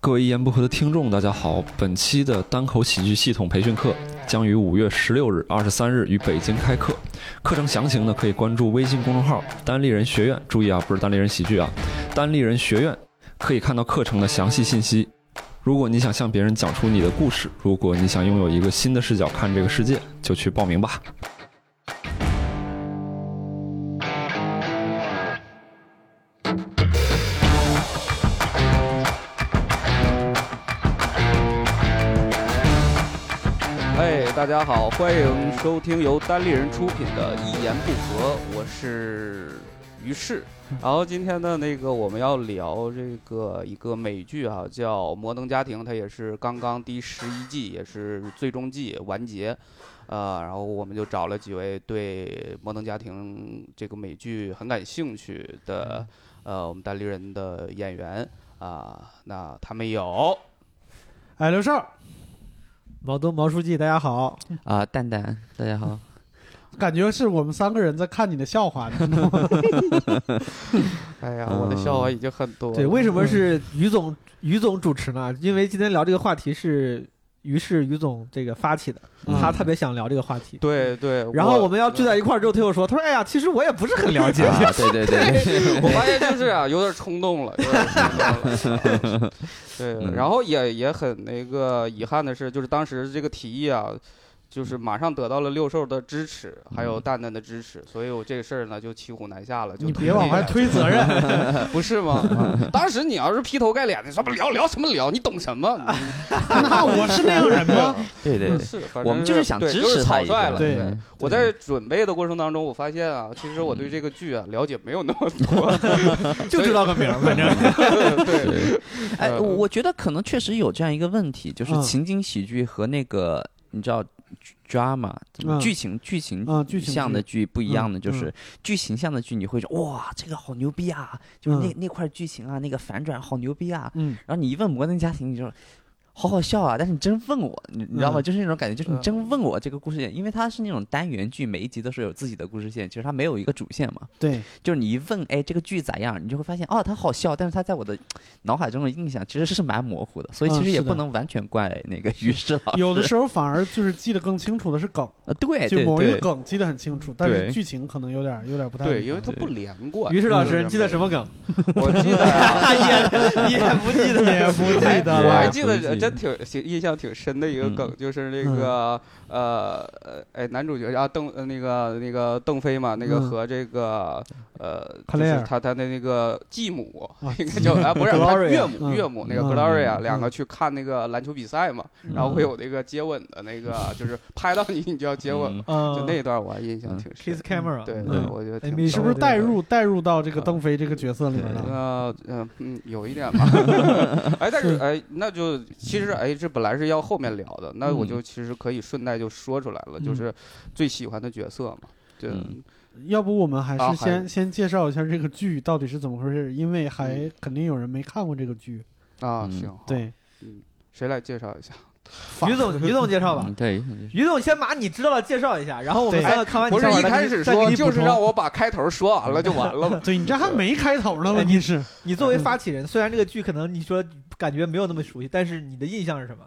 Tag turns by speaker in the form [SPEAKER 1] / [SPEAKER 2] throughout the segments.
[SPEAKER 1] 各位一言不合的听众，大家好！本期的单口喜剧系统培训课将于五月十六日、二十三日于北京开课。课程详情呢，可以关注微信公众号“单立人学院”，注意啊，不是单立人喜剧啊，单立人学院可以看到课程的详细信息。如果你想向别人讲出你的故事，如果你想拥有一个新的视角看这个世界，就去报名吧。
[SPEAKER 2] 哎，大家好，欢迎收听由单立人出品的《一言不合》，我是于 适。然后今天呢，那个我们要聊这个一个美剧啊，叫《摩登家庭》，它也是刚刚第十一季，也是最终季完结。呃，然后我们就找了几位对《摩登家庭》这个美剧很感兴趣的，
[SPEAKER 3] 嗯
[SPEAKER 2] 呃，我们单立人的演员啊、那他们有
[SPEAKER 4] 哎，刘少，毛东毛书记，大家好，
[SPEAKER 5] 啊，蛋蛋，大家好。
[SPEAKER 4] 感觉是我们三个人在看你的笑话呢。
[SPEAKER 2] 哎呀，我的笑话已经很多了。
[SPEAKER 3] 对，为什么是于总于总主持呢？因为今天聊这个话题是于是于总这个发起的，
[SPEAKER 4] 嗯
[SPEAKER 3] 他特别想聊这个话题。
[SPEAKER 2] 对对，
[SPEAKER 3] 然后我们要聚在一块儿之后，他又说：“他说，哎呀，其实我也不是很了解。
[SPEAKER 5] 啊，对对 对，
[SPEAKER 2] 我发现就是啊，有点冲动了，有点冲动了。
[SPEAKER 5] 嗯
[SPEAKER 2] 对，然后也也很那个遗憾的是，就是当时这个提议啊，就是马上得到了六兽的支持，还
[SPEAKER 5] 嗯
[SPEAKER 2] 有蛋蛋的支持，所以我这个事儿呢就骑虎难下了。就
[SPEAKER 4] 你别往 外推责任，
[SPEAKER 2] 推，不是吗？ 啊当时你要是劈头盖脸的什么聊聊什么聊，你懂什么？
[SPEAKER 4] 那我是那样人吗？
[SPEAKER 5] 对对对，
[SPEAKER 2] 是，嗯反正
[SPEAKER 5] 我们就是想
[SPEAKER 2] 对
[SPEAKER 5] 支
[SPEAKER 2] 就是
[SPEAKER 5] 持他
[SPEAKER 2] 草
[SPEAKER 5] 一
[SPEAKER 2] 率
[SPEAKER 5] 下。
[SPEAKER 2] 了。
[SPEAKER 4] 对
[SPEAKER 5] 对
[SPEAKER 2] 我 在准备的过程当中，我发现啊，其实我对这个剧啊了解没有那么多。
[SPEAKER 4] 就知道个名儿，反 正
[SPEAKER 2] 对，
[SPEAKER 5] 对，哎，
[SPEAKER 2] 呃
[SPEAKER 5] 我我觉得可能确实有这样一个问题，就是
[SPEAKER 4] 嗯
[SPEAKER 5] 情景喜剧和那个你知道 drama 怎么
[SPEAKER 4] 嗯
[SPEAKER 5] 剧情剧情
[SPEAKER 4] 啊，剧情
[SPEAKER 5] 像的剧不一样的，
[SPEAKER 4] 嗯
[SPEAKER 5] 就是剧情像的剧，你会说哇，这个好牛逼啊！就是那那块剧情啊，那个反转好牛逼啊！
[SPEAKER 4] 嗯，
[SPEAKER 5] 然后你一问摩登家庭，你就好好笑啊！但是你真问我，你你知道吗？
[SPEAKER 4] 嗯
[SPEAKER 5] 就是那种感觉，就是你
[SPEAKER 2] 嗯
[SPEAKER 5] 真问我这个故事线，因为它是那种单元剧，每一集都是有自己的故事线，其实它没有一个主线嘛。
[SPEAKER 4] 对，
[SPEAKER 5] 就是你一问，哎，这个剧咋样？你就会发现，哦，它好笑，但是它在我的脑海中的印象其实是蛮模糊的，所以其
[SPEAKER 4] 嗯
[SPEAKER 5] 实也
[SPEAKER 4] 是的
[SPEAKER 5] 不能完全怪那个于适老师。
[SPEAKER 4] 有的时候反而就是记得更清楚的是梗，
[SPEAKER 5] 呃对
[SPEAKER 4] 就
[SPEAKER 5] 对
[SPEAKER 4] 某一个
[SPEAKER 5] 对，
[SPEAKER 4] 梗记得很清楚，但是
[SPEAKER 1] 对
[SPEAKER 4] 剧情可能有点有点不太
[SPEAKER 2] 对，因为它不连贯。
[SPEAKER 3] 于是老师，你记得什么梗？
[SPEAKER 2] 我记得啊，
[SPEAKER 3] 也也不记得，
[SPEAKER 4] 也不记得
[SPEAKER 2] 我还
[SPEAKER 4] 了
[SPEAKER 1] 哎。
[SPEAKER 2] 记得
[SPEAKER 1] 不记得
[SPEAKER 2] 真挺挺印象挺深的一个梗，就是那个呃呃哎男主角啊邓呃那个那个邓飞嘛，那个
[SPEAKER 4] 嗯
[SPEAKER 2] 和这个呃
[SPEAKER 4] 克
[SPEAKER 2] 就
[SPEAKER 4] 莱
[SPEAKER 2] 是
[SPEAKER 4] 尔
[SPEAKER 2] 他他的那个继母
[SPEAKER 4] 啊
[SPEAKER 2] 应该叫啊不是他
[SPEAKER 3] Gloria，
[SPEAKER 2] 岳母
[SPEAKER 4] 嗯
[SPEAKER 2] 岳母那个
[SPEAKER 4] 嗯
[SPEAKER 2] Gloria
[SPEAKER 4] 嗯
[SPEAKER 2] 两个去看那个篮球比赛嘛，然后会有那个接吻的那个，就是拍到你你就要接吻了，就
[SPEAKER 4] 呃
[SPEAKER 2] 那段我还印象
[SPEAKER 5] 嗯
[SPEAKER 2] 挺深
[SPEAKER 3] 嗯 Kiss。camera，
[SPEAKER 2] 对对，
[SPEAKER 4] 嗯
[SPEAKER 2] 我觉得
[SPEAKER 4] 哎
[SPEAKER 2] 挺
[SPEAKER 4] 你是不是
[SPEAKER 2] 逗的
[SPEAKER 4] 带入带入到这个邓飞这个角色里面了？
[SPEAKER 2] 呃呃嗯，有一点吧。哎，但是哎，那就其实哎，这本来是要后面聊的，那我就其实可以顺带就说出来了，就
[SPEAKER 4] 嗯
[SPEAKER 2] 是最喜欢的角色嘛。对，
[SPEAKER 5] 嗯
[SPEAKER 4] 要不我们还
[SPEAKER 2] 啊
[SPEAKER 4] 是
[SPEAKER 2] 还
[SPEAKER 4] 先先介绍一下这个剧到底是怎么回事，因为还肯定有人没看过这个剧。
[SPEAKER 2] 啊，
[SPEAKER 5] 嗯
[SPEAKER 2] 行，好，嗯
[SPEAKER 4] 对，
[SPEAKER 2] 谁来介绍一下？
[SPEAKER 3] 于总于总介绍吧
[SPEAKER 5] 嗯。对，
[SPEAKER 3] 于总先把你知道的介绍一下，然后我们
[SPEAKER 4] 对
[SPEAKER 3] 三个看完你
[SPEAKER 2] 不是
[SPEAKER 3] 笑话
[SPEAKER 2] 一
[SPEAKER 3] 再给
[SPEAKER 2] 开
[SPEAKER 3] 你
[SPEAKER 2] 始
[SPEAKER 3] 再给
[SPEAKER 2] 说，
[SPEAKER 3] 你补
[SPEAKER 2] 就是
[SPEAKER 3] 充
[SPEAKER 2] 让我把开头说完了就完了嘛。
[SPEAKER 4] 对你这还没开头呢，
[SPEAKER 3] 哎
[SPEAKER 4] 问题是，
[SPEAKER 3] 你作为
[SPEAKER 2] 嗯
[SPEAKER 3] 发起人，虽然这个剧可能你说感觉没有那么熟悉，但是你的印象是什么？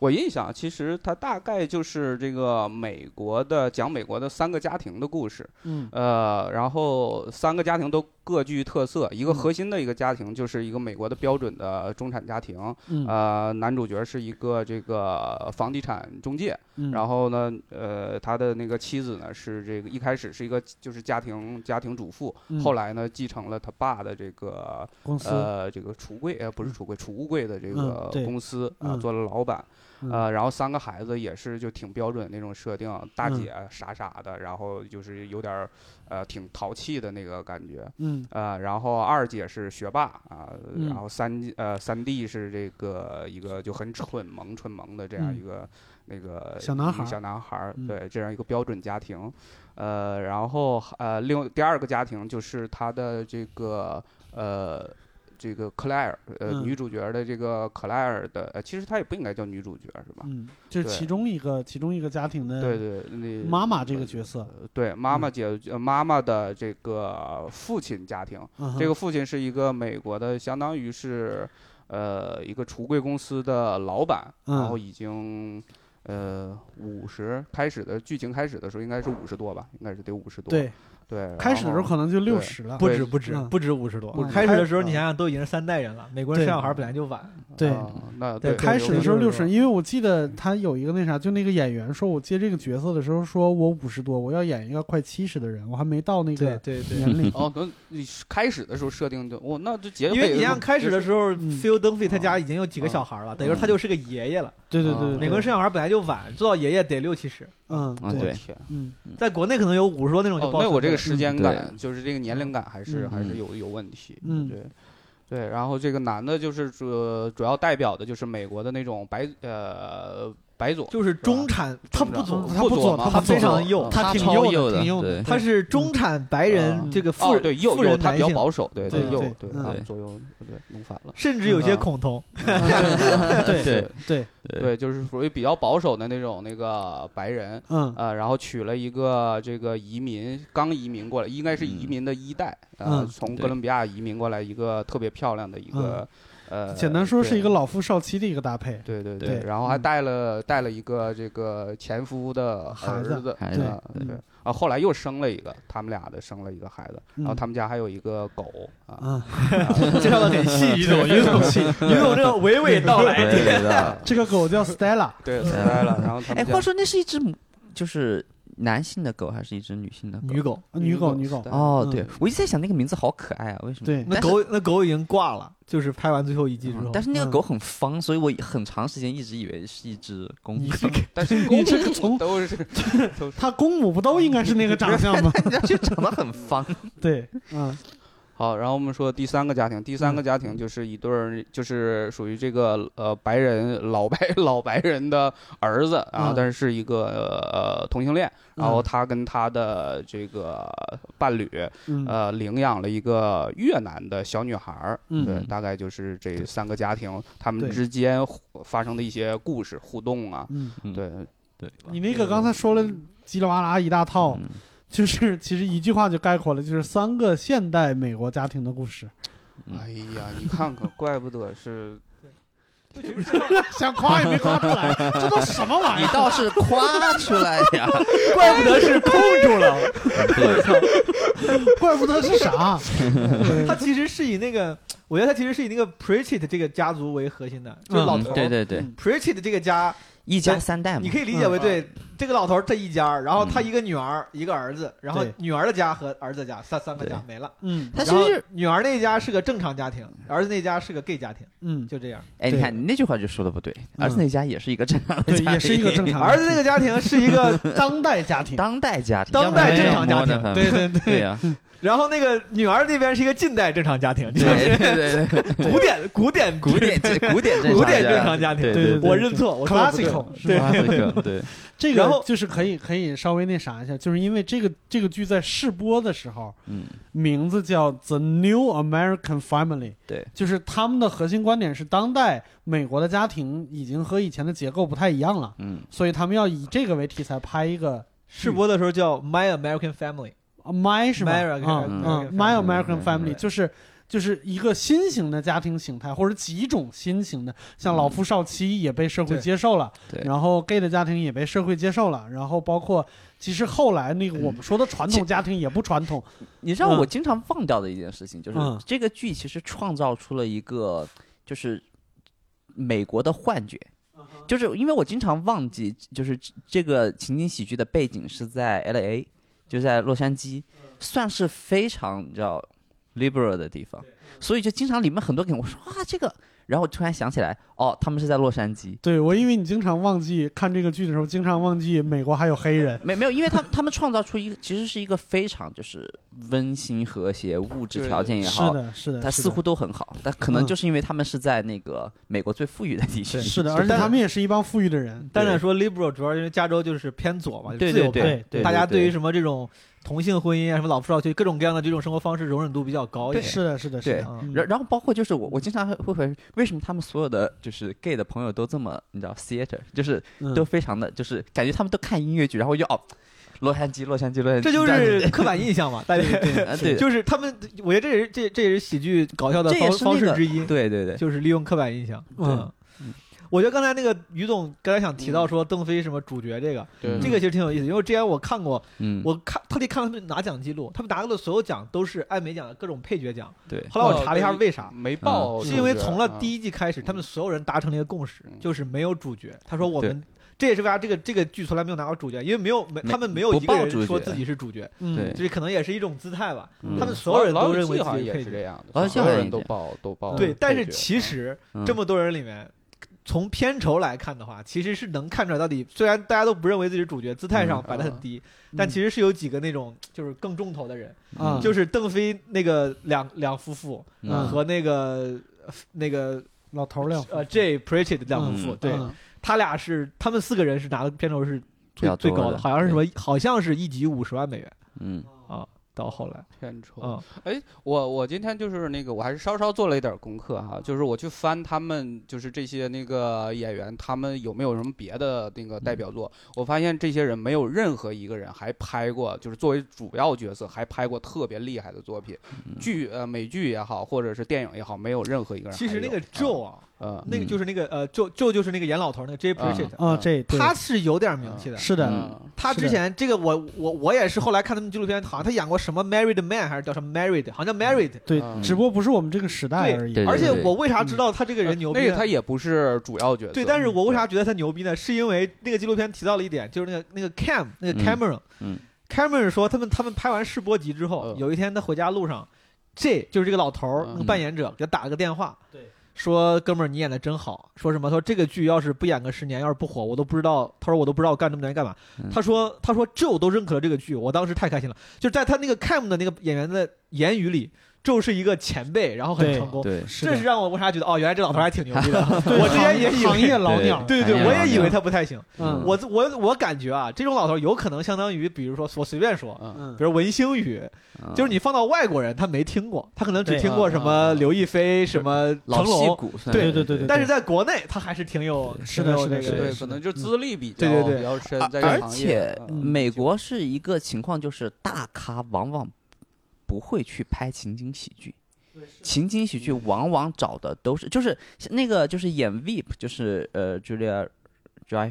[SPEAKER 2] 我印象啊其实它大概就是这个美国的讲美国的三个家庭的故事，
[SPEAKER 4] 嗯
[SPEAKER 2] 呃，然后三个家庭都各具特色。
[SPEAKER 4] 嗯
[SPEAKER 2] 一个核心的一个家庭就是一个美国的标准的中产家庭，
[SPEAKER 4] 嗯
[SPEAKER 2] 呃，男主角是一个这个房地产中介，
[SPEAKER 4] 嗯
[SPEAKER 2] 然后呢，呃，他的那个妻子呢是这个一开始是一个就是家庭家庭主妇，
[SPEAKER 4] 嗯
[SPEAKER 2] 后来呢继承了他爸的这个
[SPEAKER 4] 公司
[SPEAKER 2] 呃这个橱柜呃不是橱柜储物柜的这个
[SPEAKER 4] 嗯对
[SPEAKER 2] 公司啊、
[SPEAKER 4] 嗯
[SPEAKER 2] 做了老板，
[SPEAKER 4] 嗯
[SPEAKER 2] 呃，然后三个孩子也是就挺标准那种设定，大
[SPEAKER 4] 嗯
[SPEAKER 2] 姐傻傻的，然后就是有点儿呃挺淘气的那个感觉，
[SPEAKER 4] 嗯
[SPEAKER 2] 呃，然后二姐是学霸啊，
[SPEAKER 4] 嗯
[SPEAKER 2] 然后三姐呃三弟是这个一个就很蠢萌蠢萌的这样一个、那个
[SPEAKER 4] 嗯小男孩儿
[SPEAKER 2] 小男孩儿
[SPEAKER 4] 嗯
[SPEAKER 2] 对这样一个标准家庭，呃，然后呃另第二个家庭就是他的这个呃。这个克莱尔，呃，
[SPEAKER 4] 嗯
[SPEAKER 2] 女主角的这个克莱尔的，呃，其实她也不应该叫女主角，是吧？
[SPEAKER 4] 嗯，就是
[SPEAKER 2] 对
[SPEAKER 4] 其中一个其中一个家庭的
[SPEAKER 2] 对对，那
[SPEAKER 4] 嗯妈嗯妈这个角色，
[SPEAKER 2] 对妈妈姐、呃妈妈的这个父亲家庭，
[SPEAKER 4] 嗯哼
[SPEAKER 2] 这个父亲是一个美国的，相当于是呃一个橱柜公司的老板，
[SPEAKER 3] 嗯
[SPEAKER 2] 然后已经呃五十开始的剧情开始的时候应该是五十多吧，应该是得五十多。
[SPEAKER 4] 对，
[SPEAKER 2] 对，
[SPEAKER 4] 开始的时候可能就六十了，
[SPEAKER 3] 不
[SPEAKER 2] 对
[SPEAKER 3] 止不止
[SPEAKER 4] 嗯
[SPEAKER 3] 不止五十多
[SPEAKER 4] 不，止
[SPEAKER 3] 开始的时候
[SPEAKER 2] 嗯
[SPEAKER 3] 你想想都已经是三代人了，美国人
[SPEAKER 4] 对
[SPEAKER 3] 生小孩本来就晚，
[SPEAKER 4] 对。
[SPEAKER 2] 啊那
[SPEAKER 3] 对
[SPEAKER 2] 对
[SPEAKER 4] 开始的时候
[SPEAKER 3] 对
[SPEAKER 4] 六
[SPEAKER 3] 对
[SPEAKER 4] 十，因为我记得他有一个那啥，就那个演员说，我接这个角色的时候，说我五十多，我要演一个快七十的人，我还没到那
[SPEAKER 3] 对
[SPEAKER 4] 个
[SPEAKER 3] 对对。
[SPEAKER 4] 年龄。
[SPEAKER 2] 哦，那你是开始的时候设定的，哦，那就结
[SPEAKER 3] 因为你像开始的
[SPEAKER 2] 时
[SPEAKER 3] 时候，
[SPEAKER 4] 嗯
[SPEAKER 3] 菲欧登费他家已经有几个小孩了，等于说他就是个爷爷了。
[SPEAKER 4] 对对
[SPEAKER 2] 啊
[SPEAKER 4] 对，对
[SPEAKER 3] 美国人生小孩本来就晚，做到爷爷得六七十，
[SPEAKER 4] 嗯
[SPEAKER 5] 啊
[SPEAKER 2] 候，
[SPEAKER 5] 对
[SPEAKER 2] 天
[SPEAKER 4] 嗯，
[SPEAKER 3] 在国内可能有五十多那种就
[SPEAKER 2] 哦，
[SPEAKER 3] 爆。
[SPEAKER 2] 那我这个时间
[SPEAKER 5] 嗯对
[SPEAKER 2] 感就是这个年龄感还是
[SPEAKER 4] 嗯
[SPEAKER 2] 还是
[SPEAKER 5] 嗯
[SPEAKER 2] 有有问题，
[SPEAKER 4] 嗯
[SPEAKER 2] 对。对，然后这个男的，就是主主要代表的就是美国的那种白呃白左，
[SPEAKER 3] 就是中产，他不
[SPEAKER 2] 中
[SPEAKER 3] 左
[SPEAKER 2] 产
[SPEAKER 4] 他不左
[SPEAKER 2] 嘛
[SPEAKER 4] 他
[SPEAKER 3] 他
[SPEAKER 4] 不
[SPEAKER 3] 非
[SPEAKER 4] 左
[SPEAKER 3] 常右，
[SPEAKER 5] 他
[SPEAKER 3] 挺
[SPEAKER 5] 超
[SPEAKER 2] 哦
[SPEAKER 3] 右
[SPEAKER 5] 右
[SPEAKER 3] 的，
[SPEAKER 5] 的
[SPEAKER 3] 挺右
[SPEAKER 5] 对
[SPEAKER 3] 他是中产白人
[SPEAKER 2] 嗯
[SPEAKER 3] 这个富
[SPEAKER 2] 哦，对右
[SPEAKER 3] 富
[SPEAKER 2] 右
[SPEAKER 3] 人
[SPEAKER 2] 他
[SPEAKER 3] 男
[SPEAKER 2] 比较
[SPEAKER 3] 性，
[SPEAKER 2] 保守，对
[SPEAKER 4] 对
[SPEAKER 2] 右
[SPEAKER 4] 对
[SPEAKER 2] 对
[SPEAKER 4] 嗯
[SPEAKER 2] 啊
[SPEAKER 5] 对
[SPEAKER 2] 左右对弄反 了，
[SPEAKER 3] 甚至有些
[SPEAKER 2] 嗯
[SPEAKER 3] 恐同。
[SPEAKER 4] 对
[SPEAKER 5] 对
[SPEAKER 4] 对，
[SPEAKER 2] 对，就是属于比较保守的那种那个白人，
[SPEAKER 4] 嗯
[SPEAKER 2] 呃，然后娶了一个这个移民，刚移民过来，应该是移
[SPEAKER 5] 嗯
[SPEAKER 2] 民的一代，呃，
[SPEAKER 4] 嗯
[SPEAKER 2] 从
[SPEAKER 5] 对
[SPEAKER 2] 哥伦比亚移民过来一个特别漂亮的一个，呃，
[SPEAKER 4] 嗯简单说是
[SPEAKER 2] 对
[SPEAKER 4] 一个。老夫少妻的一个搭配。
[SPEAKER 2] 对对
[SPEAKER 4] 对
[SPEAKER 2] 然后还
[SPEAKER 4] 嗯
[SPEAKER 2] 带了带了一个这个前夫的
[SPEAKER 4] 孩
[SPEAKER 2] 儿
[SPEAKER 4] 子
[SPEAKER 2] 子，
[SPEAKER 5] 孩子
[SPEAKER 2] 啊
[SPEAKER 4] 对
[SPEAKER 2] 对
[SPEAKER 4] 嗯
[SPEAKER 2] 啊，后来又生了一个，他们俩的生了一个孩子，然后
[SPEAKER 4] 嗯
[SPEAKER 2] 他们家还有一个狗啊，
[SPEAKER 4] 嗯，
[SPEAKER 3] 介绍的很细，于总，于总细，于总这种娓娓道来，
[SPEAKER 5] 对对对。
[SPEAKER 4] 这个狗叫 Stella，
[SPEAKER 2] 对，死呆了。然后他
[SPEAKER 5] 哎，
[SPEAKER 2] 们家
[SPEAKER 5] 话说那是一只母就是男性的狗还是一只女性的狗？
[SPEAKER 3] 女狗，
[SPEAKER 4] 呃女狗
[SPEAKER 2] 嗯
[SPEAKER 4] 女狗
[SPEAKER 2] 对。
[SPEAKER 5] 哦
[SPEAKER 4] 嗯，
[SPEAKER 5] 对，我一直在想那个名字好可爱啊，为什么？
[SPEAKER 4] 对
[SPEAKER 3] 那
[SPEAKER 5] 但是
[SPEAKER 3] 狗那狗已经挂了，就是拍完最后一季之后，
[SPEAKER 5] 但是那个
[SPEAKER 4] 嗯
[SPEAKER 5] 狗很方，所以我很长时间一直以为是一只公
[SPEAKER 4] 你
[SPEAKER 5] 狗。
[SPEAKER 4] 这个
[SPEAKER 2] 但是
[SPEAKER 4] 你这
[SPEAKER 2] 公
[SPEAKER 4] 个
[SPEAKER 2] 母
[SPEAKER 4] 从
[SPEAKER 2] 都 是都是
[SPEAKER 4] 它公母不都应该是那个长相吗？
[SPEAKER 5] 人家 就长得很方，
[SPEAKER 4] 对，嗯
[SPEAKER 2] 好。然后我们说第三个家庭，第三个家庭就是一对儿，就是属于这个呃白人老白 老白人的儿子，然后
[SPEAKER 4] 嗯
[SPEAKER 2] 但是是一个呃同性恋，然后
[SPEAKER 4] 嗯
[SPEAKER 2] 他跟他的这个伴侣
[SPEAKER 4] 嗯
[SPEAKER 2] 呃领养了一个越南的小女孩儿，对，
[SPEAKER 4] 嗯
[SPEAKER 2] 大概就是这三个家庭他们
[SPEAKER 4] 对
[SPEAKER 2] 之间互发生的一些故事互动啊，
[SPEAKER 4] 嗯，
[SPEAKER 5] 嗯
[SPEAKER 2] 对，
[SPEAKER 5] 对，
[SPEAKER 4] 你那个刚才说了叽里哇啦一大套，
[SPEAKER 5] 嗯
[SPEAKER 4] 就是其实一句话就概括了，就是三个现代美国家庭的故事。
[SPEAKER 5] 嗯
[SPEAKER 2] 哎呀，你看看，怪不得是
[SPEAKER 4] 想夸也没夸出来，这都什么玩意
[SPEAKER 5] 你
[SPEAKER 4] 儿？
[SPEAKER 5] 倒是夸出来 呀！嗯
[SPEAKER 3] 怪不得是控住了。
[SPEAKER 4] 怪不得是啥？
[SPEAKER 3] 它其实是以那个，我觉得它其实是以那个 Pritchett 这个家族为核心的，就是
[SPEAKER 4] 嗯
[SPEAKER 3] 老头。
[SPEAKER 5] 对对对，
[SPEAKER 3] Pritchett 这个家，
[SPEAKER 5] 一家三代嘛
[SPEAKER 3] 你。可以理解为对这个老头这一家，然后他一个女儿，一个儿子，然后
[SPEAKER 4] 对
[SPEAKER 3] 女儿的家和儿子的家三三个家没了。
[SPEAKER 4] 嗯
[SPEAKER 5] 他其
[SPEAKER 3] 然后
[SPEAKER 5] 实是
[SPEAKER 3] 女儿那家是个正常家庭，儿子那家是个 gay 家庭，
[SPEAKER 4] 嗯，
[SPEAKER 3] 就这样。
[SPEAKER 5] 哎，你看你那句话就说的不对，
[SPEAKER 3] 嗯
[SPEAKER 5] 儿子那家也是一个正常的
[SPEAKER 4] 对
[SPEAKER 5] 家，庭，
[SPEAKER 4] 也是一个正常的
[SPEAKER 3] 儿子那个家庭是一个，
[SPEAKER 4] 当代家 庭。
[SPEAKER 5] 当代家庭，
[SPEAKER 3] 当代正常家庭
[SPEAKER 5] 庭，
[SPEAKER 4] 对对
[SPEAKER 5] 对呀，
[SPEAKER 3] 然后那个女儿那边是一个近代正常家庭，就
[SPEAKER 5] 对
[SPEAKER 3] 是
[SPEAKER 5] 对对对，
[SPEAKER 3] 古典古典
[SPEAKER 5] 古典古典
[SPEAKER 3] 古典正常家
[SPEAKER 5] 家
[SPEAKER 3] 庭。
[SPEAKER 5] 对
[SPEAKER 4] 对
[SPEAKER 3] 我认错，我说的不对
[SPEAKER 4] Classical 是
[SPEAKER 3] 对
[SPEAKER 4] 吧
[SPEAKER 5] 啊，这个对，
[SPEAKER 4] 这
[SPEAKER 3] 然后
[SPEAKER 4] 个就是可以可以稍微那啥一下，就是因为这个这个剧在试播的时候，
[SPEAKER 5] 嗯，
[SPEAKER 4] 名字叫《The New American Family》，
[SPEAKER 5] 对，
[SPEAKER 4] 就是他们的核心观点是，当代美国的家庭已经和以前的结构不太一样了，
[SPEAKER 5] 嗯，
[SPEAKER 4] 所以他们要以这个为题材拍一个
[SPEAKER 3] 试播的时候叫 My American Family，
[SPEAKER 4] 啊 My 是吧？
[SPEAKER 3] American-
[SPEAKER 4] 嗯嗯
[SPEAKER 3] American
[SPEAKER 4] ，My
[SPEAKER 3] Family
[SPEAKER 4] American Family
[SPEAKER 3] 对
[SPEAKER 4] 就是就是一个新型的家庭形态，或者几种新型的，像老夫少妻也被社会
[SPEAKER 3] 对
[SPEAKER 4] 接受了，
[SPEAKER 5] 对
[SPEAKER 4] 然后 gay 的家庭也被社会接受了，然后包括其实后来那个我们说的传统家庭也不传统，
[SPEAKER 5] 你知道我
[SPEAKER 4] 嗯
[SPEAKER 5] 经常忘掉的一件事情，就是
[SPEAKER 4] 嗯
[SPEAKER 5] 这个剧其实创造出了一个就是美国的幻觉，
[SPEAKER 4] 嗯
[SPEAKER 5] 就是因为我经常忘记，就是这个情景喜剧的背景是在 L A，就在洛杉矶，
[SPEAKER 4] 嗯
[SPEAKER 5] 算是非常你知道 liberal 的地方，
[SPEAKER 4] 嗯
[SPEAKER 5] 所以就经常里面很多梗，我说啊这个，然后我突然想起来，哦，他们是在洛杉矶。
[SPEAKER 4] 对我因为你经常忘记看这个剧的时候，经常忘记美国还有 黑人，
[SPEAKER 5] 没没有，因为他他们创造出一个其实是一个非常就是温馨和谐，物质
[SPEAKER 2] 对
[SPEAKER 5] 条件也
[SPEAKER 4] 是
[SPEAKER 5] 好，啊
[SPEAKER 4] 的，是
[SPEAKER 3] 呃
[SPEAKER 4] 的，
[SPEAKER 5] 它
[SPEAKER 4] 是
[SPEAKER 5] 似乎
[SPEAKER 4] 的。
[SPEAKER 5] 都很好，但可能
[SPEAKER 4] 嗯
[SPEAKER 5] 就是因为他们是在那个美国最富裕的地区，
[SPEAKER 4] 是的，而且他们也是一帮富裕的人，
[SPEAKER 3] 单单说 liberal 主要因为加州就是偏左嘛，
[SPEAKER 5] 对
[SPEAKER 3] 自
[SPEAKER 5] 对
[SPEAKER 3] 由派
[SPEAKER 5] 对对，
[SPEAKER 3] 大家对于什么这种同性婚姻啊、什么老夫少妻各种各样的这种生活方式容忍度比较高一
[SPEAKER 5] 对
[SPEAKER 3] 点。
[SPEAKER 4] 是的，是的，是
[SPEAKER 5] 对
[SPEAKER 4] 的，
[SPEAKER 3] 嗯
[SPEAKER 4] 嗯
[SPEAKER 5] 然然后包括就是我我经常会会回为什么他们所有的就是 gay 的朋友都这么你知道 theater 就是
[SPEAKER 4] 嗯
[SPEAKER 5] 都非常的就是感觉他们都看音乐剧，然后就哦洛杉矶，洛杉矶，洛杉矶，
[SPEAKER 3] 这就
[SPEAKER 5] 样
[SPEAKER 3] 是
[SPEAKER 5] 子
[SPEAKER 3] 刻板印象嘛，大家
[SPEAKER 5] 啊 对
[SPEAKER 3] 就是他们，我觉得这也是这这也是喜剧搞笑的
[SPEAKER 5] 这也
[SPEAKER 3] 方
[SPEAKER 5] 是
[SPEAKER 3] 方
[SPEAKER 5] 那
[SPEAKER 3] 式
[SPEAKER 5] 个
[SPEAKER 3] 之一，
[SPEAKER 5] 对对对，
[SPEAKER 3] 就是利用刻板印象。
[SPEAKER 4] 嗯
[SPEAKER 3] 嗯，我觉得刚才那个于总刚才想提到说邓飞什么主角这个，
[SPEAKER 2] 对
[SPEAKER 3] 这个其实挺有意思，因为之前我看过，
[SPEAKER 5] 嗯，
[SPEAKER 3] 我看特地看他们拿奖记录，他们拿到的所有奖都是艾美奖各种配角奖。
[SPEAKER 5] 对
[SPEAKER 3] 后
[SPEAKER 2] 哦
[SPEAKER 3] 来我查了一下为啥，
[SPEAKER 2] 没报，
[SPEAKER 3] 嗯
[SPEAKER 2] 啊
[SPEAKER 3] 是因为从了第
[SPEAKER 2] 一，
[SPEAKER 3] 一季开始，他们所有人达成了一个共识
[SPEAKER 2] 哦嗯，
[SPEAKER 3] 就是没有主角。他说我们。这也是为啥这个这个剧从来没有拿到主角，因为没有没
[SPEAKER 5] 没
[SPEAKER 3] 他们没有
[SPEAKER 5] 不
[SPEAKER 3] 一个
[SPEAKER 5] 报主
[SPEAKER 3] 人
[SPEAKER 5] 角
[SPEAKER 3] 说自己是主角，
[SPEAKER 5] 对
[SPEAKER 3] 这可能也是一种姿态吧。
[SPEAKER 5] 嗯
[SPEAKER 3] 他们所有人都认为自
[SPEAKER 2] 好像
[SPEAKER 3] 己
[SPEAKER 2] 也
[SPEAKER 3] 配
[SPEAKER 2] 是这
[SPEAKER 3] 角。
[SPEAKER 2] 样
[SPEAKER 5] 老友
[SPEAKER 2] 的，
[SPEAKER 5] 记
[SPEAKER 2] 所
[SPEAKER 5] 好
[SPEAKER 2] 有
[SPEAKER 5] 像
[SPEAKER 2] 人
[SPEAKER 5] 也
[SPEAKER 2] 都
[SPEAKER 5] 这样
[SPEAKER 2] 报都报。
[SPEAKER 3] 对，但是
[SPEAKER 2] 配角
[SPEAKER 3] 其实
[SPEAKER 5] 嗯
[SPEAKER 3] 这么多人里面，从片酬来看的话，其实是能看出来到底，虽然大家都不认为自己是主角，姿态上
[SPEAKER 2] 嗯
[SPEAKER 3] 摆得很低，但其实是有几个那种就是更重头的人，
[SPEAKER 4] 啊，
[SPEAKER 3] 就是是邓飞那个两两夫妇
[SPEAKER 4] 嗯
[SPEAKER 3] 和那个那个
[SPEAKER 4] 老头儿了，
[SPEAKER 3] 呃 J Pritchett 两夫妇，
[SPEAKER 5] 嗯
[SPEAKER 3] 对
[SPEAKER 4] 嗯
[SPEAKER 3] 他俩是他们四个人是拿的片酬是
[SPEAKER 5] 比
[SPEAKER 3] 最
[SPEAKER 5] 较
[SPEAKER 3] 最
[SPEAKER 5] 多
[SPEAKER 3] 高的，
[SPEAKER 5] 的
[SPEAKER 3] 好像是什么，好像是一集五十万美元
[SPEAKER 5] 嗯
[SPEAKER 3] 啊。到后来，
[SPEAKER 2] 片酬
[SPEAKER 3] 嗯，
[SPEAKER 2] 哎，我我今天就是那个，我还是稍稍做了一点儿功课哈，就是我去翻他们就是这些那个演员，他们有没有什么别的那个
[SPEAKER 3] 嗯
[SPEAKER 2] 代表作？我发现这些人没有任何一个人还拍过，就是作为主要角色还拍过特别厉害的作品，
[SPEAKER 5] 嗯
[SPEAKER 2] 剧呃美剧也好，或者是电影也好，没有任何一个人还
[SPEAKER 3] 其
[SPEAKER 2] 有。
[SPEAKER 3] 实那个 Joe 啊，
[SPEAKER 2] 嗯，嗯
[SPEAKER 3] 那个就是那个呃，Joe Joe 就是那个演老头那个 J Pritchett，
[SPEAKER 4] 啊，
[SPEAKER 2] 嗯
[SPEAKER 4] 这对
[SPEAKER 3] 他嗯是有点名气的。
[SPEAKER 4] 是的，
[SPEAKER 5] 嗯
[SPEAKER 3] 他之前这个我我我也是后来看他们纪录片，好像他演过什么 Married Man 还是叫什么 Married，好像叫 Married。
[SPEAKER 4] 对
[SPEAKER 2] 嗯，
[SPEAKER 4] 只不过不是我们这个时代
[SPEAKER 3] 对
[SPEAKER 4] 而已
[SPEAKER 5] 对。对
[SPEAKER 3] 而且
[SPEAKER 5] 对
[SPEAKER 3] 我为啥知道他这个人牛逼
[SPEAKER 2] 呃那
[SPEAKER 3] 呢？
[SPEAKER 2] 个他也不是主要角色。
[SPEAKER 3] 对，但是我为啥觉得他牛逼呢？是因为那个纪录片提到了一点，就是那个那个 Cam 那个
[SPEAKER 5] 嗯
[SPEAKER 3] Cameron，
[SPEAKER 5] 嗯
[SPEAKER 3] c a m e r o n 说他们他们拍完试播集之后，
[SPEAKER 2] 嗯
[SPEAKER 3] 有一天他回家路上这就是这个老头儿、
[SPEAKER 2] 嗯
[SPEAKER 3] 那个扮演者给他打了个电话，
[SPEAKER 4] 对，
[SPEAKER 3] 说哥们儿你演的真好，说什么？他说这个剧要是不演个十年，要是不火，我都不知道。他说我都不知道我干这么多年干嘛。
[SPEAKER 5] 嗯
[SPEAKER 3] 他说他说 Joe 都认可了这个剧，我当时太开心了。就在他那个 Cam 的那个演员的言语里，Joe 是一个前辈，然后很
[SPEAKER 4] 对
[SPEAKER 3] 成功。
[SPEAKER 5] 对，
[SPEAKER 4] 是
[SPEAKER 3] 这是
[SPEAKER 4] 的，
[SPEAKER 3] 让我为啥觉得哦，原来这老头儿还挺牛逼 的。我之前也以为
[SPEAKER 4] 行业老
[SPEAKER 5] 对
[SPEAKER 4] 鸟，
[SPEAKER 3] 对对对，
[SPEAKER 5] 哎呀
[SPEAKER 3] 我也以为他不太行。
[SPEAKER 4] 嗯
[SPEAKER 3] 我我我感觉啊，这种老头有可能相当于，比如说我随便说，
[SPEAKER 2] 嗯
[SPEAKER 4] 嗯
[SPEAKER 3] 比如文星宇，就是你放到外国人，他没听过，他可能只听过什么刘亦菲、什么
[SPEAKER 5] 老
[SPEAKER 3] 成
[SPEAKER 5] 戏
[SPEAKER 3] 龙，
[SPEAKER 5] 骨，
[SPEAKER 4] 对对对对
[SPEAKER 3] 但是在国内他还是挺有
[SPEAKER 4] 是的
[SPEAKER 3] 挺有
[SPEAKER 4] 是的
[SPEAKER 3] 这
[SPEAKER 4] 是
[SPEAKER 3] 个
[SPEAKER 4] 的
[SPEAKER 2] 对，可能就资历比较
[SPEAKER 3] 对对对
[SPEAKER 2] 比较深，在这
[SPEAKER 5] 啊而
[SPEAKER 2] 行业
[SPEAKER 5] 且
[SPEAKER 2] 嗯
[SPEAKER 5] 美国是一个情况，就是大咖往往不会去拍情景喜剧，情景喜剧
[SPEAKER 2] 嗯
[SPEAKER 5] 往往找的都是就是像那个就是演 Veep，就是呃 Julia Drivers，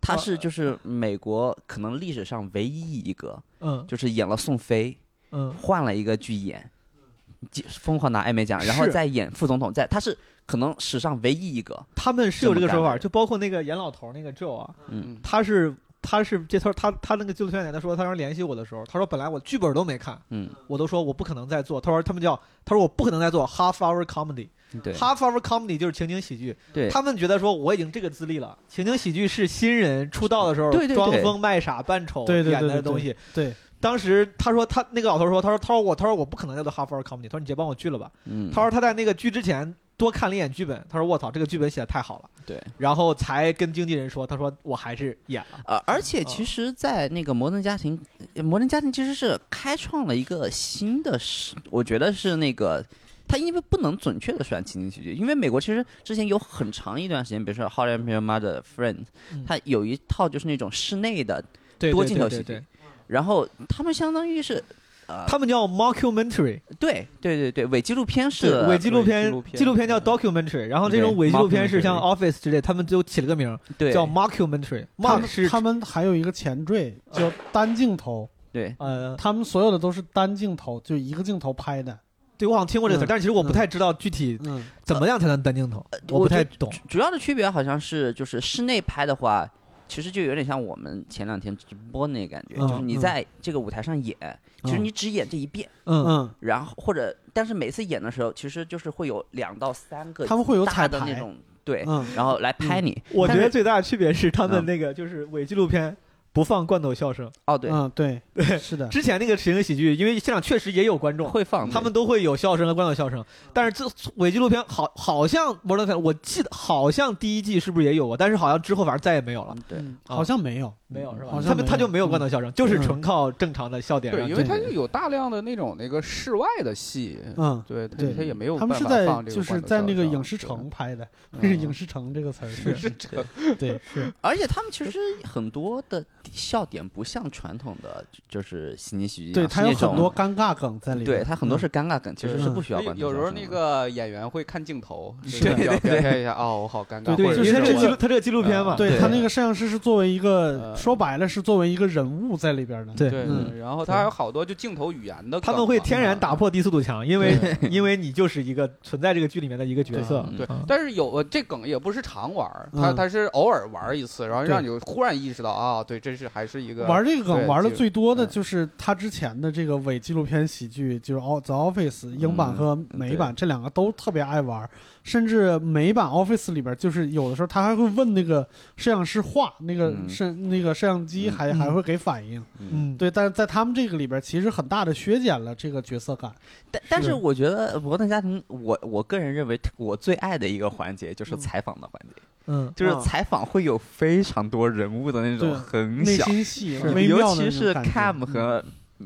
[SPEAKER 5] 她
[SPEAKER 2] 呃哦
[SPEAKER 5] 是就是美国可能历史上唯一一个
[SPEAKER 3] 嗯
[SPEAKER 5] 就是演了宋飞，
[SPEAKER 3] 嗯
[SPEAKER 5] 换了一个剧演，
[SPEAKER 2] 嗯
[SPEAKER 5] 接疯狂拿艾美奖，然后
[SPEAKER 3] 是
[SPEAKER 5] 再演副总统，在她是可能史上唯一一个，
[SPEAKER 3] 他们是有这个说
[SPEAKER 5] 这么干
[SPEAKER 3] 法，
[SPEAKER 5] 的
[SPEAKER 3] 就包括那个演老头儿那个 Joe 啊，
[SPEAKER 5] 嗯
[SPEAKER 3] 他是。他是这头他他那个纪录片演员，他说他当时联系我的时候，他说本来我剧本都没看，
[SPEAKER 5] 嗯，
[SPEAKER 3] 我都说我不可能再做。他说他们叫他说我不可能再做 half hour comedy，
[SPEAKER 2] 嗯
[SPEAKER 5] 对
[SPEAKER 3] half hour comedy 就是情景喜剧，
[SPEAKER 5] 对
[SPEAKER 3] 他们觉得说我已经这个资历了，情景喜剧是新人出道的时候
[SPEAKER 5] 对对对
[SPEAKER 3] 装疯卖傻扮丑
[SPEAKER 4] 对对对
[SPEAKER 3] 演的
[SPEAKER 4] 对
[SPEAKER 3] 东西。
[SPEAKER 4] 对，
[SPEAKER 3] 当时他说他那个老头说，他说他说我他说我不可能叫做 half hour comedy，他说你直接帮我剧了吧。
[SPEAKER 5] 嗯，
[SPEAKER 3] 他说他在那个剧之前多看了一眼剧本，他说我操这个剧本写的太好了，
[SPEAKER 5] 对，
[SPEAKER 3] 然后才跟经纪人说，他说我还是演了。
[SPEAKER 5] 呃，而且其实，
[SPEAKER 3] 哦
[SPEAKER 5] 在那个《摩登家庭》，呃《摩登家庭》其实是开创了一个新的时，我觉得是那个，它因为不能准确的算情景喜剧，因为美国其实之前有很长一段时间，比如说《How I Met Your Mother》《Friends
[SPEAKER 3] 嗯》，
[SPEAKER 5] 它有一套就是那种室内的，
[SPEAKER 3] 对
[SPEAKER 5] 多
[SPEAKER 3] 对
[SPEAKER 5] 镜
[SPEAKER 3] 对
[SPEAKER 5] 头
[SPEAKER 3] 对
[SPEAKER 5] 喜
[SPEAKER 3] 对
[SPEAKER 5] 剧然后他们相当于是，呃，
[SPEAKER 3] 他们叫 mockumentary，
[SPEAKER 5] 对对对对，伪纪录片
[SPEAKER 3] 对
[SPEAKER 5] 是
[SPEAKER 3] 伪纪录
[SPEAKER 2] 伪纪
[SPEAKER 3] 片
[SPEAKER 2] 录，片
[SPEAKER 3] 纪录片叫 documentary，然后这种
[SPEAKER 5] 对
[SPEAKER 3] 伪纪录片是
[SPEAKER 5] mockumentary
[SPEAKER 3] 像 Office 之类，他们就起了个名儿
[SPEAKER 5] 对
[SPEAKER 3] 叫 mockumentary，mock
[SPEAKER 4] 他
[SPEAKER 3] 是
[SPEAKER 4] 们他们还有一个前缀叫单镜头，
[SPEAKER 5] 对
[SPEAKER 3] 呃，
[SPEAKER 4] 他们所有的都是单镜头，就一个镜头拍的。
[SPEAKER 3] 对我好像听过这个词儿，
[SPEAKER 4] 嗯
[SPEAKER 3] 但是其实我不太知道具体
[SPEAKER 4] 嗯，
[SPEAKER 3] 怎么样才能单镜头，
[SPEAKER 5] 我
[SPEAKER 3] 不太
[SPEAKER 5] 觉
[SPEAKER 3] 懂。
[SPEAKER 5] 主要的区别好像是就是室内拍的话，其实就有点像我们前两天直播那感觉，
[SPEAKER 4] 嗯
[SPEAKER 5] 就是你
[SPEAKER 4] 嗯
[SPEAKER 5] 在这个舞台上演，其实你只演这一遍，
[SPEAKER 3] 嗯，
[SPEAKER 4] 嗯，
[SPEAKER 5] 然后或者但是每次演的时候，其实就是会有两到三个
[SPEAKER 4] 嗯他们会有
[SPEAKER 5] 大
[SPEAKER 4] 彩
[SPEAKER 5] 的那
[SPEAKER 4] 排，
[SPEAKER 5] 种对，
[SPEAKER 4] 嗯，
[SPEAKER 5] 然后来拍你。
[SPEAKER 3] 我觉
[SPEAKER 5] 但
[SPEAKER 3] 得
[SPEAKER 5] 是
[SPEAKER 3] 最大的区别是他们
[SPEAKER 5] 嗯
[SPEAKER 3] 那个就是伪纪录片。不放罐头笑声。
[SPEAKER 5] 哦对，
[SPEAKER 4] 嗯，对，对，是的，
[SPEAKER 3] 之前那个情景喜剧，因为现场确实也有观众，
[SPEAKER 5] 会放
[SPEAKER 3] 他
[SPEAKER 5] 对
[SPEAKER 3] 们都会有笑声和罐头笑声。但是这伪纪录片好，好像《摩登 l 我记得好像第一季是不是也有过？但是好像之后反正再也没有了，
[SPEAKER 5] 对
[SPEAKER 4] 嗯好像没有，
[SPEAKER 3] 没有是吧
[SPEAKER 4] 嗯好？像
[SPEAKER 3] 他们
[SPEAKER 4] 没有
[SPEAKER 3] 他就没有罐头笑声，就是
[SPEAKER 4] 嗯
[SPEAKER 3] 纯靠正常的笑点让
[SPEAKER 2] 对，
[SPEAKER 3] 你。
[SPEAKER 2] 因为它
[SPEAKER 4] 对
[SPEAKER 2] 有大量的那种那个室外的戏，
[SPEAKER 4] 嗯。
[SPEAKER 2] 对，它
[SPEAKER 4] 对
[SPEAKER 2] 它也没有
[SPEAKER 4] 他们
[SPEAKER 2] 办
[SPEAKER 4] 是
[SPEAKER 2] 法
[SPEAKER 4] 在
[SPEAKER 2] 放这个
[SPEAKER 4] 就是
[SPEAKER 2] 罐头
[SPEAKER 4] 在
[SPEAKER 2] 照
[SPEAKER 4] 那个
[SPEAKER 2] 相
[SPEAKER 4] 影视
[SPEAKER 2] 对
[SPEAKER 4] 城拍的，
[SPEAKER 2] 嗯
[SPEAKER 4] 是影视城这个词儿，是
[SPEAKER 2] 是这
[SPEAKER 4] 对，是
[SPEAKER 5] 而且他们其实很多的笑点不像传统的就是悉尼喜剧一
[SPEAKER 4] 对
[SPEAKER 5] 样，是
[SPEAKER 4] 他有
[SPEAKER 5] 那
[SPEAKER 4] 很
[SPEAKER 5] 种
[SPEAKER 4] 多尴尬梗在里面。
[SPEAKER 5] 对他很多
[SPEAKER 4] 嗯
[SPEAKER 5] 是尴尬梗，其实是不需要观众
[SPEAKER 2] 有时候
[SPEAKER 5] 相
[SPEAKER 2] 那
[SPEAKER 5] 信的
[SPEAKER 2] 个演员会看镜头，
[SPEAKER 4] 是
[SPEAKER 2] 对
[SPEAKER 4] 的
[SPEAKER 2] 对对，表现一下哦，我好尴尬，
[SPEAKER 3] 对，
[SPEAKER 2] 或者嗯
[SPEAKER 3] 因为他
[SPEAKER 2] 是
[SPEAKER 3] 这个纪
[SPEAKER 2] 我
[SPEAKER 3] 录，他这个纪录片嘛，
[SPEAKER 4] 对
[SPEAKER 5] 对
[SPEAKER 4] 他那个摄像师是作为一个，
[SPEAKER 2] 呃
[SPEAKER 4] 说白了是作为一个人物在里边的。
[SPEAKER 3] 对
[SPEAKER 2] 对，
[SPEAKER 3] 嗯
[SPEAKER 2] 对然后他还有好多就镜头语言的梗嘛，
[SPEAKER 3] 他们会天然打破低速度墙，因为 因为你就是一个存在这个剧里面的一个角色，
[SPEAKER 5] 嗯
[SPEAKER 2] 对
[SPEAKER 3] 嗯，
[SPEAKER 2] 但是有呃这梗也不是常玩儿，他
[SPEAKER 4] 嗯
[SPEAKER 2] 他是偶尔玩儿一次，然后
[SPEAKER 3] 对
[SPEAKER 2] 让你忽然意识到啊，对，这是还是一个
[SPEAKER 4] 玩这个梗
[SPEAKER 2] 对
[SPEAKER 4] 玩
[SPEAKER 2] 这
[SPEAKER 4] 的
[SPEAKER 2] 个
[SPEAKER 4] 最多的
[SPEAKER 2] 嗯
[SPEAKER 4] 就是他之前的这个伪纪录片喜剧，就是《The Office》英版
[SPEAKER 5] 嗯
[SPEAKER 4] 和美版这两个都特别爱玩，甚至美版《Office》里边就是有的时候他还会问那个摄像师话，那个
[SPEAKER 5] 嗯
[SPEAKER 4] 摄那个摄像机还
[SPEAKER 3] 嗯
[SPEAKER 4] 还会给反应。
[SPEAKER 5] 嗯，
[SPEAKER 3] 嗯，
[SPEAKER 4] 对，但是在他们这个里边其实很大的削减了这个角色感。
[SPEAKER 5] 但但
[SPEAKER 3] 是
[SPEAKER 5] 是我觉得《摩登家庭》，我我个人认为我最爱的一个环节就是
[SPEAKER 4] 嗯
[SPEAKER 5] 采访的环节，
[SPEAKER 3] 嗯，
[SPEAKER 5] 就
[SPEAKER 4] 啊
[SPEAKER 5] 是采访会有非常多人物的那
[SPEAKER 4] 对
[SPEAKER 5] 种很
[SPEAKER 4] 内
[SPEAKER 5] 小，
[SPEAKER 4] 心戏，
[SPEAKER 3] 是
[SPEAKER 4] 微
[SPEAKER 5] 尤
[SPEAKER 4] 妙的
[SPEAKER 5] 其
[SPEAKER 4] 那
[SPEAKER 5] 是
[SPEAKER 4] 种感觉嗯
[SPEAKER 5] Cam 和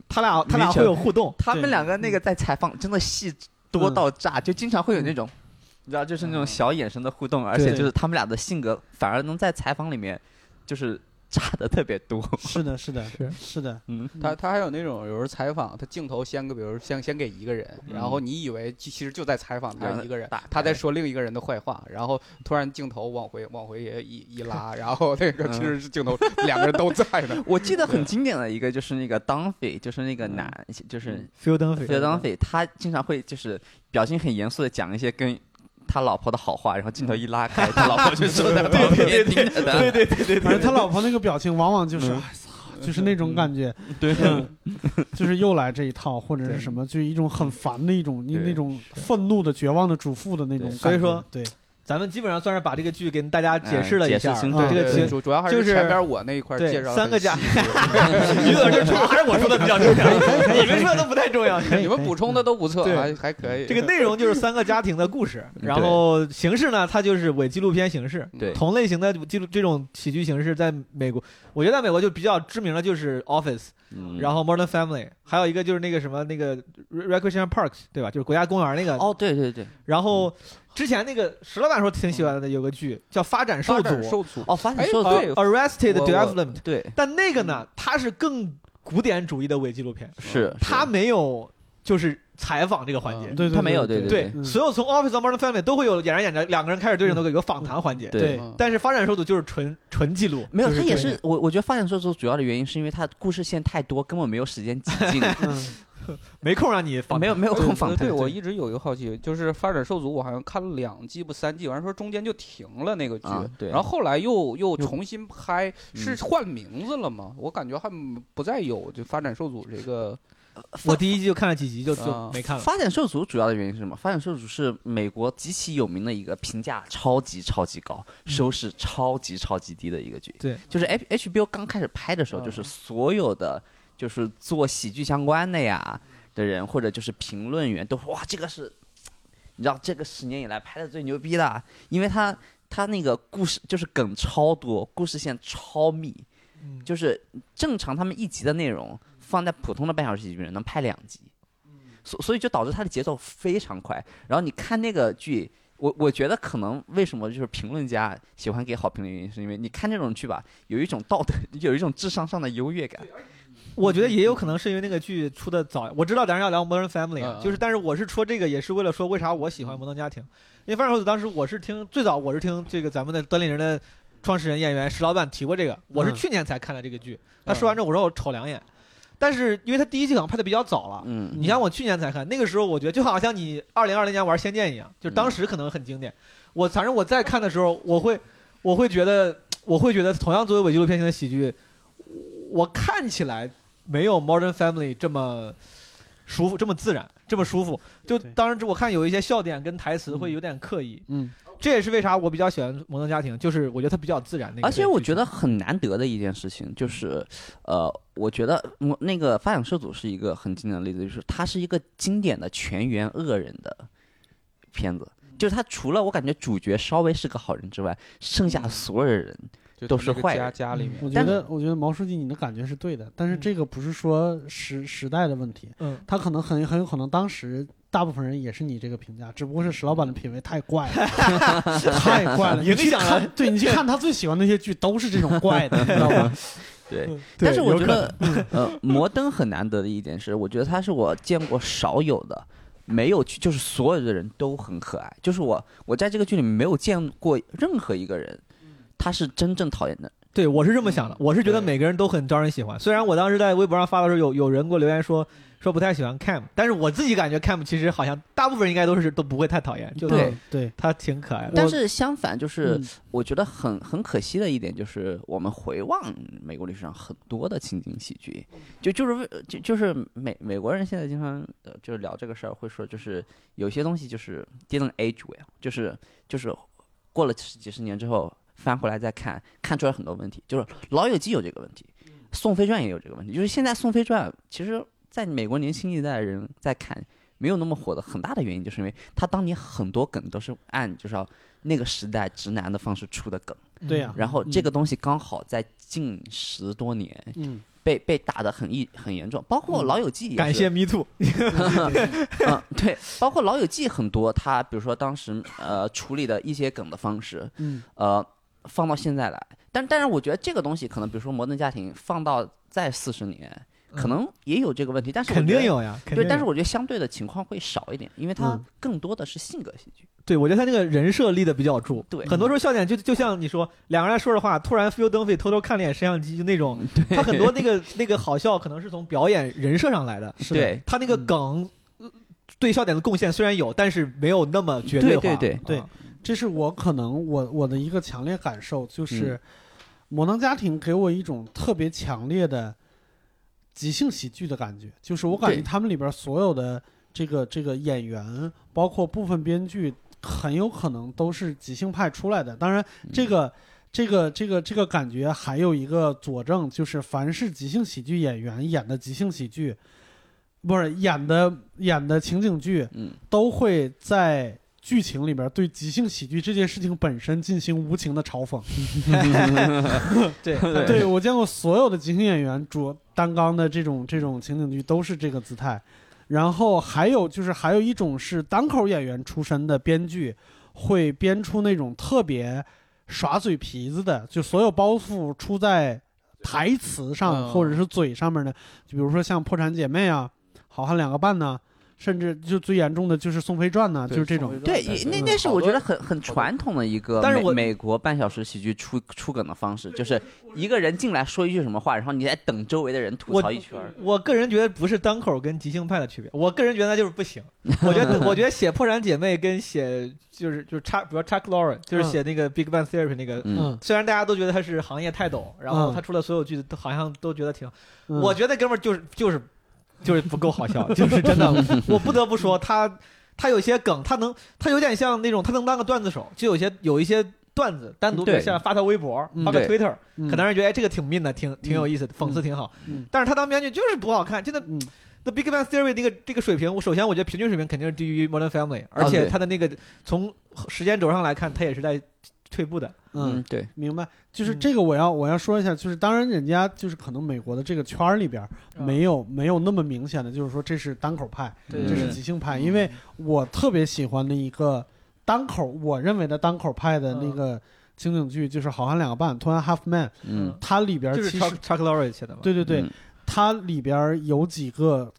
[SPEAKER 3] 他俩他俩会有互动，
[SPEAKER 5] 他
[SPEAKER 4] 对
[SPEAKER 5] 们两个那个在采访，真的戏多到
[SPEAKER 4] 嗯
[SPEAKER 5] 炸，就经常会有那种，你知道，就是那种小眼神的互动，而且就是他们俩的性格反而能在采访里面就是炸的特别多。
[SPEAKER 4] 是的，是的，
[SPEAKER 3] 是
[SPEAKER 4] 是的，
[SPEAKER 5] 嗯，
[SPEAKER 2] 他他还有那种有时候采访，他镜头先给，比如先先给一个人，然后你以为其其实就在采访他
[SPEAKER 5] 然后
[SPEAKER 2] 一个人
[SPEAKER 5] 打开，
[SPEAKER 2] 他在说另一个人的坏话，然后突然镜头往回往回也一一拉，然后那个
[SPEAKER 5] 嗯
[SPEAKER 2] 其实是镜头两个人都在 的，
[SPEAKER 5] 我记得很经典的一个就是那个 Dunphy，就是那个男，
[SPEAKER 4] 嗯
[SPEAKER 5] 就是
[SPEAKER 3] 菲尔登菲
[SPEAKER 5] Phil Dunphy，他经常会就是表情很严肃的讲一些跟。他老婆的好话，然后镜头一拉开，他老婆就坐在旁边盯着他。对对对对
[SPEAKER 4] 反正他老婆那个表情往往就是，
[SPEAKER 5] 嗯
[SPEAKER 4] 哎操，就是那种感觉，
[SPEAKER 5] 对
[SPEAKER 4] 嗯 就是又来这一套，或者是什么，就一种很烦的一种
[SPEAKER 5] 对
[SPEAKER 4] 那种愤怒的、绝望的主妇的那种
[SPEAKER 5] 对
[SPEAKER 4] 感觉。
[SPEAKER 3] 所以说
[SPEAKER 4] 对，
[SPEAKER 3] 咱们基本上算是把这个剧给大家解释了一下，
[SPEAKER 5] 嗯解释 清
[SPEAKER 3] 啊这
[SPEAKER 5] 楚
[SPEAKER 3] 个
[SPEAKER 2] 对
[SPEAKER 3] 剧
[SPEAKER 2] 主主要还
[SPEAKER 3] 就是是
[SPEAKER 2] 前边我那一块
[SPEAKER 3] 对
[SPEAKER 2] 介绍
[SPEAKER 3] 三个
[SPEAKER 2] 家
[SPEAKER 3] 家，于老师说还是我说的比较重要，你们说的都不太重 要。
[SPEAKER 4] 可以
[SPEAKER 2] 你们补充的都不错，
[SPEAKER 3] 对
[SPEAKER 2] 还还可以。
[SPEAKER 3] 这个内容就是三个家庭的 故事，然后形式呢，它就是伪纪录片形式。
[SPEAKER 5] 对
[SPEAKER 3] 同类型的记录这种喜剧形式，在美国，我觉得在美国就比较知名的就是《Office》，然
[SPEAKER 5] 嗯
[SPEAKER 2] 嗯
[SPEAKER 3] 后《Modern Family》，还有一个就是那个什么那个《Recreation Parks》，对吧？就是国家公园那个。
[SPEAKER 5] 哦，对对对，
[SPEAKER 3] 然
[SPEAKER 2] 嗯
[SPEAKER 3] 后之前那个石老板说挺喜欢的，有个剧叫《发展受
[SPEAKER 2] 发
[SPEAKER 3] 阻呃
[SPEAKER 2] 展》受阻，
[SPEAKER 5] 哦，发现
[SPEAKER 2] 哎
[SPEAKER 5] 说
[SPEAKER 2] 好
[SPEAKER 3] 啊
[SPEAKER 5] 的对
[SPEAKER 3] （Arrested
[SPEAKER 2] 我我嗯
[SPEAKER 3] Development），
[SPEAKER 5] 对
[SPEAKER 3] 但那个呢，它是更古典主义的伪纪录片，
[SPEAKER 5] 是
[SPEAKER 3] 它没有就是采访这个环节
[SPEAKER 2] 嗯。
[SPEAKER 4] 对，
[SPEAKER 5] 他没有对
[SPEAKER 4] 对
[SPEAKER 3] 对，
[SPEAKER 4] 嗯
[SPEAKER 3] 所有从 Office 到 Modern Family 都会有演着演着两个人开始对着那个有个访谈环节，
[SPEAKER 5] 对
[SPEAKER 4] 对
[SPEAKER 2] 嗯
[SPEAKER 3] 但是发展受度就是纯纯记录，
[SPEAKER 5] 没有，
[SPEAKER 3] 就
[SPEAKER 5] 他也
[SPEAKER 3] 纯
[SPEAKER 5] 是我，我觉得发展受阻主要的原因是因为他故事线太多，根本没有时间挤进，
[SPEAKER 4] 嗯
[SPEAKER 3] 没空让你访谈，
[SPEAKER 5] 没有没有空
[SPEAKER 2] 对
[SPEAKER 5] 访谈。
[SPEAKER 2] 对，我一直有一个好奇，就是《发展受阻》，我好像看了两季不三季，完了说中间就停了那个剧，
[SPEAKER 5] 啊对嗯
[SPEAKER 2] 然后后来又又重新拍，是换名字了吗？我感觉还不再有就《发展受阻》这个
[SPEAKER 3] 我第一季就看了几集就就
[SPEAKER 2] 啊
[SPEAKER 3] 没看了。
[SPEAKER 5] 发展受阻主要的原因是什么？发展受阻是美国极其有名的一个评价超级超级高、收视超级超级低的一个剧。
[SPEAKER 3] 对，
[SPEAKER 5] 就是 H HBO 刚开始拍的时候，
[SPEAKER 2] 嗯
[SPEAKER 5] 就是所有的就是做喜剧相关的呀的人，或者就是评论员都说哇，这个是，你知道这个十年以来拍的最牛逼的，因为他他那个故事就是梗超多，故事线超密，
[SPEAKER 3] 嗯
[SPEAKER 5] 就是正常他们一集的内容放在普通的半小时喜剧里面能拍两集，
[SPEAKER 3] 嗯
[SPEAKER 5] 所所以就导致它的节奏非常快。然后你看那个剧，我我觉得可能为什么就是评论家喜欢给好评的原因，是因为你看这种剧吧，有一种道德， 有一种智商上的优越感。
[SPEAKER 3] 我觉得也有可能是因为那个剧出的早，我知道咱要聊《Modern Family
[SPEAKER 2] 嗯》，
[SPEAKER 3] 啊
[SPEAKER 2] 嗯
[SPEAKER 3] 就是但是我是说这个也是为了说为啥我喜欢《摩登家庭》，因为发展受阻当时我是听最早我是听这个咱们的端立人的创始人演员石老板提过这个，我是
[SPEAKER 4] 嗯
[SPEAKER 3] 去年才看的这个剧，
[SPEAKER 5] 啊
[SPEAKER 3] 他说完之后我说我瞅两眼，但是因为他第一季好像拍的比较早了，
[SPEAKER 5] 嗯
[SPEAKER 3] 你像我去年才看，那个时候我觉得就好像你二零二零年玩《仙剑》一样，就当时可能很经典。我反正我在看的时候，我会我会觉得我会觉得同样作为伪纪录片型的喜剧，我看起来没有《Modern Family》这么舒服，这么自然，这么舒服。就
[SPEAKER 4] 对
[SPEAKER 3] 当然我看有一些笑点跟台词会有点刻意，
[SPEAKER 2] 嗯，
[SPEAKER 3] 这也是为啥我比较喜欢《摩登家庭》，就是我觉得它比较自然。那个
[SPEAKER 5] 而且我
[SPEAKER 3] 剧情
[SPEAKER 5] 觉得很难得的一件事情就是，呃，我觉得我那个发展受阻是一个很经典的例子，就是它是一个经典的全员恶人的片子。就是它除了我感觉主角稍微是个好人之外，剩
[SPEAKER 3] 嗯
[SPEAKER 5] 下所有的人
[SPEAKER 2] 就
[SPEAKER 5] 都
[SPEAKER 2] 他
[SPEAKER 5] 是
[SPEAKER 2] 那个
[SPEAKER 5] 坏
[SPEAKER 2] 家
[SPEAKER 5] 人
[SPEAKER 2] 家里面
[SPEAKER 4] 我觉
[SPEAKER 5] 但
[SPEAKER 4] 得，我觉得毛书记你的感觉是对的，但是
[SPEAKER 3] 嗯
[SPEAKER 4] 这个不是说时时代的问题，
[SPEAKER 3] 嗯，
[SPEAKER 4] 他可能很很有可能当时。大部分人也是你这个评价，只不过是石老板的品味太怪 了，太怪了，
[SPEAKER 3] 影响了
[SPEAKER 4] 你去看对你去看他最喜欢那些剧都是这种怪的，你知道吗？
[SPEAKER 5] 对，
[SPEAKER 4] 嗯对
[SPEAKER 5] 但是我
[SPEAKER 4] 有
[SPEAKER 5] 觉
[SPEAKER 4] 可嗯
[SPEAKER 5] 得， 呃，摩登很难得的一点是，我觉得他是我见过少有的，没有去，就是所有的人都很可爱，就是我我在这个剧里面没有见过任何一个人，
[SPEAKER 4] 嗯
[SPEAKER 5] 他是真正讨厌的。
[SPEAKER 3] 对，我是这么想的，我是觉得
[SPEAKER 2] 对
[SPEAKER 3] 每个人都很招人喜欢。虽然我当时在微博上发的时候，有有人给我留言说说不太喜欢 Cam，但是我自己感觉 Cam 其实好像大部分人应该都是都不会太讨厌，就
[SPEAKER 5] 对
[SPEAKER 4] 对，
[SPEAKER 3] 他挺可爱的。
[SPEAKER 5] 但是相反，就是
[SPEAKER 4] 嗯
[SPEAKER 5] 我觉得很很可惜的一点，就是我们回望美国历史上很多的情景喜剧，就就是为就就是美美国人现在经常呃就是聊这个事儿，会说就是有些东西就是 didn't age well，就是就是过了十几十年之后翻回来再看，看出来很多问题，就是《老友记》有这个问题，《宋飞传》也有这个问题，就是现在《宋飞传》其实在美国年轻一代人在看。没有那么火的很大的原因，就是因为他当年很多梗都是按就是要那个时代直男的方式出的梗，
[SPEAKER 4] 对呀
[SPEAKER 5] 然后这
[SPEAKER 4] 嗯
[SPEAKER 5] 个东西刚好在近十多年
[SPEAKER 4] 嗯，
[SPEAKER 5] 被被打得很一很严重，包括《老友记》也
[SPEAKER 3] 嗯感
[SPEAKER 5] 是
[SPEAKER 3] 谢 Me Too，
[SPEAKER 5] 嗯，对，包括《老友记》很多，他比如说当时呃处理的一些梗的方式，
[SPEAKER 4] 嗯，
[SPEAKER 5] 呃，放到现在来，但但是我觉得这个东西可能，比如说《摩登家庭》放到再四十年，可能也有这个问题，但是我
[SPEAKER 3] 嗯肯
[SPEAKER 5] 觉
[SPEAKER 3] 定
[SPEAKER 5] 得。
[SPEAKER 3] 有呀，肯定
[SPEAKER 5] 对，
[SPEAKER 3] 有
[SPEAKER 5] 但是我觉得相对的情况会少一点，因为它
[SPEAKER 4] 嗯
[SPEAKER 5] 更多的是性格喜剧。
[SPEAKER 3] 对我觉得他那个人设立的比较住，
[SPEAKER 5] 对
[SPEAKER 3] 很多时候笑点就就像你说两个人在说着话，突然 feel 灯费偷偷看了眼摄像机，就那种，他很多那个那个好笑可能是从表演人设上来的，
[SPEAKER 4] 是的，
[SPEAKER 5] 对，
[SPEAKER 3] 他那个
[SPEAKER 4] 嗯
[SPEAKER 3] 梗。呃对笑点的贡献虽然有，但是没有那么绝化。
[SPEAKER 5] 嗯对对对
[SPEAKER 3] 对
[SPEAKER 4] 对，这是我可能我我的一个强烈感受，就是《
[SPEAKER 5] 嗯
[SPEAKER 4] 摩登家庭》给我一种特别强烈的即兴喜剧的感觉，就是我感觉
[SPEAKER 5] 对
[SPEAKER 4] 他们里边所有的这个这个演员，包括部分编剧，很有可能都是即兴派出来的。当然，
[SPEAKER 5] 嗯
[SPEAKER 4] 这个。这个这个这个感觉还有一个佐证，就是凡是即兴喜剧演员演的即兴喜剧，不是演的演的情景剧，
[SPEAKER 5] 嗯，
[SPEAKER 4] 都会在剧情里边对即兴喜剧这件事情本身进行无情的嘲讽。
[SPEAKER 3] 对
[SPEAKER 4] 对我见过所有的即兴演员主担纲的这种这种情景剧都是这个姿态。然后还有就是还有一种是单口演员出身的编剧，会编出那种特别耍嘴皮子的，就所有包袱出在台词上
[SPEAKER 3] 嗯
[SPEAKER 4] 或者是嘴上面的，就比如说像《破产姐妹》啊，《好汉两个半》呐，甚至就最严重的就是《宋飞传》呐，就是这种。
[SPEAKER 5] 对，也
[SPEAKER 2] 嗯
[SPEAKER 5] 那那是我觉得很很传统的一个美，
[SPEAKER 3] 但是我
[SPEAKER 5] 美国半小时喜剧出出梗的方式，就是一个人进来说一句什么话，然后你再等周围的人吐
[SPEAKER 3] 我
[SPEAKER 5] 槽一圈儿。
[SPEAKER 3] 我个人觉得不是单口跟即兴派的区别，我个人觉得那就是不 行。我觉得我觉得写《破产姐妹》跟写就是就是查，比如 Chuck Lorre，就是写那个《Big Bang Theory》那个，
[SPEAKER 5] 嗯，
[SPEAKER 3] 虽然大家都觉得他是行业太懂，然后
[SPEAKER 4] 嗯
[SPEAKER 3] 他出了所有剧都好像都觉得挺，
[SPEAKER 4] 嗯
[SPEAKER 3] 我觉得那哥们儿就是就是就是不够好笑，就是真 的，我不得不说他他有些梗，他能他有点像那种他能当个段子手，就有些有一些段子单独
[SPEAKER 5] 对
[SPEAKER 3] 像发条微博
[SPEAKER 4] 嗯
[SPEAKER 3] 发个
[SPEAKER 5] 对
[SPEAKER 3] Twitter，
[SPEAKER 4] 嗯
[SPEAKER 3] 可能让人觉得哎这个挺 mean 的，挺挺有意思的，讽刺挺好
[SPEAKER 4] 嗯。
[SPEAKER 3] 但是他当编剧就是不好看，真的。
[SPEAKER 4] 嗯
[SPEAKER 3] The Big Bang Theory 那个这个水平，我首先我觉得平均水平肯定是低于 Modern Family，而
[SPEAKER 4] 啊
[SPEAKER 3] 且
[SPEAKER 5] 对
[SPEAKER 3] 他的那个从时间轴上来看，他也是在退步的。
[SPEAKER 4] 嗯，
[SPEAKER 5] 对，
[SPEAKER 4] 明白，就是
[SPEAKER 3] 嗯
[SPEAKER 4] 这个我要我要说一下，就是当然人家就是可能美国的这个圈儿里边儿
[SPEAKER 3] 啊
[SPEAKER 4] 没有、没有那么明显的，就是说这是单口派，
[SPEAKER 3] 对
[SPEAKER 4] 这是
[SPEAKER 3] 对
[SPEAKER 4] 即兴派，啊因为我特别喜欢的一个单口，我认为的单口派
[SPEAKER 3] 嗯
[SPEAKER 4] 的那个情景剧就是《好汉两个半》（Two and a Half Men），
[SPEAKER 5] 嗯，
[SPEAKER 4] 它里边儿
[SPEAKER 3] 就
[SPEAKER 4] 其
[SPEAKER 3] 是
[SPEAKER 4] 实
[SPEAKER 3] Chuck Chuck Lorre 写的嘛。
[SPEAKER 4] 对对对，
[SPEAKER 5] 嗯，
[SPEAKER 4] 它里边儿有几个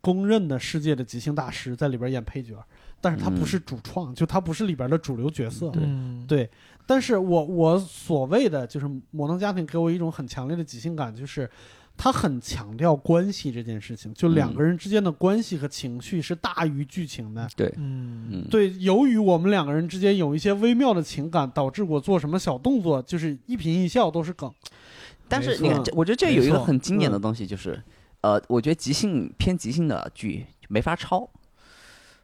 [SPEAKER 4] 公认的世界的即兴大师在里边儿演配角儿，但是他不
[SPEAKER 5] 嗯
[SPEAKER 4] 是主创，就他不是里边儿的主流角色。
[SPEAKER 3] 嗯，
[SPEAKER 4] 对但是我我所谓的就是《摩登家庭》给我一种很强烈的即兴感，就是他很强调关系这件事情，就两个人之间的关系和情绪是大于剧情的。
[SPEAKER 5] 对，
[SPEAKER 3] 嗯，
[SPEAKER 5] 嗯，
[SPEAKER 4] 对，由于我们两个人之间有一些微妙的情感，导致我做什么小动作，就是一颦一笑都是梗。
[SPEAKER 5] 但
[SPEAKER 3] 没
[SPEAKER 5] 是
[SPEAKER 3] 错
[SPEAKER 5] 你看，这我觉得这有一
[SPEAKER 3] 没
[SPEAKER 5] 个
[SPEAKER 3] 错
[SPEAKER 5] 很经典的东西，就是，呃，我觉得即兴偏即兴的剧没法抄。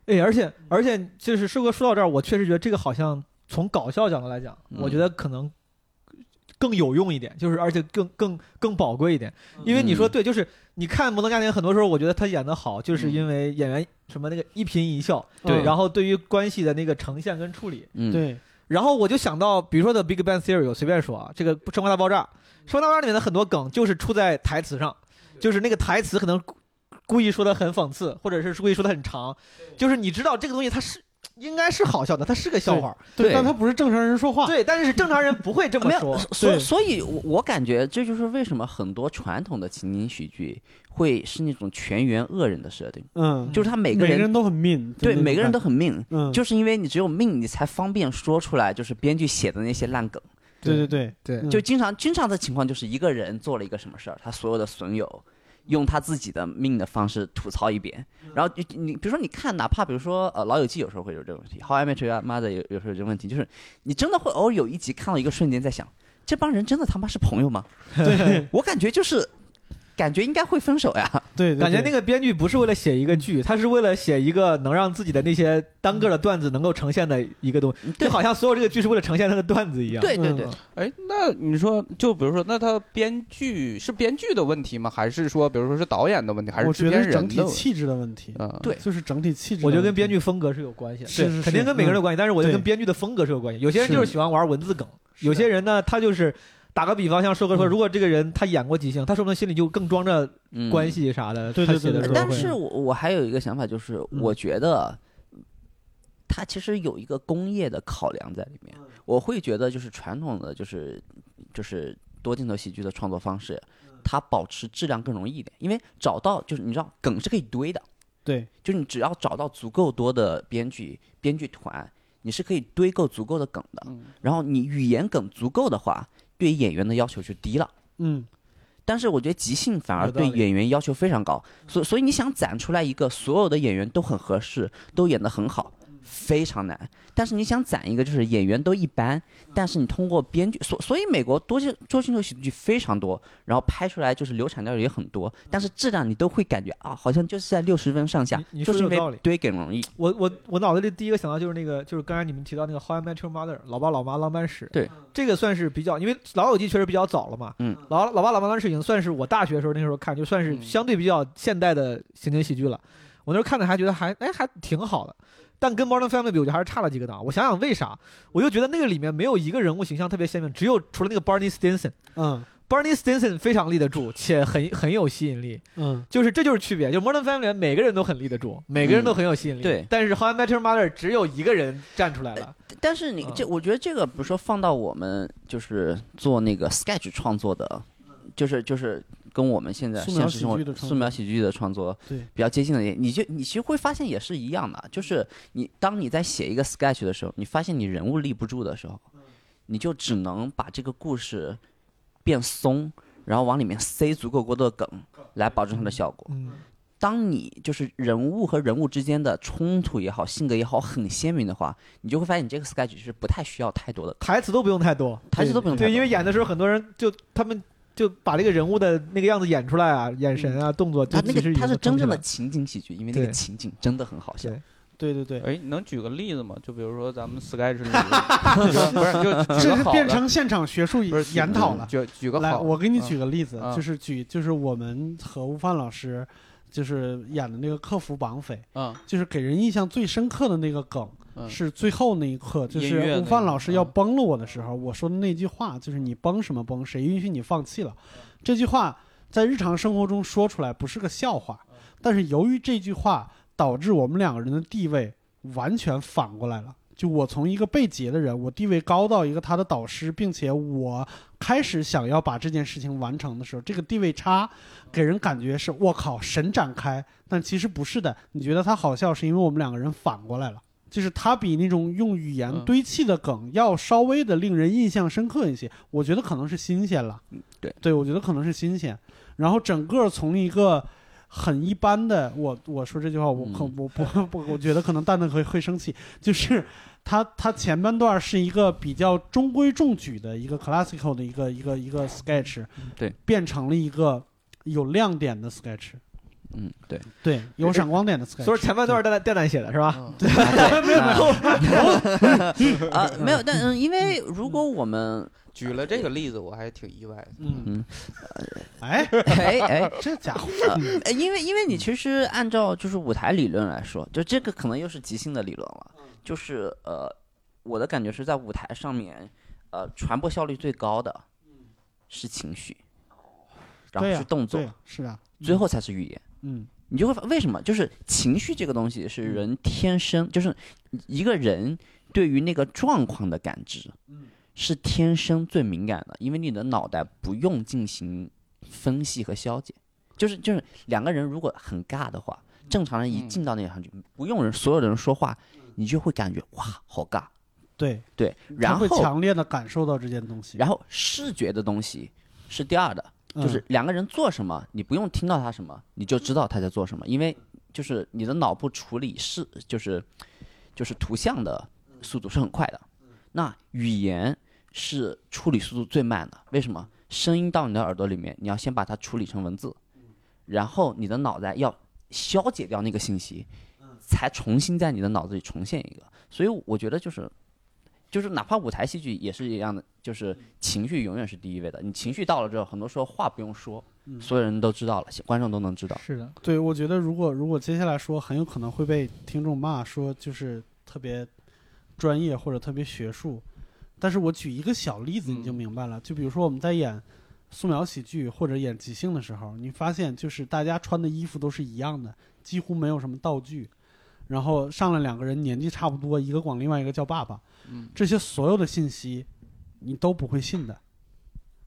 [SPEAKER 3] 哎，而且而且就是师哥说到这儿，我确实觉得这个好像从搞笑角度来讲，
[SPEAKER 5] 嗯
[SPEAKER 3] 我觉得可能更有用一点，就是而且更更更宝贵一点，因为你说
[SPEAKER 5] 嗯
[SPEAKER 3] 对，就是你看《摩登家庭》，很多时候我觉得他演的好，就是
[SPEAKER 5] 嗯
[SPEAKER 3] 因为演员什么那个一颦一笑，
[SPEAKER 5] 对
[SPEAKER 3] 然后对于关系的那个呈现跟处理，
[SPEAKER 5] 嗯，，
[SPEAKER 4] 对，
[SPEAKER 3] 然后我就想到，比如说《The Big Bang Theory》，我随便说啊，这个《生活大爆炸》，《
[SPEAKER 5] 嗯
[SPEAKER 3] 生活大爆炸》里面的很多梗就是出在台词上，就是那个台词可能故故意说的很讽刺，或者是故意说的很长，就是你知道这个东西它是应该是好笑的，它是个笑话。
[SPEAKER 5] 对
[SPEAKER 4] 但他不是正常人说话，
[SPEAKER 3] 对，但是正常人不会这么
[SPEAKER 5] 啊没有，
[SPEAKER 3] 说。
[SPEAKER 5] 所
[SPEAKER 4] 对
[SPEAKER 5] 所以我，我感觉这就是为什么很多传统的情景喜剧会是那种全员恶人的设定，
[SPEAKER 4] 嗯，
[SPEAKER 5] 就是他每
[SPEAKER 4] 每
[SPEAKER 5] 个人
[SPEAKER 4] 都很命，
[SPEAKER 5] 对
[SPEAKER 4] 就那种
[SPEAKER 5] 每个人都
[SPEAKER 4] 感
[SPEAKER 5] 很命，
[SPEAKER 4] 觉嗯，
[SPEAKER 5] 就是因为你只有命，你才方便说出来，就是编剧写的那些烂梗。
[SPEAKER 4] 对对对，
[SPEAKER 3] 对
[SPEAKER 4] 嗯
[SPEAKER 5] 就经常经常的情况就是一个人做了一个什么事儿，他所有的损友用他自己的命的方式吐槽一遍，
[SPEAKER 4] 嗯
[SPEAKER 5] 然后你你比如说你看，哪怕比如说呃《老友记》有时候会有这种问题，《How I Met Your Mother》有有时候有这个问题，就是你真的会偶尔有一集看到一个瞬间在想，这帮人真的他妈是朋友吗？
[SPEAKER 4] 对
[SPEAKER 5] 我感觉就是感觉应该会分手呀。
[SPEAKER 4] 对，
[SPEAKER 3] 感觉那个编剧不是为了写一个剧，他是为了写一个能让自己的那些单个的段子能够呈现的一个东西，
[SPEAKER 5] 嗯对
[SPEAKER 3] 就好像所有这个剧是为了呈现他的段子一样。
[SPEAKER 5] 对对对，
[SPEAKER 2] 哎，那你说，就比如说，那他编剧是编剧的问题吗？还是说，比如说是导演的问题，还
[SPEAKER 4] 我
[SPEAKER 2] 是制
[SPEAKER 4] 觉得
[SPEAKER 2] 片
[SPEAKER 4] 是整
[SPEAKER 2] 人
[SPEAKER 4] 体
[SPEAKER 2] 的问题？
[SPEAKER 4] 气质的问题，
[SPEAKER 2] 嗯，
[SPEAKER 5] 对
[SPEAKER 4] 就是整体气质的问题，嗯
[SPEAKER 3] 我觉得跟编剧风格是有关系的，
[SPEAKER 4] 是
[SPEAKER 3] 对
[SPEAKER 4] 是是嗯
[SPEAKER 3] 肯定跟每个人有关系，但是我觉得
[SPEAKER 4] 对
[SPEAKER 3] 跟编剧的风格是有关系。有些人
[SPEAKER 4] 是
[SPEAKER 3] 就是喜欢玩文字梗，
[SPEAKER 4] 是的
[SPEAKER 3] 有些人呢，他就是打个比方，像硕哥说，
[SPEAKER 4] 嗯
[SPEAKER 3] 如果这个人他演过即兴，他说不定心里就更装着
[SPEAKER 5] 嗯
[SPEAKER 3] 关系啥的，
[SPEAKER 4] 对
[SPEAKER 3] 他
[SPEAKER 4] 对
[SPEAKER 3] 写
[SPEAKER 4] 对
[SPEAKER 3] 的时
[SPEAKER 4] 对
[SPEAKER 3] 候
[SPEAKER 5] 但
[SPEAKER 3] 会
[SPEAKER 5] 是我我还有一个想法，就是
[SPEAKER 4] 嗯
[SPEAKER 5] 我觉得它其实有一个工业的考量在里面。
[SPEAKER 3] 嗯
[SPEAKER 5] 我会觉得就是传统的就是就是多镜头喜剧的创作方式，
[SPEAKER 3] 嗯
[SPEAKER 5] 它保持质量更容易一点，因为找到就是你知道梗是可以堆的，
[SPEAKER 4] 对
[SPEAKER 5] 就是你只要找到足够多的编剧编剧团，你是可以堆够足够的梗的。
[SPEAKER 2] 嗯
[SPEAKER 5] 然后你语言梗足够的话，对演员的要求就低了。
[SPEAKER 4] 嗯
[SPEAKER 5] 但是我觉得即兴反而
[SPEAKER 3] 有道
[SPEAKER 5] 对
[SPEAKER 3] 理
[SPEAKER 5] 演员要求非常高，所所以你想攒出来一个所有的演员都很合适，都演得很好，
[SPEAKER 3] 嗯
[SPEAKER 5] 非常难。但是你想攒一个就是演员都一般，
[SPEAKER 3] 嗯
[SPEAKER 5] 但是你通过编剧，所所以美国多镜多镜头喜剧非常多，然后拍出来就是流产掉也很多，
[SPEAKER 3] 嗯
[SPEAKER 5] 但是质量你都会感觉啊，好像就是在六十分上下
[SPEAKER 3] 你你，
[SPEAKER 5] 就
[SPEAKER 3] 说得
[SPEAKER 5] 是
[SPEAKER 3] 有
[SPEAKER 5] 因
[SPEAKER 3] 道
[SPEAKER 5] 为
[SPEAKER 3] 理
[SPEAKER 5] 堆梗容易。
[SPEAKER 3] 我我我脑子里第一个想到就是那个，就是刚才你们提到那个《How I Met Your Mother》，老爸老妈浪漫史。
[SPEAKER 5] 对，
[SPEAKER 3] 这个算是比较，因为《老友记》确实比较早了嘛。
[SPEAKER 5] 嗯，
[SPEAKER 3] 老老爸老妈浪漫史已经算是我大学的时候那时候看，就算是
[SPEAKER 2] 嗯
[SPEAKER 3] 相对比较现代的情景喜剧了。我那时候看的还觉得还哎还挺好的，但跟《Modern Family》比，我觉得还是差了几个档。我想想为啥，我就觉得那个里面没有一个人物形象特别鲜明，只有除了那个 Barney Stinson。
[SPEAKER 4] 嗯
[SPEAKER 3] Barney Stinson 非常立得住，且很很有吸引力，
[SPEAKER 4] 嗯，
[SPEAKER 3] 就是这就是区别。就 Modern Family 每个人都很立得住，每个人都很有吸引力。
[SPEAKER 5] 嗯对呃
[SPEAKER 3] 但是 How I Met Your Mother 只有一个人站出来了。
[SPEAKER 5] 但是你这，
[SPEAKER 3] 嗯
[SPEAKER 5] 我觉得这个，比如说放到我们就是做那个 sketch 创作的，就是就是跟我们现在
[SPEAKER 4] 素描
[SPEAKER 5] 现实生
[SPEAKER 4] 喜剧
[SPEAKER 5] 活
[SPEAKER 4] 的创作
[SPEAKER 5] 素描喜剧的创作
[SPEAKER 4] 对
[SPEAKER 5] 比较接近的，你就你其实会发现也是一样的，就是你当你在写一个 sketch 的时候，你发现你人物立不住的时候，你就只能把这个故事变松，然后往里面塞足够多的梗，来保证它的效果。
[SPEAKER 3] 嗯，
[SPEAKER 5] 当你就是人物和人物之间的冲突也好，性格也好很鲜明的话，你就会发现你这个 sketch 是不太需要太多的
[SPEAKER 3] 台词都不用太多。
[SPEAKER 5] 台词都不用太
[SPEAKER 3] 对，
[SPEAKER 5] 多
[SPEAKER 3] 因为演的时候很多人就他们就把这个人物的那个样子演出来啊，眼神啊、动作就
[SPEAKER 5] 嗯他那
[SPEAKER 3] 其实
[SPEAKER 5] 个
[SPEAKER 3] 已经
[SPEAKER 5] 他是真正的
[SPEAKER 3] 很
[SPEAKER 5] 情景喜剧，因为那个
[SPEAKER 3] 对
[SPEAKER 5] 情景真的很好笑
[SPEAKER 3] 对。
[SPEAKER 4] 对对对，
[SPEAKER 2] 哎，你能举个例子吗？就比如说咱 们 sketch 里就，不是就举
[SPEAKER 4] 这
[SPEAKER 2] 个
[SPEAKER 4] 是
[SPEAKER 2] 嗯好
[SPEAKER 4] 变
[SPEAKER 2] 的，
[SPEAKER 4] 成现场学术
[SPEAKER 2] 不是举
[SPEAKER 4] 研讨了。
[SPEAKER 2] 举举个
[SPEAKER 4] 来，
[SPEAKER 2] 好的，
[SPEAKER 4] 我给你
[SPEAKER 2] 嗯
[SPEAKER 4] 举个例子，
[SPEAKER 2] 嗯
[SPEAKER 4] 就是举就是我们和吴范老师就是演的那个客服绑匪，
[SPEAKER 2] 嗯
[SPEAKER 4] 就是给人印象最深刻的那个梗。
[SPEAKER 2] 嗯
[SPEAKER 4] 是最后那一刻，就
[SPEAKER 2] 音乐那
[SPEAKER 4] 是
[SPEAKER 2] 个
[SPEAKER 4] 吴范老师要
[SPEAKER 2] 嗯
[SPEAKER 4] 崩了我的时候，我说的那句话，就是你崩什么崩，谁允许你放弃了？这句话在日常生活中说出来不是个笑话，
[SPEAKER 2] 嗯
[SPEAKER 4] 但是由于这句话导致我们两个人的地位完全反过来了。就我从一个被劫的人，我地位高到一个他的导师，并且我开始想要把这件事情完成的时候，这个地位差给人感觉是我靠神展开，但其实不是的。你觉得他好笑，是因为我们两个人反过来了。就是他比那种用语言
[SPEAKER 2] 嗯
[SPEAKER 4] 堆砌的梗要稍微的令人印象深刻一些，我觉得可能是新鲜了。
[SPEAKER 5] 嗯对，
[SPEAKER 4] 对我觉得可能是新鲜。然后整个从一个很一般的，我我说这句话，我可
[SPEAKER 5] 嗯
[SPEAKER 4] 我不不，我觉得可能蛋蛋会会生气，就是他他前半段是一个比较中规中矩的一个 classical 的一个一个一个 sketch，
[SPEAKER 5] 对，
[SPEAKER 4] 变成了一个有亮点的 sketch，
[SPEAKER 5] 嗯，对，
[SPEAKER 4] 对，有闪光点的
[SPEAKER 3] 重要。
[SPEAKER 4] sketch，
[SPEAKER 3] 所以前半段蛋蛋蛋蛋写的是吧？
[SPEAKER 2] 嗯
[SPEAKER 5] 没 有没有啊，没有。但嗯，因为如果我 们
[SPEAKER 2] 举了这个例子，我还挺意外的。
[SPEAKER 4] 嗯，
[SPEAKER 5] 嗯，
[SPEAKER 4] 哎，
[SPEAKER 5] 哎哎，
[SPEAKER 4] 这家伙，嗯
[SPEAKER 5] 呃因为因为你其实按照就是舞台理论来说，就这个可能又是即兴的理论了，就是呃，我的感觉是在舞台上面，呃，传播效率最高的是情绪，然
[SPEAKER 4] 对
[SPEAKER 5] 后
[SPEAKER 4] 呀
[SPEAKER 5] 是动作
[SPEAKER 4] 对，，是啊，
[SPEAKER 5] 最后才是语言。
[SPEAKER 4] 嗯，
[SPEAKER 5] 你就会发为什么？就是情绪这个东西是人天生，就是一个人对于那个状况的感知
[SPEAKER 4] 嗯，
[SPEAKER 5] 是天生最敏感的，因为你的脑袋不用进行分析和消解。就是就是两个人如果很尬的话，正常人一
[SPEAKER 2] 嗯
[SPEAKER 5] 进到那个场景，不用人所有人说话，你就会感觉哇好尬。
[SPEAKER 4] 嗯对，
[SPEAKER 5] 对，
[SPEAKER 4] 他
[SPEAKER 5] 然
[SPEAKER 4] 会
[SPEAKER 5] 后
[SPEAKER 4] 强烈的感受到这件东西，
[SPEAKER 5] 然后视觉的东西是第二的，
[SPEAKER 4] 嗯
[SPEAKER 5] 就是两个人做什么，你不用听到他什么，你就知道他在做什么，因为就是你的脑部处理是就是就是图像的速度是很快的，那语言是处理速度最慢的，为什么？声音到你的耳朵里面，你要先把它处理成文字，然后你的脑袋要消解掉那个信息，
[SPEAKER 4] 嗯
[SPEAKER 5] 才重新在你的脑子里重现一个。所以我觉得就是。就是哪怕舞台戏剧也是一样的，就是
[SPEAKER 4] 嗯
[SPEAKER 5] 情绪永远是第一位的。你情绪到了之后，很多时候话不用说，
[SPEAKER 4] 嗯
[SPEAKER 5] 所有人都知道了，观众都能知道。
[SPEAKER 3] 是的，
[SPEAKER 4] 对，我觉得如果如果接下来说，很有可能会被听众骂说就是特别专业或者特别学术。但是我举一个小例子你就明白了，就比如说我们在演素描喜剧或者演即兴的时候，你发现就是大家穿的衣服都是一样的，几乎没有什么道具。然后上来两个人年纪差不多，一个管另外一个叫爸爸，
[SPEAKER 2] 嗯
[SPEAKER 4] 这些所有的信息你都不会信的，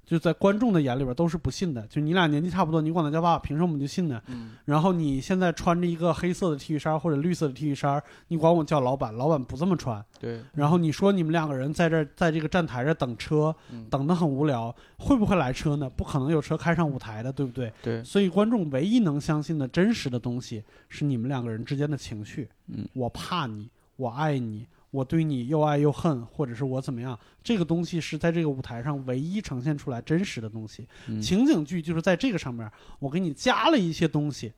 [SPEAKER 4] 就在观众的眼里边都是不信的。就你俩年纪差不多，你管他叫爸爸，凭什么我们就信呢？
[SPEAKER 2] 嗯
[SPEAKER 4] 然后你现在穿着一个黑色的 T 恤衫或者绿色的 T 恤衫，你管我叫老板，老板不这么穿。
[SPEAKER 2] 对，
[SPEAKER 4] 然后你说你们两个人在这儿在这个站台这儿等车，
[SPEAKER 2] 嗯
[SPEAKER 4] 等得很无聊，会不会来车呢？不可能有车开上舞台的，对不对？
[SPEAKER 2] 对，
[SPEAKER 4] 所以观众唯一能相信的真实的东西是你们两个人之间的情绪。
[SPEAKER 5] 嗯，
[SPEAKER 4] 我怕你，我爱你，我对你又爱又恨，或者是我怎么样，这个东西是在这个舞台上唯一呈现出来真实的东西。
[SPEAKER 5] 嗯
[SPEAKER 4] 情景剧就是在这个上面，我给你加了一些东西。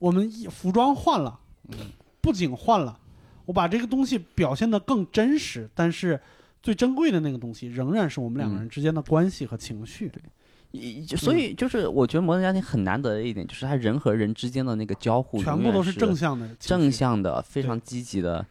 [SPEAKER 4] 我们一服装换了，
[SPEAKER 5] 嗯
[SPEAKER 4] 布景换了，我把这个东西表现得更真实，但是最珍贵的那个东西仍然是我们
[SPEAKER 5] 嗯
[SPEAKER 4] 两个人之间的关系和情绪。嗯
[SPEAKER 5] 一就所以就是我觉得《摩登家庭》很难得的一点，就是他人和人之间的那个交互，
[SPEAKER 4] 全部都
[SPEAKER 5] 是
[SPEAKER 4] 是正向的情绪，
[SPEAKER 5] 正向的，非常积极的。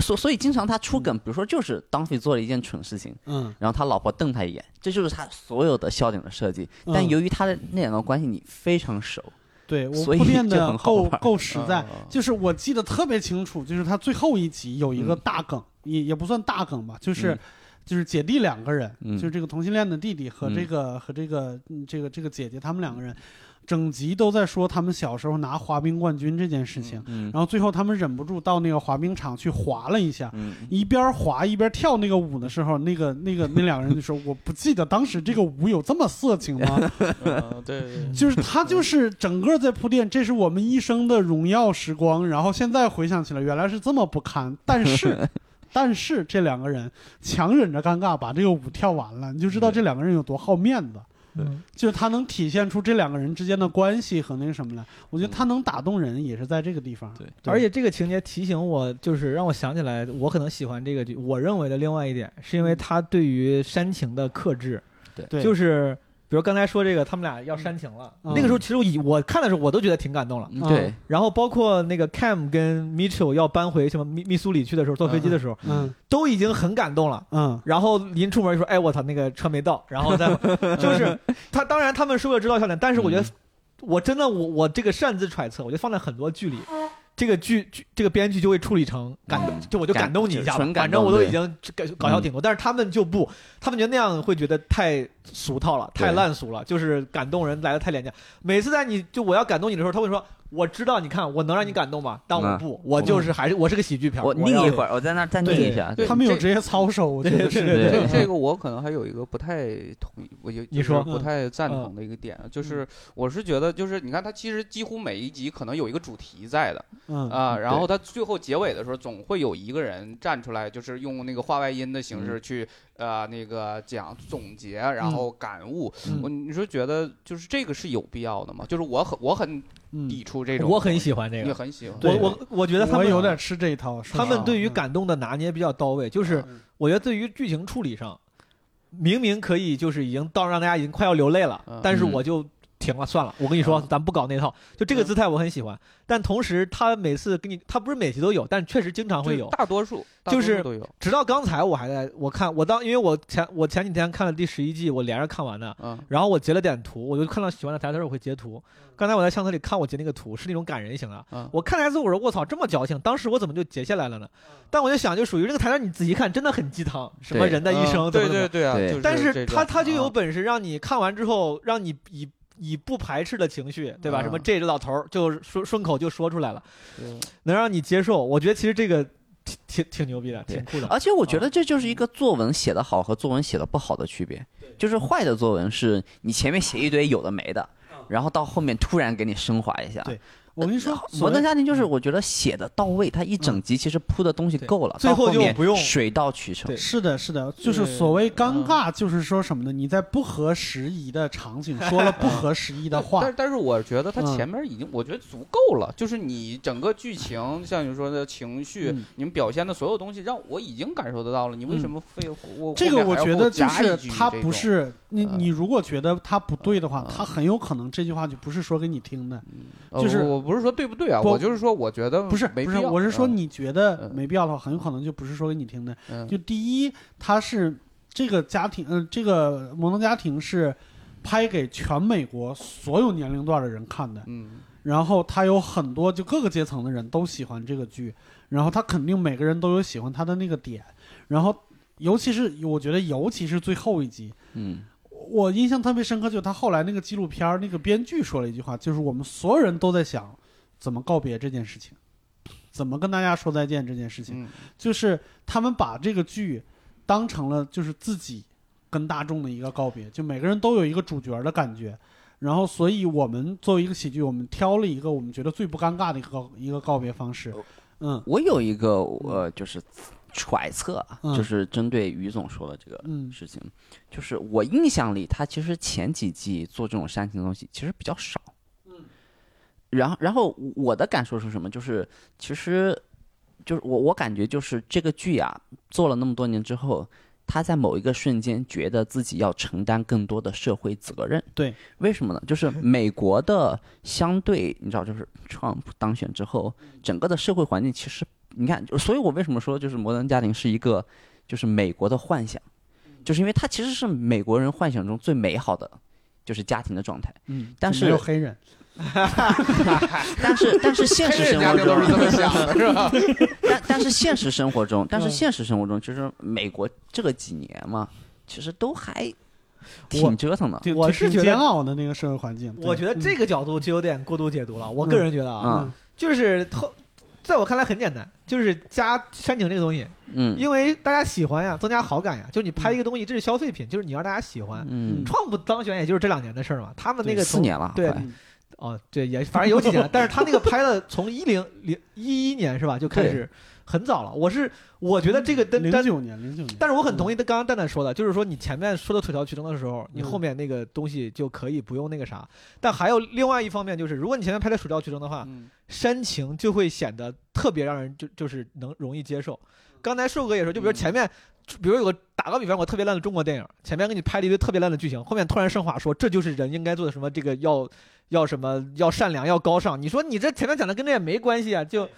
[SPEAKER 5] 所所以经常他出梗，比如说就是当飞做了一件蠢事情，
[SPEAKER 4] 嗯，
[SPEAKER 5] 然后他老婆瞪他一眼，这就是他所有的笑点的设计。
[SPEAKER 4] 嗯
[SPEAKER 5] 但由于他的那两段关系你非常熟，
[SPEAKER 4] 对我
[SPEAKER 5] 所以
[SPEAKER 4] 铺垫
[SPEAKER 5] 就
[SPEAKER 4] 的
[SPEAKER 5] 很好
[SPEAKER 4] 够
[SPEAKER 5] 玩嗯
[SPEAKER 4] 够 实在
[SPEAKER 2] 啊，
[SPEAKER 4] 就是我记得特别清楚，就是他最后一集有一个大梗，也也不算大梗吧，就是、
[SPEAKER 5] 嗯
[SPEAKER 4] 就是姐弟两个人，
[SPEAKER 5] 嗯
[SPEAKER 4] 就是这个同性恋的弟弟和这个、和这个嗯这个这个姐姐他们两个人，整集都在说他们小时候拿滑冰冠军这件事情，
[SPEAKER 5] 嗯
[SPEAKER 4] 然后最后他们忍不住到那个滑冰场去滑了一下，
[SPEAKER 5] 嗯，
[SPEAKER 4] 一边滑一边跳那个舞的时候，那个那个那两个人就说：“ 我不记得当时这个舞有这么色情吗？”
[SPEAKER 2] 嗯对对，
[SPEAKER 4] 就是他就是整个在铺垫，这是我们一生的荣耀时光。然后现在回想起来，原来是这么不堪。但是，但是这两个人强忍着尴尬把这个舞跳完了，你就知
[SPEAKER 3] 嗯
[SPEAKER 4] 道这两个人有多好面子。
[SPEAKER 3] 对，
[SPEAKER 4] 就是他能体现出这两个人之间的关系和那个什么来。我觉得他能打动人也是在这个地方。
[SPEAKER 1] 对
[SPEAKER 3] 而且这个情节提醒我，就是让我想起来，我可能喜欢这个剧。我认为的另外一点，是因为他对于煽情的克制，
[SPEAKER 4] 嗯对，
[SPEAKER 3] 就是是比如刚才说这个，他们俩要煽情了。
[SPEAKER 4] 嗯
[SPEAKER 3] 那个时候，其实我以我看的时候，我都觉得挺感动了。
[SPEAKER 5] 嗯对，
[SPEAKER 3] 然后包括那个 Cam 跟 Mitchell 要搬回什么密密苏里去的时候，坐飞机的时候，
[SPEAKER 4] 嗯
[SPEAKER 3] 都已经很感动了。
[SPEAKER 4] 嗯
[SPEAKER 3] 然后临出门就说：“哎，我操，那个车没到。”然后再
[SPEAKER 2] 嗯
[SPEAKER 3] 就是他，当然他们是为了知道笑点，但是我觉得，我真的我我这个擅自揣测，我觉得放在很多剧里，这个剧剧这个编剧就会处理成感动，就我就
[SPEAKER 5] 感
[SPEAKER 3] 感动你一下吧
[SPEAKER 5] 纯，感
[SPEAKER 3] 反
[SPEAKER 5] 动
[SPEAKER 3] 正我都
[SPEAKER 5] 对
[SPEAKER 3] 已经搞搞笑挺多，但是他们就不，他们觉得那样会觉得太俗套了，太
[SPEAKER 5] 对
[SPEAKER 3] 烂俗了，就是感动人来的太廉价。每次在你就我要感动你的时候，他会说。我知道，你看我能让你感动吗？但我
[SPEAKER 5] 嗯
[SPEAKER 3] 不，我就是还是我是个喜剧片儿，
[SPEAKER 5] 我
[SPEAKER 3] 嗯我
[SPEAKER 5] 拧
[SPEAKER 3] 要
[SPEAKER 5] 一会儿，我在那儿再拧一下。嗯
[SPEAKER 2] 对
[SPEAKER 4] 他们有
[SPEAKER 2] 这
[SPEAKER 4] 职业操守，我觉得是
[SPEAKER 3] 对
[SPEAKER 2] 这
[SPEAKER 5] 对
[SPEAKER 2] 这个我可能还有一个不太同意，我有
[SPEAKER 3] 你
[SPEAKER 2] 就是
[SPEAKER 3] 说
[SPEAKER 2] 不
[SPEAKER 4] 嗯
[SPEAKER 2] 太赞
[SPEAKER 3] 嗯
[SPEAKER 2] 同的一个点，就是我是觉得就是你看它其实几乎每一集可能有一个主题在的
[SPEAKER 4] 嗯
[SPEAKER 3] 呃
[SPEAKER 2] 啊，然后
[SPEAKER 5] 对
[SPEAKER 2] 它最后结尾的时候总会有一个人站出来，就是用那个话外音的形式
[SPEAKER 3] 嗯
[SPEAKER 2] 去呃那个讲总结，然后感悟。我
[SPEAKER 4] 嗯
[SPEAKER 2] 你说觉得就是这个是有必要的吗？就是我很我很
[SPEAKER 4] 嗯，
[SPEAKER 2] 抵触这种，
[SPEAKER 3] 我很喜欢这
[SPEAKER 2] 欢
[SPEAKER 3] 个
[SPEAKER 2] 也，很喜欢，
[SPEAKER 3] 我
[SPEAKER 4] 对
[SPEAKER 3] 我我觉得他
[SPEAKER 4] 我
[SPEAKER 3] 们啊
[SPEAKER 4] 有点吃这一套。说
[SPEAKER 3] 他
[SPEAKER 4] 实
[SPEAKER 3] 们
[SPEAKER 4] 话
[SPEAKER 3] 对于
[SPEAKER 2] 嗯
[SPEAKER 3] 感动的拿捏比较到位，就是
[SPEAKER 4] 嗯
[SPEAKER 3] 我觉得对于剧情处理上，明明可以就是已经到让大家已经快要流泪了
[SPEAKER 2] 嗯，
[SPEAKER 3] 但是我就停了，算了，我跟你说，
[SPEAKER 2] 嗯
[SPEAKER 3] 咱不搞那套。就这个姿态我很喜欢，但同时他每次给你，他不是每集都有，但确实经常会有。
[SPEAKER 2] 大多数大
[SPEAKER 3] 就
[SPEAKER 2] 多
[SPEAKER 3] 是
[SPEAKER 2] 数都有，
[SPEAKER 3] 直到刚才我还在我看，我当因为我前我前几天看了第十一季，我连着看完的，
[SPEAKER 2] 嗯
[SPEAKER 3] 然后我截了点图，我就看到喜欢的台词儿我会截图。刚才我在相册里看我截那个图是那种感人型的，
[SPEAKER 2] 嗯，
[SPEAKER 3] 我看台词我说我操这么矫情，当时我怎么就截下来了呢？但我就想就属于这个台词儿你仔细看真的很鸡汤，什么
[SPEAKER 5] 对
[SPEAKER 3] 人的一生，
[SPEAKER 2] 嗯
[SPEAKER 3] 怎
[SPEAKER 2] 嗯对
[SPEAKER 3] 么怎么
[SPEAKER 2] 对对啊，
[SPEAKER 5] 对
[SPEAKER 2] 就
[SPEAKER 3] 但
[SPEAKER 2] 这
[SPEAKER 3] 是
[SPEAKER 2] 种
[SPEAKER 3] 他他就有
[SPEAKER 2] 啊
[SPEAKER 3] 本事让你看完之后，让你以以不排斥的情绪，对吧？
[SPEAKER 2] 嗯
[SPEAKER 3] 什么这老头儿就顺顺口就说出来了，
[SPEAKER 2] 对
[SPEAKER 3] 能让你接受。我觉得其实这个挺挺挺牛逼的，
[SPEAKER 5] 对
[SPEAKER 3] 挺
[SPEAKER 2] 啊
[SPEAKER 3] 酷的。
[SPEAKER 5] 而且我觉得这就是一个作文写得好和作文写得不好的区别，就是坏的作文是你前面写一堆有的没的，然后到后面突然给你升华一下。
[SPEAKER 4] 对我跟你说，
[SPEAKER 5] 摩登家庭就是我觉得写的到位，他一整集其实铺的东西够了，
[SPEAKER 3] 对最
[SPEAKER 5] 到
[SPEAKER 3] 后就
[SPEAKER 5] 面
[SPEAKER 3] 不用
[SPEAKER 5] 水到渠成
[SPEAKER 3] 对。
[SPEAKER 4] 是的，是的，就是
[SPEAKER 3] 对
[SPEAKER 4] 所谓尴
[SPEAKER 3] 嗯
[SPEAKER 4] 尬，就是说什么呢？你在不合时宜的场景说 了不合时宜的
[SPEAKER 2] 但
[SPEAKER 4] 话
[SPEAKER 2] 但，但是我觉得他
[SPEAKER 4] 嗯
[SPEAKER 2] 前面已经，我觉得足够了。就是你整个剧情，像你说的情绪
[SPEAKER 4] 嗯，
[SPEAKER 2] 你们表现的所有东西，让我已经感受得到了。你为什么非我
[SPEAKER 4] 这
[SPEAKER 2] 后
[SPEAKER 4] 个
[SPEAKER 2] 面
[SPEAKER 4] 我
[SPEAKER 2] 还要
[SPEAKER 4] 觉
[SPEAKER 2] 给我
[SPEAKER 4] 得就
[SPEAKER 2] 加
[SPEAKER 4] 是
[SPEAKER 2] 一句
[SPEAKER 4] 他
[SPEAKER 2] 这
[SPEAKER 4] 不
[SPEAKER 2] 种
[SPEAKER 4] 是你，
[SPEAKER 2] 嗯
[SPEAKER 4] 你如果觉得他不对的话，
[SPEAKER 2] 嗯
[SPEAKER 4] 他很有可能这句话就不是说给你听的，
[SPEAKER 2] 呃
[SPEAKER 4] 就是
[SPEAKER 2] 我不是说对不对啊，
[SPEAKER 4] 不
[SPEAKER 2] 我就是说我觉得
[SPEAKER 4] 不是
[SPEAKER 2] 没
[SPEAKER 4] 不
[SPEAKER 2] 必
[SPEAKER 4] 是，
[SPEAKER 2] 要。
[SPEAKER 4] 我是说你觉得
[SPEAKER 2] 嗯
[SPEAKER 4] 没必要的话，很有可能就不是说给你听的。
[SPEAKER 2] 嗯，嗯
[SPEAKER 4] 就第一，他是这个家庭，呃，这个摩登家庭是拍给全美国所有年龄段的人看的，
[SPEAKER 2] 嗯，
[SPEAKER 4] 然后他有很多就各个阶层的人都喜欢这个剧，然后他肯定每个人都有喜欢他的那个点，然后尤其是我觉得尤其是最后一集，
[SPEAKER 5] 嗯，
[SPEAKER 4] 我印象特别深刻，就是他后来那个纪录片儿那个编剧说了一句话，就是我们所有人都在想怎么告别这件事情，怎么跟大家说再见这件事情，
[SPEAKER 2] 嗯
[SPEAKER 4] 就是他们把这个剧当成了就是自己跟大众的一个告别，就每个人都有一个主角的感觉。然后，所以我们作为一个喜剧，我们挑了一个我们觉得最不尴尬的一个告一个告别方式。嗯
[SPEAKER 5] 我有一个呃，就是揣测啊，
[SPEAKER 4] 嗯
[SPEAKER 5] 就是针对于总说的这个
[SPEAKER 4] 嗯
[SPEAKER 5] 事情，就是我印象里他其实前几季做这种煽情的东西其实比较少。
[SPEAKER 4] 嗯
[SPEAKER 5] 然后，然后我的感受是什么？就是其实，就是我我感觉就是这个剧啊，做了那么多年之后，他在某一个瞬间觉得自己要承担更多的社会责任。
[SPEAKER 4] 对，
[SPEAKER 5] 为什么呢？ 就是美国的相对，你知道，就是 Trump 当选之后，
[SPEAKER 4] 嗯
[SPEAKER 5] 整个的社会环境其实，你看，就所以我为什么说就是《摩登家庭》是一个就是美国的幻想，就是因为它其实是美国人幻想中最美好的就是家庭的状态。
[SPEAKER 4] 嗯，
[SPEAKER 5] 但
[SPEAKER 4] 就是没有黑人，
[SPEAKER 5] 但是但是现
[SPEAKER 2] 嗯
[SPEAKER 5] 实
[SPEAKER 2] 黑人
[SPEAKER 5] 生
[SPEAKER 2] 家
[SPEAKER 5] 活
[SPEAKER 2] 庭都是这么
[SPEAKER 5] 中，
[SPEAKER 2] 想的，是 吧？
[SPEAKER 5] 但但是现实生活中，但是现实生活中，就是美国这个几年嘛，其实都还挺折腾的。
[SPEAKER 4] 挺
[SPEAKER 3] 我是
[SPEAKER 4] 挺
[SPEAKER 3] 觉得
[SPEAKER 4] 煎熬的那个社会环境。对
[SPEAKER 3] 我觉得这个角度就有点过度解读了。我个人觉得啊，
[SPEAKER 5] 啊
[SPEAKER 4] 嗯
[SPEAKER 3] 就是后，在我看来很简单，就是加煽情这个东西，
[SPEAKER 5] 嗯
[SPEAKER 3] 因为大家喜欢呀，增加好感呀。就是你
[SPEAKER 4] 嗯
[SPEAKER 3] 拍一个东西，这是消费品，就是你让大家喜欢。
[SPEAKER 5] 嗯，
[SPEAKER 3] 创不当选也就是这两年的事儿嘛，他们那个
[SPEAKER 5] 四
[SPEAKER 3] 从
[SPEAKER 5] 年了，
[SPEAKER 3] 对
[SPEAKER 5] 快
[SPEAKER 4] 嗯
[SPEAKER 3] 哦，对，也反正有几年了，但是他那个拍的从一零零一一年是吧就开始很早了。我是我觉得这个但
[SPEAKER 4] 嗯零
[SPEAKER 3] 但
[SPEAKER 4] 九年零九年，
[SPEAKER 3] 但是我很同意他刚刚蛋蛋说的，就是说你前面说的腿到渠成的时候，你
[SPEAKER 4] 嗯
[SPEAKER 3] 后面那个东西就可以不用那个啥。但还有另外一方面就是，如果你前面拍的水到渠成的话，
[SPEAKER 2] 嗯
[SPEAKER 3] 煽情就会显得特别让人就就是能容易接受。刚才瘦哥也说，就比如
[SPEAKER 2] 嗯
[SPEAKER 3] 前面，比如有个打个比方，我特别烂的中国电影，前面给你拍了一堆特别烂的剧情，后面突然升华说这就是人应该做的什么，这个要要什么要善良要高尚。你说你这前面讲的跟这也没关系啊，就，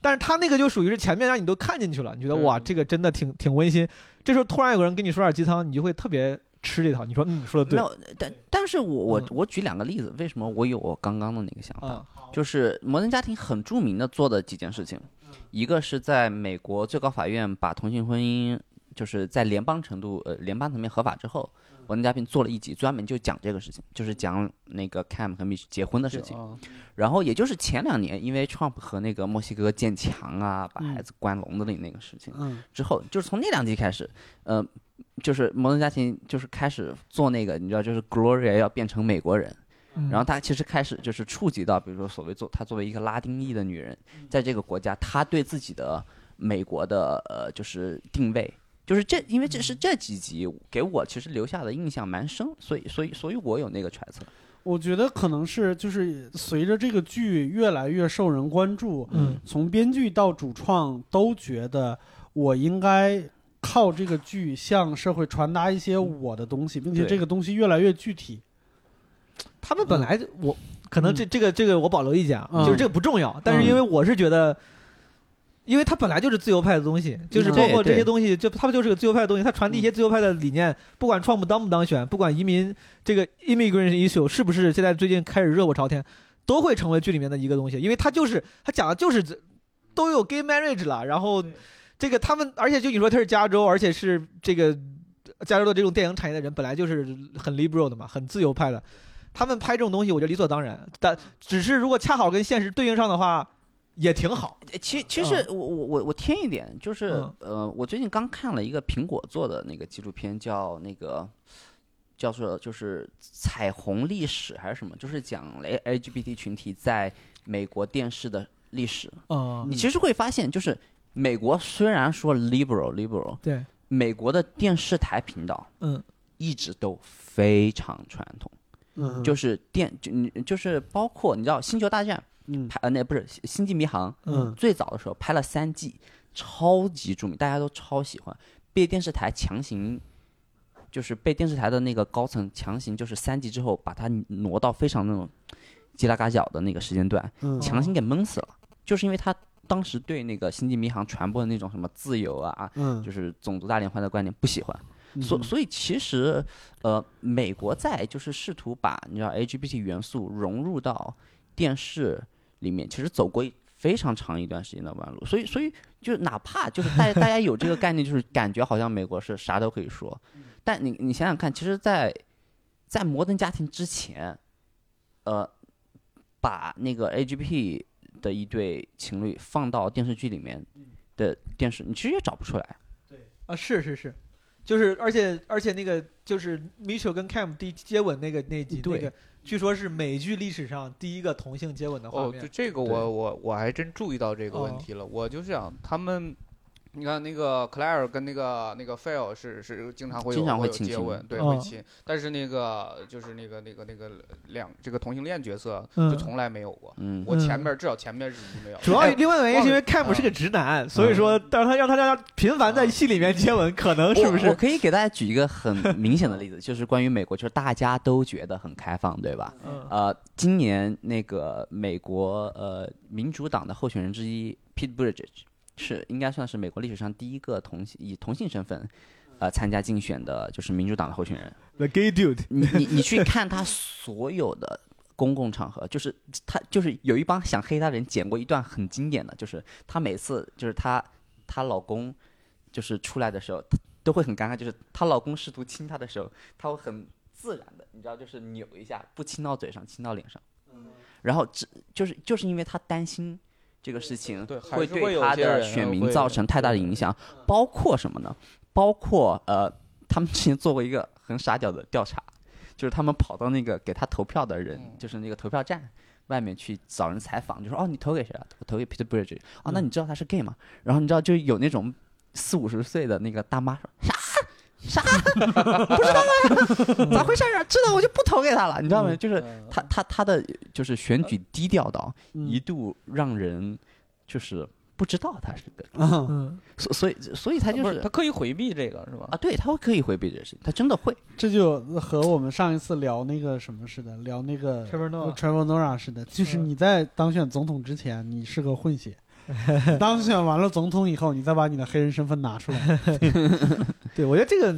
[SPEAKER 3] 但是他那个就属于是前面让你都看进去了，你觉得
[SPEAKER 2] 对
[SPEAKER 3] 哇这个真的挺挺温馨。这时候突然有个人跟你说点鸡汤，你就会特别吃这套。你说嗯，说的
[SPEAKER 5] 没
[SPEAKER 3] 对
[SPEAKER 5] 有，但但是我我
[SPEAKER 3] 嗯
[SPEAKER 5] 我举两个例子，为什么我有我刚刚的那个想法？
[SPEAKER 3] 啊，
[SPEAKER 5] 就是《摩登家庭》很著名的做的几件事情，一个是在美国最高法院把同性婚姻就是在联邦程度呃联邦层面合法之后，《摩登家庭》做了一集专门就讲这个事情，就是讲那个 Cam 和 Mitch 结婚的事情。
[SPEAKER 2] 啊
[SPEAKER 5] 然后也就是前两年，因为 Trump 和那个墨西哥建墙啊，把孩
[SPEAKER 4] 嗯
[SPEAKER 5] 子关笼子里那个事情，
[SPEAKER 4] 嗯
[SPEAKER 5] 之后，就是从那两集开始，呃，就是摩登家庭就是开始做那个，你知道，就是 Gloria 要变成美国人，
[SPEAKER 3] 嗯
[SPEAKER 5] 然后她其实开始就是触及到，比如说所谓做她作为一个拉丁裔的女人，
[SPEAKER 3] 嗯
[SPEAKER 5] 在这个国家，她对自己的美国的呃就是定位。就是这，因为这
[SPEAKER 3] 嗯
[SPEAKER 5] 是这几集给我其实留下的印象蛮深，所以所以所以我有那个揣测。
[SPEAKER 4] 我觉得可能是就是随着这个剧越来越受人关注，
[SPEAKER 3] 嗯
[SPEAKER 4] 从编剧到主创都觉得我应该靠这个剧向社会传达一些我的东西，并且
[SPEAKER 5] 对
[SPEAKER 4] 这个东西越来越具体。
[SPEAKER 3] 他们本来就我可能这这个这个我保留意见啊，
[SPEAKER 4] 嗯
[SPEAKER 3] 就是这个不重要，但是因为我是觉得。因为它本来就是自由派的东西，就是包括
[SPEAKER 5] 对
[SPEAKER 3] 这
[SPEAKER 5] 嗯
[SPEAKER 3] 些东西，就它们就是个自由派的东西，它传递一些自由派的理念，不管创不当不当选，不管移民这个 immigration issue 是不是现在最近开始热火朝天，都会成为剧里面的一个东西，因为它就是它讲的就是都有 gay marriage 了，然后这个他们，而且就你说他是加州，而且是这个呃加州的这种电影产业的人，本来就是很 liberal 的嘛，很自由派的，他们拍这种东西，我觉得理所当然。但只是如果恰好跟现实对应上的话，也挺好。
[SPEAKER 5] 呃其其实我我我我添一点，就是、
[SPEAKER 3] 嗯
[SPEAKER 5] 呃，我最近刚看了一个苹果做的那个纪录片，叫那个叫做就是彩虹历史还是什么，就是讲 A LGBT 群体在美国电视的历史。
[SPEAKER 3] 嗯
[SPEAKER 5] 你其实会发现，就是美国虽然说 liberal liberal，
[SPEAKER 3] 对，
[SPEAKER 5] 美国的电视台频道
[SPEAKER 3] 嗯
[SPEAKER 5] 一直都非常传统，
[SPEAKER 4] 嗯，
[SPEAKER 5] 就是电就你就是包括你知道《星球大战》
[SPEAKER 4] 嗯
[SPEAKER 5] 拍呃那不是《星星际迷航》。
[SPEAKER 4] 嗯
[SPEAKER 5] 最早的时候拍了三季，超级著名，大家都超喜欢，被电视台强行，就是被电视台的那个高层强行，就是三季之后把它挪到非常那种叽拉嘎角的那个时间段，
[SPEAKER 4] 嗯
[SPEAKER 5] 强行给闷死了，就是因为他当时对那个《星际迷航》传播的那种什么自由啊啊，
[SPEAKER 4] 嗯，
[SPEAKER 5] 就是种族大联欢的观点不喜欢。所
[SPEAKER 4] 嗯
[SPEAKER 5] 所以其实，呃，美国在就是试图把你知道 LGBT 元素融入到电视里面，其实走过一非常长一段时间的弯路。所以所以就是哪怕就是大家大家有这个概念，就是感觉好像美国是啥都可以说，但你你想想看，其实在，在摩登家庭之前，呃，把那个 LGBT 的一对情侣放到电视剧里面的电视，你其实也找不出来。
[SPEAKER 3] 啊，是是是，就是而且而且那个就是 Mitchell 跟 Cam 第接吻那个那集，那
[SPEAKER 5] 对
[SPEAKER 3] 个据说是美剧历史上第一个同性接吻的画
[SPEAKER 2] 哦，
[SPEAKER 3] 面。
[SPEAKER 2] 就这个
[SPEAKER 5] 对
[SPEAKER 2] 我我我还真注意到这个问
[SPEAKER 3] 哦
[SPEAKER 2] 题了。我就是想他们，你看那个 Claire 跟那个那个 Phil 是是经常会有
[SPEAKER 5] 经常会
[SPEAKER 2] 有
[SPEAKER 5] 亲
[SPEAKER 2] 接
[SPEAKER 5] 亲
[SPEAKER 2] 吻，对，
[SPEAKER 3] 哦
[SPEAKER 2] 会亲。但是那个就是那个那个那个两这个同性恋角色
[SPEAKER 3] 嗯
[SPEAKER 2] 就从来没有过。
[SPEAKER 5] 嗯，
[SPEAKER 2] 我前
[SPEAKER 3] 嗯
[SPEAKER 2] 面至少前面是一没有。
[SPEAKER 3] 主要
[SPEAKER 2] 哎
[SPEAKER 3] 另外的原因是因为
[SPEAKER 5] 啊
[SPEAKER 3] Cam
[SPEAKER 2] 嗯
[SPEAKER 3] 是个直男，所以说让他让他让他频繁在戏里面接吻，可能 是不
[SPEAKER 5] 我？我
[SPEAKER 3] 是？
[SPEAKER 5] 可以给大家举一个很明显的例子， 就是关于美国，就是大家都觉得很开放，对吧？
[SPEAKER 3] 嗯
[SPEAKER 5] 呃，今年那个美国呃民主党的候选人之一 Pete Buttigieg 是应该算是美国历史上第一个同性以同性身份。呃，参加竞选的就是民主党的候选人。
[SPEAKER 3] ，The gay dude。
[SPEAKER 5] 你你你去看他所有的公共场合，就是他就是有一帮想黑他的人剪过一段很经典的，就是她每次就是她她老公就是出来的时候，她都会很尴尬，就是她老公试图亲她的时候，她会很自然的，你知道，就是扭一下，不亲到嘴上，亲到脸上。然后只就是就是因为她担心这个事情
[SPEAKER 2] 对还
[SPEAKER 5] 会
[SPEAKER 2] 是会
[SPEAKER 5] 对
[SPEAKER 2] 有
[SPEAKER 5] 她
[SPEAKER 2] 些
[SPEAKER 5] 的
[SPEAKER 2] 人
[SPEAKER 5] 选民
[SPEAKER 2] 会
[SPEAKER 5] 造成太大的影响，包括什么呢？包括呃，他们之前做过一个很傻屌的调查，就是他们跑到那个给他投票的人，就是那个投票站，外面去找人采访，就说哦，你投给谁啊？我投给 Peter Bridge 啊，
[SPEAKER 4] 嗯
[SPEAKER 5] 那你知道他是 gay 吗？然后你知道就有那种四五十岁的那个大妈说啥啥不知道啊，咋回事啊？知道我就不投给他了，你知道吗？就是
[SPEAKER 2] 嗯
[SPEAKER 5] 他他他的就是选举低调到
[SPEAKER 4] 嗯
[SPEAKER 5] 一度让人就是不知道他是个，
[SPEAKER 4] 啊
[SPEAKER 3] 嗯，
[SPEAKER 5] 所所以所以他就
[SPEAKER 2] 不
[SPEAKER 5] 是
[SPEAKER 2] 他刻意回避这个是吧？
[SPEAKER 5] 啊，对他会刻意回避这个事情，他真的会。
[SPEAKER 4] 这就和我们上一次聊那个什么似的，聊那个
[SPEAKER 3] Trevor Noah
[SPEAKER 4] Trevor Noah 似的，就是
[SPEAKER 3] 嗯
[SPEAKER 4] 你在当选总统之前，你是个混血。你当选完了总统以后，你再把你的黑人身份拿出来。
[SPEAKER 3] 对，我觉得这个，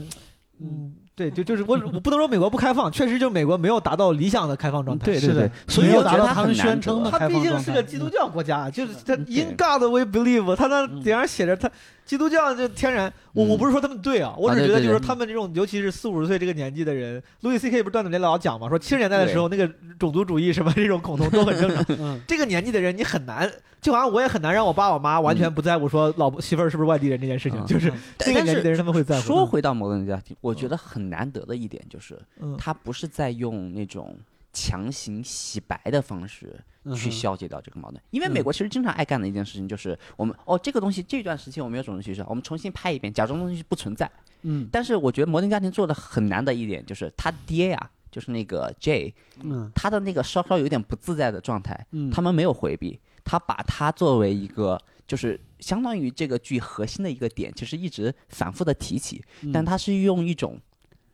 [SPEAKER 3] 嗯，对，就就是我我不能说美国不开放，确实就美国没有达到理想的开放状态。
[SPEAKER 5] 嗯对
[SPEAKER 4] 是的，
[SPEAKER 5] 所以
[SPEAKER 4] 没有
[SPEAKER 5] 我觉
[SPEAKER 4] 达
[SPEAKER 5] 得
[SPEAKER 4] 到
[SPEAKER 5] 他
[SPEAKER 4] 他们
[SPEAKER 5] 很难
[SPEAKER 4] 宣称的
[SPEAKER 5] 得
[SPEAKER 3] 他
[SPEAKER 4] 开
[SPEAKER 3] 毕
[SPEAKER 4] 放
[SPEAKER 3] 竟
[SPEAKER 4] 状
[SPEAKER 3] 是
[SPEAKER 4] 态
[SPEAKER 3] 个基督教国家，就是他
[SPEAKER 5] 嗯对
[SPEAKER 3] In God we believe，他那顶上写着他基督教就天然。我
[SPEAKER 5] 嗯
[SPEAKER 3] 我不是说他们对啊，我只是觉
[SPEAKER 5] 啊
[SPEAKER 3] 得
[SPEAKER 5] 对对
[SPEAKER 3] 就是
[SPEAKER 5] 对
[SPEAKER 3] 他们这种，尤其是四五十岁这个年纪的人，路易 C K 不是段子里老讲嘛，说七十年代的时候那个种族主义什么这种恐同都很正 常。
[SPEAKER 4] 嗯
[SPEAKER 3] 这个年纪的人你很难，就好像我也很难让我爸我妈完全不在乎说老婆媳妇儿是不是外地人这件事情，
[SPEAKER 5] 嗯
[SPEAKER 3] 就是
[SPEAKER 4] 嗯
[SPEAKER 3] 这个
[SPEAKER 5] 但
[SPEAKER 3] 年纪的
[SPEAKER 5] 是
[SPEAKER 3] 人他们会在乎。
[SPEAKER 5] 说回到摩登家庭，我觉得很难得的一点就是，
[SPEAKER 3] 嗯
[SPEAKER 5] 他不是在用那种强行洗白的方式
[SPEAKER 4] 嗯
[SPEAKER 5] 去
[SPEAKER 4] 哼嗯
[SPEAKER 5] 消解掉这个矛盾，因为美国其实经常爱干的一件事情就是，我们哦这个东西这段时期我们有种族歧视，我们重新拍一遍，假装东西不存在。
[SPEAKER 4] 嗯
[SPEAKER 5] 但是我觉得摩登家庭做的很难的一点就是，他爹呀、就是那个 J，
[SPEAKER 4] 嗯
[SPEAKER 5] 他的那个稍稍有点不自在的状态，
[SPEAKER 4] 嗯，
[SPEAKER 5] 他们没有回避，他把它作为一个就是相当于这个剧核心的一个点，其实一直反复的提起，但
[SPEAKER 4] 嗯
[SPEAKER 5] 他是用一种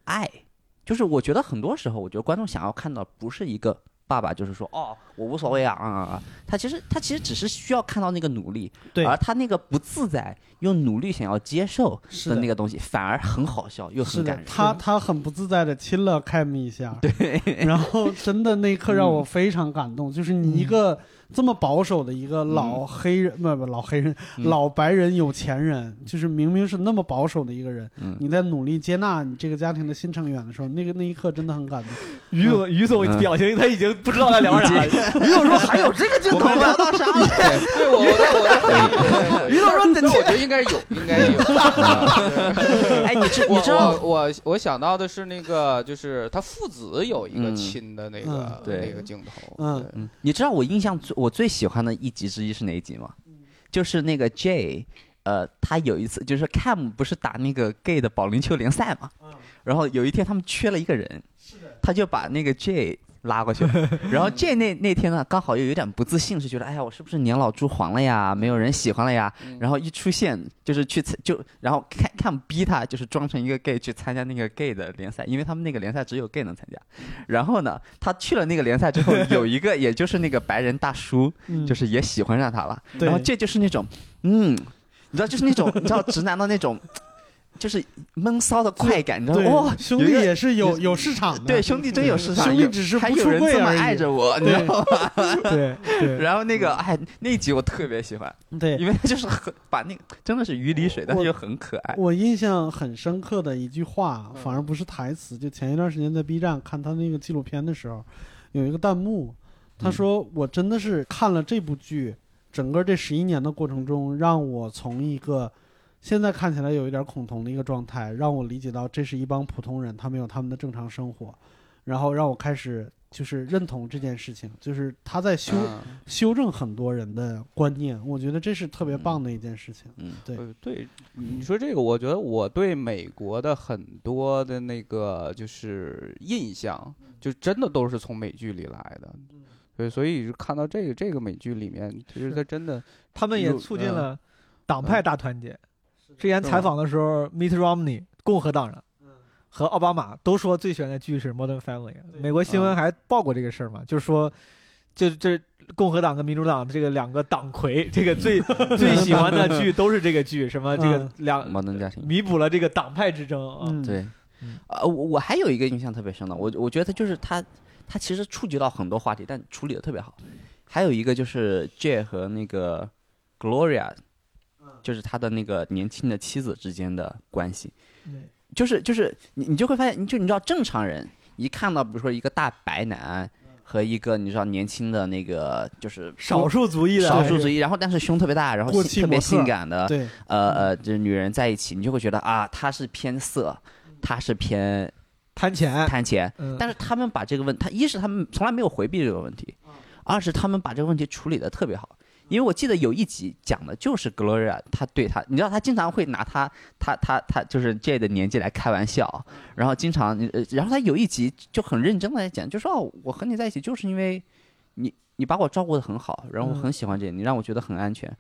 [SPEAKER 5] 爱就是我觉得很多时候，我觉得观众想要看到不是一个爸爸，就是说哦，我无所谓啊啊啊啊！他其实他其实只是需要看到那个努力，
[SPEAKER 4] 对
[SPEAKER 5] 而他那个不自在又努力想要接受
[SPEAKER 4] 是
[SPEAKER 5] 的
[SPEAKER 4] 的
[SPEAKER 5] 那个东西，反而很好笑又
[SPEAKER 4] 是
[SPEAKER 5] 很
[SPEAKER 4] 的
[SPEAKER 5] 感，人。
[SPEAKER 4] 他他很不自在的亲了凯米一下，对，然后真的那一刻让
[SPEAKER 5] 嗯
[SPEAKER 4] 我非常感动，就是你一个这么保守的一个老黑人，不不老黑人，
[SPEAKER 5] 嗯
[SPEAKER 4] 老白人有钱人，就是明明是那么保守的一个人，
[SPEAKER 5] 嗯
[SPEAKER 4] 你在努力接纳你这个家庭的新成员的时候，那个那一刻真的很感动。
[SPEAKER 3] 于总于总
[SPEAKER 5] 嗯
[SPEAKER 3] 表情他已经不知道在聊 啥了。于总说还有这个镜头吗？
[SPEAKER 2] 对我我在我 在回忆。于老师，但我觉得应该有，应该有。嗯
[SPEAKER 5] 哎，你知
[SPEAKER 2] 我
[SPEAKER 5] 你知道
[SPEAKER 2] 我我我想到的是那个，就是他父子有一个
[SPEAKER 5] 嗯
[SPEAKER 2] 亲的那个
[SPEAKER 4] 嗯
[SPEAKER 2] 那
[SPEAKER 5] 对
[SPEAKER 2] 个镜头，
[SPEAKER 4] 嗯
[SPEAKER 2] 对，
[SPEAKER 5] 嗯，你知道我印象最我最喜欢的一集之一是哪一集吗？就是那个 J，呃，他有一次就是 Cam 不是打那个 gay 的保龄球联赛嘛，然后有一天他们缺了一个人，他就把那个 J 拉过去了，然后 J 那那天呢刚好又有点不自信，是觉得哎呀我是不是年老珠黄了呀，没有人喜欢了呀，
[SPEAKER 2] 嗯
[SPEAKER 5] 然后一出现就是去参就然后看看逼他就是装成一个 gay 去参加那个 gay 的联赛，因为他们那个联赛只有 gay 能参加。
[SPEAKER 4] 嗯
[SPEAKER 5] 然后呢，他去了那个联赛之后，有一个也就是那个白人大叔，
[SPEAKER 4] 嗯，
[SPEAKER 5] 就是也喜欢上他了。
[SPEAKER 4] 对
[SPEAKER 5] 然后这就是那种，嗯，你知道，就是那种你知道直男的那种，就是闷骚的快感，你知道
[SPEAKER 4] 对
[SPEAKER 5] 吗？哇，
[SPEAKER 4] 兄
[SPEAKER 5] 有
[SPEAKER 4] 弟
[SPEAKER 5] 一个
[SPEAKER 4] 也是有有市场的，
[SPEAKER 5] 对兄弟真有市场，
[SPEAKER 4] 兄弟
[SPEAKER 5] 有
[SPEAKER 4] 只是
[SPEAKER 5] 还
[SPEAKER 4] 不
[SPEAKER 5] 有
[SPEAKER 4] 出
[SPEAKER 5] 人
[SPEAKER 4] 柜
[SPEAKER 5] 这么
[SPEAKER 4] 而已
[SPEAKER 5] 爱着我，你知
[SPEAKER 4] 对
[SPEAKER 5] 道吗？
[SPEAKER 4] 对对嗯
[SPEAKER 5] 然后那个哎，那集我特别喜欢，
[SPEAKER 4] 对，
[SPEAKER 5] 因为他就是很把那个真的是鱼离水，但是
[SPEAKER 4] 我
[SPEAKER 5] 又很可爱。
[SPEAKER 4] 我印象很深刻的一句话，啊反而不是台词。就前一段时间在 B 站看他那个纪录片的时候，有一个弹幕，他说：“我真的是看了这部剧，整个这十一年的过程中，让我从一个现在看起来有一点恐同的一个状态，让我理解到这是一帮普通人，他们有他们的正常生活，然后让我开始就是认同这件事情，就是他在修、
[SPEAKER 2] 嗯
[SPEAKER 4] 修正很多人的观念。我觉得这是特别棒的一件事情。
[SPEAKER 5] 嗯，
[SPEAKER 4] 对
[SPEAKER 2] 呃，对，你说这个，我觉得我对美国的很多的那个就是印象，就真的都是从美剧里来的。对，所以就看到这个这个美剧里面，其实
[SPEAKER 3] 是
[SPEAKER 2] 它真的，
[SPEAKER 3] 他们也促进
[SPEAKER 5] 嗯
[SPEAKER 3] 了党派大团结。之前采访的时候，Mitt Romney 共和党人和奥巴马都说最喜欢的剧是《Modern Family》。美国新
[SPEAKER 5] 嗯
[SPEAKER 3] 闻还报过这个事儿嘛，就是说，就这共和党跟民主党这个两个党魁，这个 最最喜欢的剧都是这个剧，什么这个
[SPEAKER 4] 嗯
[SPEAKER 3] 两
[SPEAKER 5] 矛盾家庭。
[SPEAKER 3] 弥补了这个党派之争啊。
[SPEAKER 4] 嗯，
[SPEAKER 5] 对，
[SPEAKER 3] 嗯
[SPEAKER 5] 啊、我我还有一个印象特别深的，我我觉得就是他他其实触及到很多话题，但处理的特别好。还有一个就是 J 和那个 Gloria，就是
[SPEAKER 4] 嗯
[SPEAKER 5] 他的那个年轻的妻子之间的关系，
[SPEAKER 3] 对
[SPEAKER 5] 就是就是你你就会发现，你就你知道正常人一看到比如说一个大白男和一个你知道年轻的那个就是
[SPEAKER 3] 少数族裔的
[SPEAKER 5] 少数族裔，然后但是胸特别大，然后
[SPEAKER 4] 过
[SPEAKER 5] 性
[SPEAKER 4] 气
[SPEAKER 5] 特别
[SPEAKER 4] 模特
[SPEAKER 5] 性感的，
[SPEAKER 4] 对。
[SPEAKER 5] 呃呃，就是女人在一起，你就会觉得啊，她是偏色，她是偏
[SPEAKER 3] 贪钱，
[SPEAKER 5] 贪钱。
[SPEAKER 3] 嗯，
[SPEAKER 5] 但是他们把这个问，他一是他们从来没有回避这个问题，二是他们把这个问题处理的特别好。因为我记得有一集讲的就是 Gloria，她啊对她，你知道她经常会拿她她她她就是 J 的年纪来开玩笑，然后经常，呃然后她有一集就很认真的讲，就说哦，我和你在一起就是因为你你把我照顾的很好，然后我
[SPEAKER 3] 嗯
[SPEAKER 5] 很喜欢这你，你让我觉得很安全，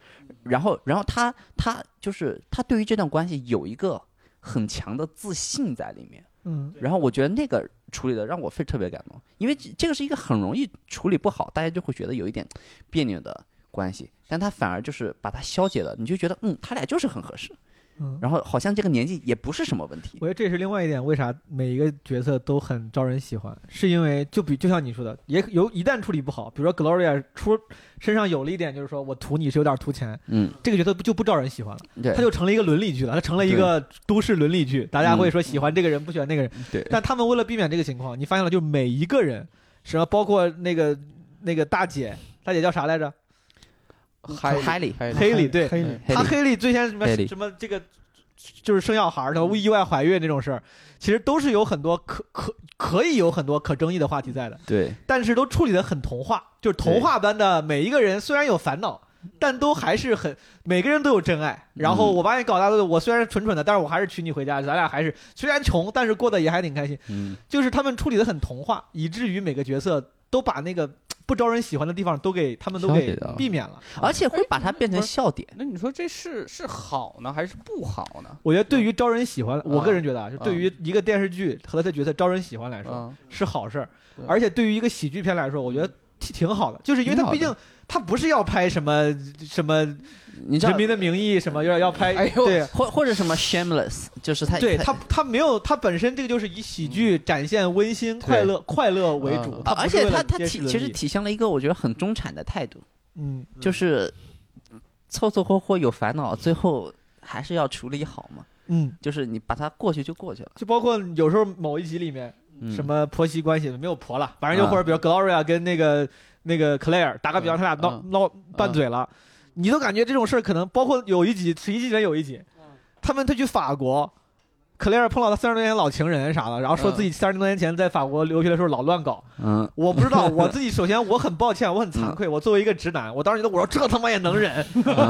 [SPEAKER 5] 然后然后她她就是她对于这段关系有一个很强的自信在里面。
[SPEAKER 3] 嗯，
[SPEAKER 5] 然后我觉得那个处理的让我非特别感动，因为这这个是一个很容易处理不好，大家就会觉得有一点别扭的关系，但他反而就是把它消解了，你就觉得嗯，他俩就是很合适，
[SPEAKER 3] 嗯
[SPEAKER 5] 然后好像这个年纪也不是什么问题
[SPEAKER 3] 我，觉得这是另外一点，为啥每一个角色都很招人喜欢，是因为就比就像你说的，也有一旦处理不好，比如说 Gloria 出身上有了一点，就是说我图你是有点图钱，
[SPEAKER 5] 嗯，
[SPEAKER 3] 这个角色不就不招人喜欢了，
[SPEAKER 5] 对
[SPEAKER 3] 他，就成了一个伦理剧了，他成了一个都市伦理剧，大家会说喜欢这个人不喜欢那个人，
[SPEAKER 5] 嗯对
[SPEAKER 3] 但他们为了避免这个情况，你发现了，就每一个人，什么包括那个那个大姐，大姐叫啥来着？
[SPEAKER 2] 嗨
[SPEAKER 5] 海里
[SPEAKER 2] 海
[SPEAKER 3] 黑里对
[SPEAKER 4] 黑里，
[SPEAKER 5] 黑
[SPEAKER 3] 她
[SPEAKER 5] 里嗯
[SPEAKER 3] 黑莉最先什么
[SPEAKER 5] 黑莉
[SPEAKER 3] 什么这个，就是生小孩儿，她意外怀孕这种事儿，其实都是有很多可可可以有很多可争议的话题在的，
[SPEAKER 5] 对
[SPEAKER 3] 但是都处理的很童话，就是童话般的每一个人虽然有烦恼。但都还是很，每个人都有真爱。然后
[SPEAKER 5] 嗯
[SPEAKER 3] 我把你搞大了，我虽然蠢蠢的，但是我还是娶你回家，咱俩还是虽然穷，但是过得也还挺开心。
[SPEAKER 5] 嗯
[SPEAKER 3] 就是他们处理的很童话，以至于每个角色都把那个不不招人喜欢的地方都给他们都
[SPEAKER 5] 消
[SPEAKER 3] 给
[SPEAKER 5] 解掉了
[SPEAKER 3] 避免了。
[SPEAKER 5] 而且会把它变成笑点。
[SPEAKER 2] 那你说这是是好呢，还是不好呢？
[SPEAKER 3] 我觉得对于招人喜欢，
[SPEAKER 5] 嗯
[SPEAKER 3] 我
[SPEAKER 2] 啊
[SPEAKER 3] 个人觉得啊，就对于一个电视剧和他的角色招人喜欢来说
[SPEAKER 2] 嗯，
[SPEAKER 3] 是好事儿
[SPEAKER 2] 对，
[SPEAKER 3] 而且对于一个喜剧片来说，我觉得挺挺好的，就是因为
[SPEAKER 5] 嗯挺
[SPEAKER 3] 他
[SPEAKER 5] 好
[SPEAKER 3] 毕
[SPEAKER 5] 的
[SPEAKER 3] 竟他不是要拍什么什么
[SPEAKER 5] 你知
[SPEAKER 3] 人
[SPEAKER 5] 道，
[SPEAKER 3] 民的名义什么，要要 拍，
[SPEAKER 2] 哎呦
[SPEAKER 3] 对
[SPEAKER 5] 或或者什么 shameless，就是它
[SPEAKER 3] 对
[SPEAKER 5] 它
[SPEAKER 3] 他他没有他本身这个就是以喜剧展现温馨快乐快乐为主
[SPEAKER 2] 嗯，
[SPEAKER 3] 它
[SPEAKER 5] 啊
[SPEAKER 3] 不
[SPEAKER 5] 嗯而
[SPEAKER 3] 是
[SPEAKER 5] 且
[SPEAKER 3] 为了
[SPEAKER 5] 它它
[SPEAKER 3] 揭
[SPEAKER 5] 体
[SPEAKER 3] 示伦
[SPEAKER 5] 其实
[SPEAKER 3] 理
[SPEAKER 5] 体现了一个我觉得很中产的态度，
[SPEAKER 3] 嗯
[SPEAKER 5] 就是凑凑合合有烦恼，最后还是要处理好嘛。
[SPEAKER 3] 嗯，
[SPEAKER 5] 就是你把它过去就过去了。
[SPEAKER 3] 就包括有时候某一集里面
[SPEAKER 5] 嗯、
[SPEAKER 3] 什？么婆媳关系没有婆
[SPEAKER 2] 啊
[SPEAKER 3] 了，反正就
[SPEAKER 5] 嗯
[SPEAKER 3] 或者比如 Gloria 跟那个那个 Claire 打个比方，
[SPEAKER 2] 嗯
[SPEAKER 3] 他俩闹
[SPEAKER 2] 嗯
[SPEAKER 3] 闹拌嘴了，你都感觉这种事儿可能包括有一集，十一集里面有一集，
[SPEAKER 2] 嗯
[SPEAKER 3] 他们他去法国。克莱尔碰到他三十多年前老情人啥的，然后说
[SPEAKER 2] 嗯
[SPEAKER 3] 自己三十多年前在法国留学的时候老乱搞，
[SPEAKER 5] 嗯，
[SPEAKER 3] 我不知道，我自己首先我很抱歉，我很惭愧，我作为一个直男，我当时觉得我说这他妈也能忍，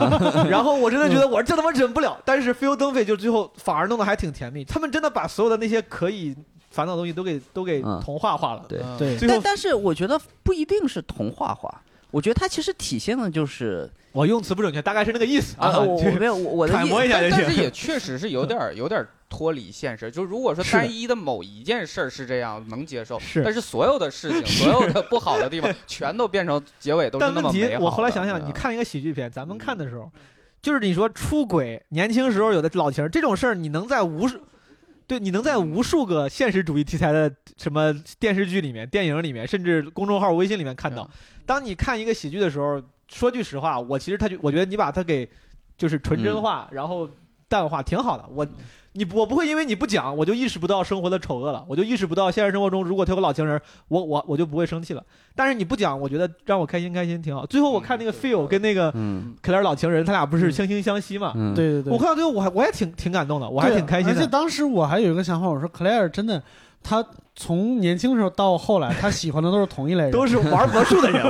[SPEAKER 3] 然后我真的觉得我这他妈忍不了。但是菲欧登费就最后反而弄得还挺甜蜜，他们真的把所有的那些可以烦恼的东西都给都给
[SPEAKER 5] 嗯
[SPEAKER 3] 同化化了。
[SPEAKER 5] 对
[SPEAKER 2] 嗯，
[SPEAKER 4] 对，
[SPEAKER 3] 最
[SPEAKER 5] 但
[SPEAKER 3] 后
[SPEAKER 5] 但是我觉得不一定是童话化，我觉得它其实体现的就是
[SPEAKER 3] 我用词不准确，大概是那个意思
[SPEAKER 5] 啊，我我
[SPEAKER 3] 这
[SPEAKER 5] 没有我我的
[SPEAKER 3] 揣
[SPEAKER 5] 意
[SPEAKER 3] 摩一下
[SPEAKER 2] 但
[SPEAKER 3] 就
[SPEAKER 2] 但是
[SPEAKER 3] 行。
[SPEAKER 2] 也确实是有点儿有点儿脱离现实。就如果说
[SPEAKER 3] 是的
[SPEAKER 2] 单一的某一件事儿是这样，能接受。
[SPEAKER 3] 是
[SPEAKER 2] 但是所有的事情，所有的不好的地方，全都变成结尾都是
[SPEAKER 3] 但
[SPEAKER 2] 那
[SPEAKER 3] 问
[SPEAKER 2] 么
[SPEAKER 3] 题
[SPEAKER 2] 美好的。
[SPEAKER 3] 我后来想想，
[SPEAKER 2] 嗯
[SPEAKER 3] 你，看一个喜剧片，咱们看的时候，就是你说出轨，年轻时候有的老情人这种事儿，你能在无数。对，你能在无数个现实主义题材的什么电视剧里面、电影里面，甚至公众号、微信里面看到。
[SPEAKER 2] 嗯
[SPEAKER 3] 当你看一个喜剧的时候，说句实话，我其实他就我觉得你把它给就是纯
[SPEAKER 2] 嗯
[SPEAKER 3] 真化，然后淡化，挺好的。我你我不会因为你不讲，我就意识不到生活的丑恶了，我就意识不到现实生活中如果他有个老情人，我我我就不会生气了。但是你不讲，我觉得让我开心开心挺好。最后我看那个
[SPEAKER 2] 嗯
[SPEAKER 3] Phil 跟那个
[SPEAKER 5] 嗯
[SPEAKER 3] 克莱尔老情人，他俩不是
[SPEAKER 4] 嗯
[SPEAKER 3] 惺惺相惜嘛？
[SPEAKER 5] 嗯，
[SPEAKER 4] 对对对，
[SPEAKER 3] 我看到最后，我还我也挺挺感动的，我还
[SPEAKER 4] 对
[SPEAKER 3] 挺开心
[SPEAKER 4] 而且
[SPEAKER 3] 的。
[SPEAKER 4] 当时我还有一个想法，我说 Claire 真的，她从年轻时候到后来，她喜欢的都是同一类人，
[SPEAKER 3] 都是玩魔术的人，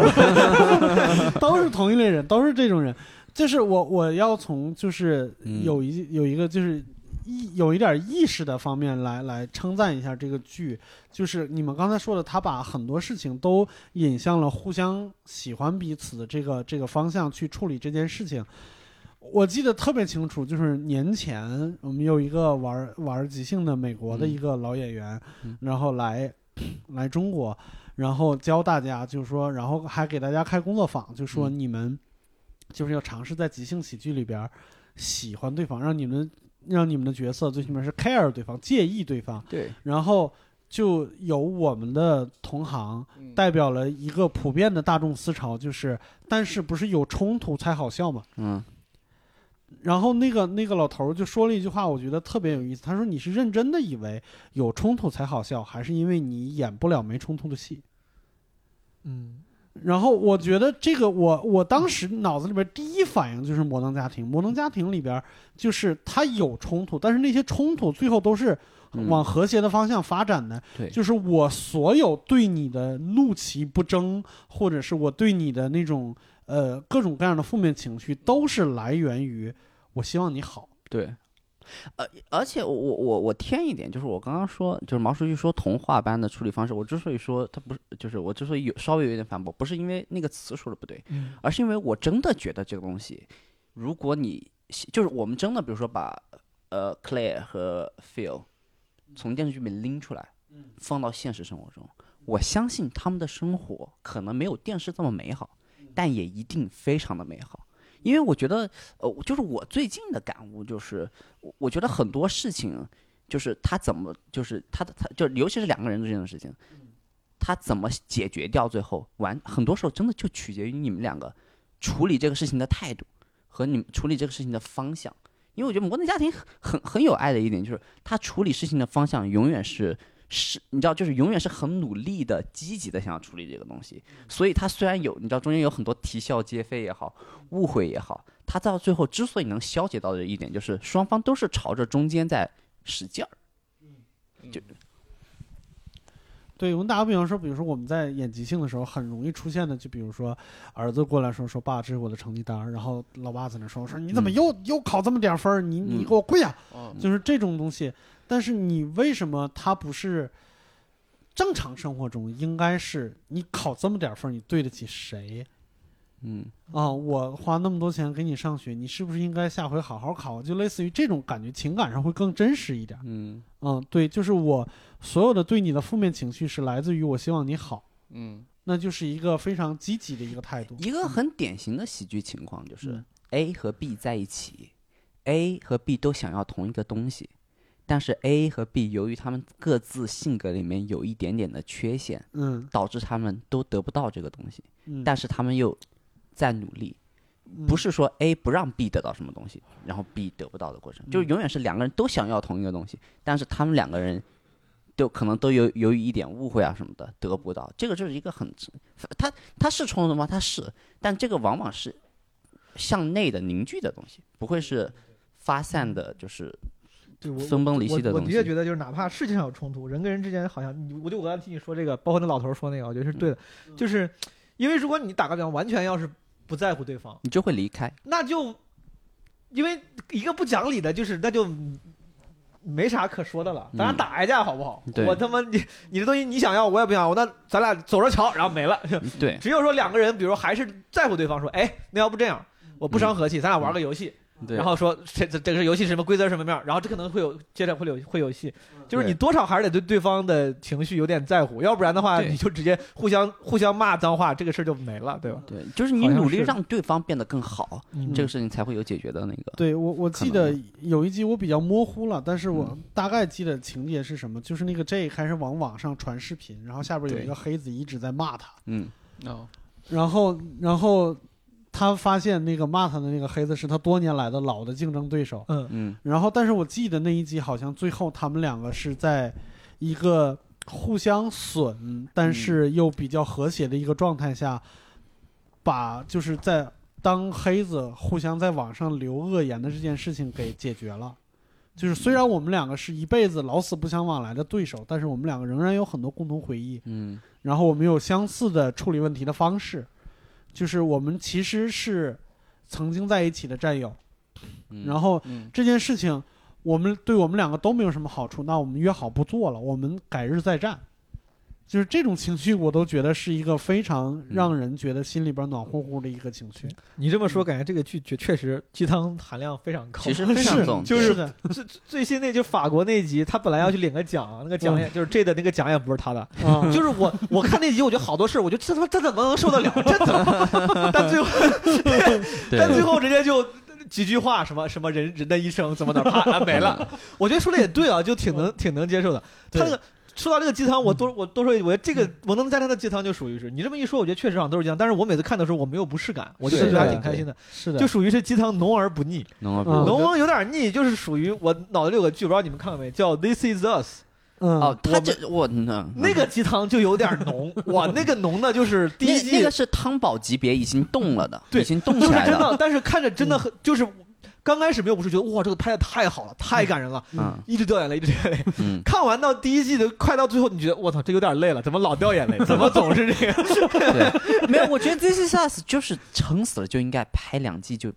[SPEAKER 4] 都是同一类人，都是这种人。就是我我要从就是
[SPEAKER 5] 嗯
[SPEAKER 4] 有一、有一个就是意有一点意识的方面来来称赞一下这个剧，就是你们刚才说的，他把很多事情都引向了互相喜欢彼此的这个这个方向去处理这件事情。我记得特别清楚，就是年前我们有一个玩玩即兴的美国的一个老演员，
[SPEAKER 5] 嗯
[SPEAKER 4] 然后来来中国，然后教大家，就是说，然后还给大家开工作坊，就说你们就是要尝试在即兴喜剧里边儿喜欢对方，让你们让你们的角色最起码是 care 对方，介意对方，
[SPEAKER 2] 对，
[SPEAKER 4] 然后就有我们的同行
[SPEAKER 2] 嗯
[SPEAKER 4] 代表了一个普遍的大众思潮，就是但是不是有冲突才好笑嘛？
[SPEAKER 5] 嗯
[SPEAKER 4] 然后那个那个老头儿就说了一句话，我觉得特别有意思。他说：“你是认真的以为有冲突才好笑，还是因为你演不了没冲突的戏？”
[SPEAKER 3] 嗯，
[SPEAKER 4] 然后我觉得这个我，我当时脑子里边第一反应就是《摩登家庭》。《摩登家庭》里边就是它有冲突，但是那些冲突最后都是
[SPEAKER 5] 嗯
[SPEAKER 4] 往和谐的方向发展的。
[SPEAKER 5] 对
[SPEAKER 4] 就是我所有对你的怒其不争，或者是我对你的那种呃各种各样的负面情绪，都是来源于我希望你好。
[SPEAKER 5] 对。而呃而且我我我我添一点，就是我刚刚说，就是毛书记说童话般的处理方式，我之所以说他不是，就是我之所以有稍微有一点反驳，不是因为那个词说的不对，
[SPEAKER 3] 嗯
[SPEAKER 5] 而是因为我真的觉得这个东西，如果你喜就是我们真的，比如说把呃 Claire 和 Phil 从电视剧里面拎出来，放到现实生活中，我相信他们的生活可能没有电视这么美好，但也一定非常的美好。因为我觉得，呃，就是我最近的感悟就是，我我觉得很多事情，就是他怎么，就是他的他，就尤其是两个人之间的事情，他怎么解决掉，最后完，很多时候真的就取决于你们两个处理这个事情的态度和你们处理这个事情的方向。因为我觉得《摩登家庭很》很很有爱的一点就是，他处理事情的方向永远是是，你知道，就是永远是很努力的、积极的想要处理这个东西。
[SPEAKER 2] 嗯
[SPEAKER 5] 所以他虽然有，你知道中间有很多啼笑皆非也好，误会也好，他到最后之所以能消解到的一点，就是双方都是朝着中间在使劲儿。
[SPEAKER 4] 对，我们打个比方说，比如说我们在演即兴的时候，很容易出现的，就比如说儿子过来说说爸，这是我的成绩单儿，然后老爸在那说说你怎么
[SPEAKER 5] 嗯
[SPEAKER 4] 又、又考这么点儿分儿，你你
[SPEAKER 5] 嗯
[SPEAKER 4] 给我跪下，啊
[SPEAKER 2] 嗯
[SPEAKER 4] 就是这种东西。但是你为什么他不是？正常生活中应该是你考这么点儿分儿，你对得起谁
[SPEAKER 2] 嗯，
[SPEAKER 4] 啊？我花那么多钱给你上学，你是不是应该下回好好考？啊就类似于这种感觉，情感上会更真实一点。
[SPEAKER 2] 嗯
[SPEAKER 4] 嗯，对，就是我所有的对你的负面情绪是来自于我希望你好，
[SPEAKER 2] 嗯
[SPEAKER 4] 那就是一个非常积极的一个态度。
[SPEAKER 5] 一个很典型的喜剧情况就是
[SPEAKER 4] 嗯
[SPEAKER 5] A 和 B 在一起，A 和 B 都想要同一个东西，但是 A 和 B 由于他们各自性格里面有一点点的缺陷，
[SPEAKER 4] 嗯，
[SPEAKER 5] 导致他们都得不到这个东西，
[SPEAKER 4] 嗯
[SPEAKER 5] 但是他们又在努力，
[SPEAKER 3] 嗯
[SPEAKER 5] 不是说 A 不让 B 得到什么东西，然后 B 得不到的过程，就是
[SPEAKER 4] 嗯
[SPEAKER 5] 永远是两个人都想要同一个东西，但是他们两个人都可能都有由于一点误会啊什么的得不到，这个就是一个很，它它是冲突吗？它是，但这个往往是向内的凝聚的东西，不会是发散的，就是
[SPEAKER 3] 对我
[SPEAKER 5] 分崩离析的
[SPEAKER 3] 我我
[SPEAKER 5] 东
[SPEAKER 3] 的确
[SPEAKER 5] 西。
[SPEAKER 3] 觉得，就是哪怕世界上有冲突，人跟人之间好像，你我就我刚才听你说这个，包括那老头儿说那个，我觉得是对的。就是因为如果你打个比方，完全要是不在乎对方，
[SPEAKER 5] 你就会离开，
[SPEAKER 3] 那就因为一个不讲理的，就是那就没啥可说的了。咱俩
[SPEAKER 5] 嗯
[SPEAKER 3] 打一架好不好？
[SPEAKER 5] 对
[SPEAKER 3] 我他妈你你的东西你想要，我也不想要，那咱俩走着瞧，然后没了。
[SPEAKER 5] 嗯对，
[SPEAKER 3] 只有说两个人，比如说还是在乎对方，说，哎，那要不这样，我不伤和气，咱俩玩个游戏，
[SPEAKER 5] 嗯
[SPEAKER 2] 嗯
[SPEAKER 5] 对
[SPEAKER 3] 然后说这这这个游戏是什么规则是什么样，然后这可能会有接着会有会有戏，就是你多少还是得对对方的情绪有点在乎，要不然的话
[SPEAKER 5] 对
[SPEAKER 3] 你就直接互相互相骂脏话，这个事儿就没了，对吧？
[SPEAKER 5] 对，就是你
[SPEAKER 3] 好像
[SPEAKER 5] 努力
[SPEAKER 3] 是
[SPEAKER 5] 让对方变得更好，
[SPEAKER 3] 嗯
[SPEAKER 5] 这个事情才会有解决的那个。
[SPEAKER 4] 对我我记
[SPEAKER 5] 可能嗯
[SPEAKER 4] 得有一集我比较模糊了，但是我大概记得情节是什么，就是那个 J 开始往网上传视频，然后下边有
[SPEAKER 5] 对
[SPEAKER 4] 一个黑子一直在骂他，
[SPEAKER 5] 嗯，
[SPEAKER 2] 哦
[SPEAKER 4] 然后然后他发现那个骂他的那个黑子是他多年来的老的竞争对手，
[SPEAKER 3] 嗯
[SPEAKER 5] 嗯，
[SPEAKER 4] 然后但是我记得那一集好像最后他们两个是在一个互相损，但是又比较和谐的一个状态下，把就是在当黑子互相在网上留恶言的这件事情给解决了。就是虽然我们两个是一辈子老死不相往来的对手，但是我们两个仍然有很多共同回忆，
[SPEAKER 5] 嗯，
[SPEAKER 4] 然后我们有相似的处理问题的方式，就是我们其实是曾经在一起的战友，
[SPEAKER 5] 嗯
[SPEAKER 4] 然后
[SPEAKER 2] 嗯
[SPEAKER 4] 这件事情，我们对我们两个都没有什么好处，那我们约好不做了，我们改日再战。就是这种情绪，我都觉得是一个非
[SPEAKER 5] 嗯
[SPEAKER 4] 常让人觉得心里边暖乎乎的一个情绪。
[SPEAKER 3] 你这么说，感觉这个剧确确实鸡汤含量非常高。
[SPEAKER 5] 其实非常
[SPEAKER 4] 是
[SPEAKER 5] 重，
[SPEAKER 3] 就是
[SPEAKER 5] 对
[SPEAKER 4] 是的，
[SPEAKER 3] 最最新那就法国那集，他本来要去领个奖，那个奖也就是这的那个奖也不是他的，
[SPEAKER 4] 啊，
[SPEAKER 3] 就是我我看那集，我觉得好多事儿，我就这他妈这怎么能受得了？这怎么？但最后但最后直接就几句话，什么什么人人的一生怎么哪啪啊没了。 我觉得说的也对啊，就挺能挺能接受的。他那个说到这个鸡汤，我多我多说一句，我觉得这个我能在他的鸡汤就属于是你这么一说，我觉得确实好像都是鸡汤。但是我每次看的时候，我没有不适感，我就觉
[SPEAKER 4] 是
[SPEAKER 3] 得还
[SPEAKER 4] 的
[SPEAKER 3] 挺开心的，
[SPEAKER 4] 是的，
[SPEAKER 3] 就属于是鸡汤浓而不腻，
[SPEAKER 5] 浓而不
[SPEAKER 4] 嗯
[SPEAKER 5] 浓。
[SPEAKER 3] 浓而有点腻，就是属于我脑子里有个剧，不知道你们看过没，叫《This Is Us》。
[SPEAKER 4] 嗯，
[SPEAKER 5] 哦，
[SPEAKER 3] 我
[SPEAKER 5] 他
[SPEAKER 3] 们
[SPEAKER 5] 这我嗯那
[SPEAKER 3] 那个鸡汤就有点 浓，哇，那个浓的就是第一
[SPEAKER 5] 那
[SPEAKER 3] 季
[SPEAKER 5] 那个哎是汤宝级别已经动了的，
[SPEAKER 3] 对
[SPEAKER 5] 已经动
[SPEAKER 3] 就
[SPEAKER 5] 起
[SPEAKER 3] 是
[SPEAKER 5] 来
[SPEAKER 3] 真
[SPEAKER 5] 了。
[SPEAKER 3] 的，但是看着真的
[SPEAKER 5] 嗯
[SPEAKER 3] 很就是。刚开始没有不是觉得哇这个拍的太好了，太感人了，
[SPEAKER 5] 嗯
[SPEAKER 3] 一直掉眼泪，一直掉眼泪。
[SPEAKER 5] 嗯，
[SPEAKER 3] 看完到第一季的快到最后，你觉得我操这有点累了，怎么老掉 眼泪？怎么总是这个？
[SPEAKER 5] 对，没有，我觉得《This Is Us》就是撑死了就应该拍两季就，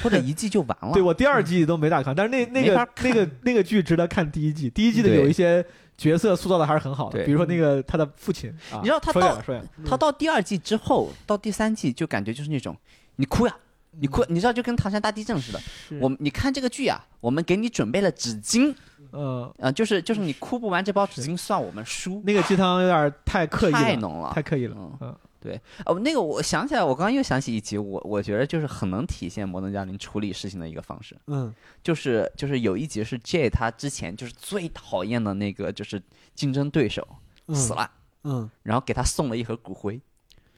[SPEAKER 5] 或者一季就完了。
[SPEAKER 3] 对我第二季都没咋看，但是那那
[SPEAKER 5] 没法
[SPEAKER 3] 个那个那个剧值得看第一季，第一季的
[SPEAKER 5] 对
[SPEAKER 3] 有一些角色塑造的还是很好的，
[SPEAKER 5] 对
[SPEAKER 3] 比如说那个他的父亲，
[SPEAKER 5] 啊你知道他
[SPEAKER 3] 说嗯远
[SPEAKER 5] 到
[SPEAKER 3] 了说远了，
[SPEAKER 5] 他到第二季之后，到第三季就感觉就是那种你哭呀，你哭，你知道就跟唐山大地震似的。我们你看这个剧啊，我们给你准备了纸巾，
[SPEAKER 3] 呃
[SPEAKER 5] 啊，就是就是你哭不完这包纸巾算我们输，
[SPEAKER 3] 那个鸡汤有点太刻意
[SPEAKER 5] 太
[SPEAKER 3] 了，
[SPEAKER 5] 浓了
[SPEAKER 3] 太。刻意了
[SPEAKER 5] 嗯，
[SPEAKER 3] 嗯
[SPEAKER 5] 哦，那个我想起来，我刚刚又想起一集，我我觉得就是很能体现摩登家庭处理事情的一个方式，
[SPEAKER 4] 嗯
[SPEAKER 5] 就是就是有一集是 J 他之前就是最讨厌的那个就是竞争对手
[SPEAKER 4] 嗯
[SPEAKER 5] 死了，
[SPEAKER 4] 嗯
[SPEAKER 5] 然后给他送了一盒骨灰，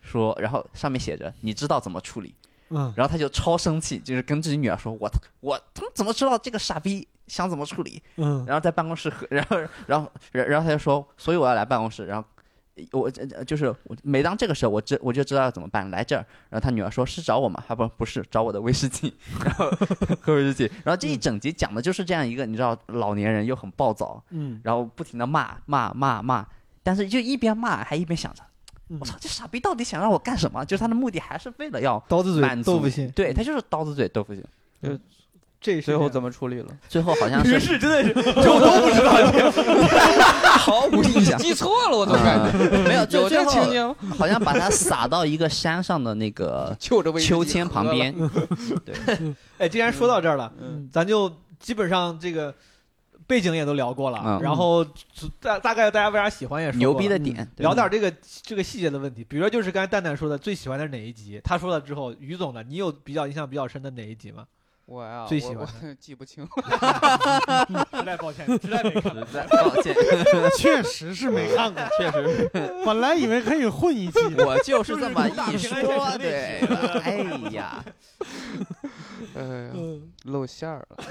[SPEAKER 5] 说然后上面写着你知道怎么处理，
[SPEAKER 4] 嗯
[SPEAKER 5] 然后他就超生气，就是跟自己女儿说我他我他怎么知道这个傻逼想怎么处理，
[SPEAKER 4] 嗯
[SPEAKER 5] 然后在办公室喝， 然后然后然然后他就说，所以我要来办公室，然后。我这就是我，每当这个时候，我知我就知道要怎么办，来这儿。然后他女儿说：“是找我吗？”他不不是，找我的 威士忌。然后喝威士忌。然后
[SPEAKER 4] 嗯
[SPEAKER 5] 这一整集讲的就是这样一个，你知道，老年人又很暴躁，
[SPEAKER 4] 嗯，
[SPEAKER 5] 然后不停的骂骂骂骂，但是就一边骂还一边想着，
[SPEAKER 4] 嗯
[SPEAKER 5] 我操，这傻逼到底想让我干什么？就是他的目的还是为了要
[SPEAKER 3] 刀子
[SPEAKER 5] 满
[SPEAKER 3] 嘴
[SPEAKER 5] 足
[SPEAKER 3] 豆腐心，
[SPEAKER 5] 对他就是刀子嘴豆腐心。
[SPEAKER 3] 这
[SPEAKER 2] 最后怎
[SPEAKER 3] 么？
[SPEAKER 2] 么处理了？
[SPEAKER 5] 最后好像
[SPEAKER 3] 于
[SPEAKER 5] 是
[SPEAKER 3] 是真的是，就都不知道。
[SPEAKER 5] 毫无印象，
[SPEAKER 2] 记错了，我怎么感觉
[SPEAKER 5] 呃没有，最
[SPEAKER 2] 有
[SPEAKER 5] 最
[SPEAKER 2] 这
[SPEAKER 5] 后
[SPEAKER 2] 情节吗？
[SPEAKER 5] 好像把它撒到一个山上的那个
[SPEAKER 2] 就着 威士忌
[SPEAKER 5] 秋千旁
[SPEAKER 2] 喝了，
[SPEAKER 5] 边。
[SPEAKER 3] 哎，既然说到这儿了，
[SPEAKER 2] 嗯
[SPEAKER 3] 咱就基本上这个背景也都聊过了，
[SPEAKER 5] 嗯
[SPEAKER 3] 然后大大概大家为啥喜欢也说过了
[SPEAKER 5] 牛逼的点，对
[SPEAKER 3] 嗯聊点这个这个细节的问题，比如说就是刚才蛋蛋说的最喜欢的是哪一集，他说了之后，于总的你有比较印象比较深的哪一集吗？
[SPEAKER 2] 我呀，
[SPEAKER 3] 最喜
[SPEAKER 2] 我
[SPEAKER 3] 欢
[SPEAKER 2] 我记不清，
[SPEAKER 3] 啊 实在抱歉，实在没看。
[SPEAKER 5] 抱歉，
[SPEAKER 4] 确实是没看过，
[SPEAKER 5] 确实，
[SPEAKER 4] 嗯本来以为可以混一 期的，
[SPEAKER 5] 我就是这么一
[SPEAKER 3] 就是这么
[SPEAKER 5] 说，
[SPEAKER 3] 大
[SPEAKER 5] 对
[SPEAKER 3] 平
[SPEAKER 5] 了，哎呀，
[SPEAKER 2] 哎呀，
[SPEAKER 4] 嗯
[SPEAKER 2] 露馅儿 了。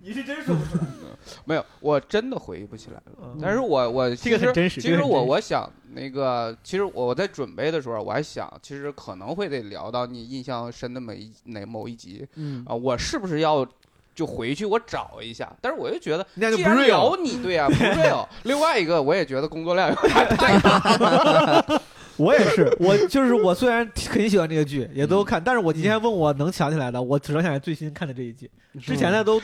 [SPEAKER 3] 你是真说不出来，
[SPEAKER 2] 嗯 没有，我真的回忆不起来了。
[SPEAKER 3] 嗯
[SPEAKER 2] 但是我我
[SPEAKER 3] 这个
[SPEAKER 2] 其
[SPEAKER 3] 很
[SPEAKER 2] 实
[SPEAKER 3] 真实
[SPEAKER 2] 其
[SPEAKER 3] 这
[SPEAKER 2] 实
[SPEAKER 3] 个很真
[SPEAKER 2] 我
[SPEAKER 3] 实
[SPEAKER 2] 我想那个，其实我我在准备的时候，我还想，其实可能会得聊到你印象深的每一哪某一集
[SPEAKER 4] 嗯，
[SPEAKER 2] 啊，我是不是要就回去我找一下？但是我又觉得，
[SPEAKER 3] 那就
[SPEAKER 2] 既
[SPEAKER 3] 不
[SPEAKER 2] 然
[SPEAKER 3] 是
[SPEAKER 2] 聊
[SPEAKER 3] 有。
[SPEAKER 2] 你对 啊，不 real。另外一个，我也觉得工作量有点太大。
[SPEAKER 3] 我也是，我就是我虽然很喜欢这个剧，也都看，但是我今天问我能想起来的，我只能想起来最新看的这一集，之前的都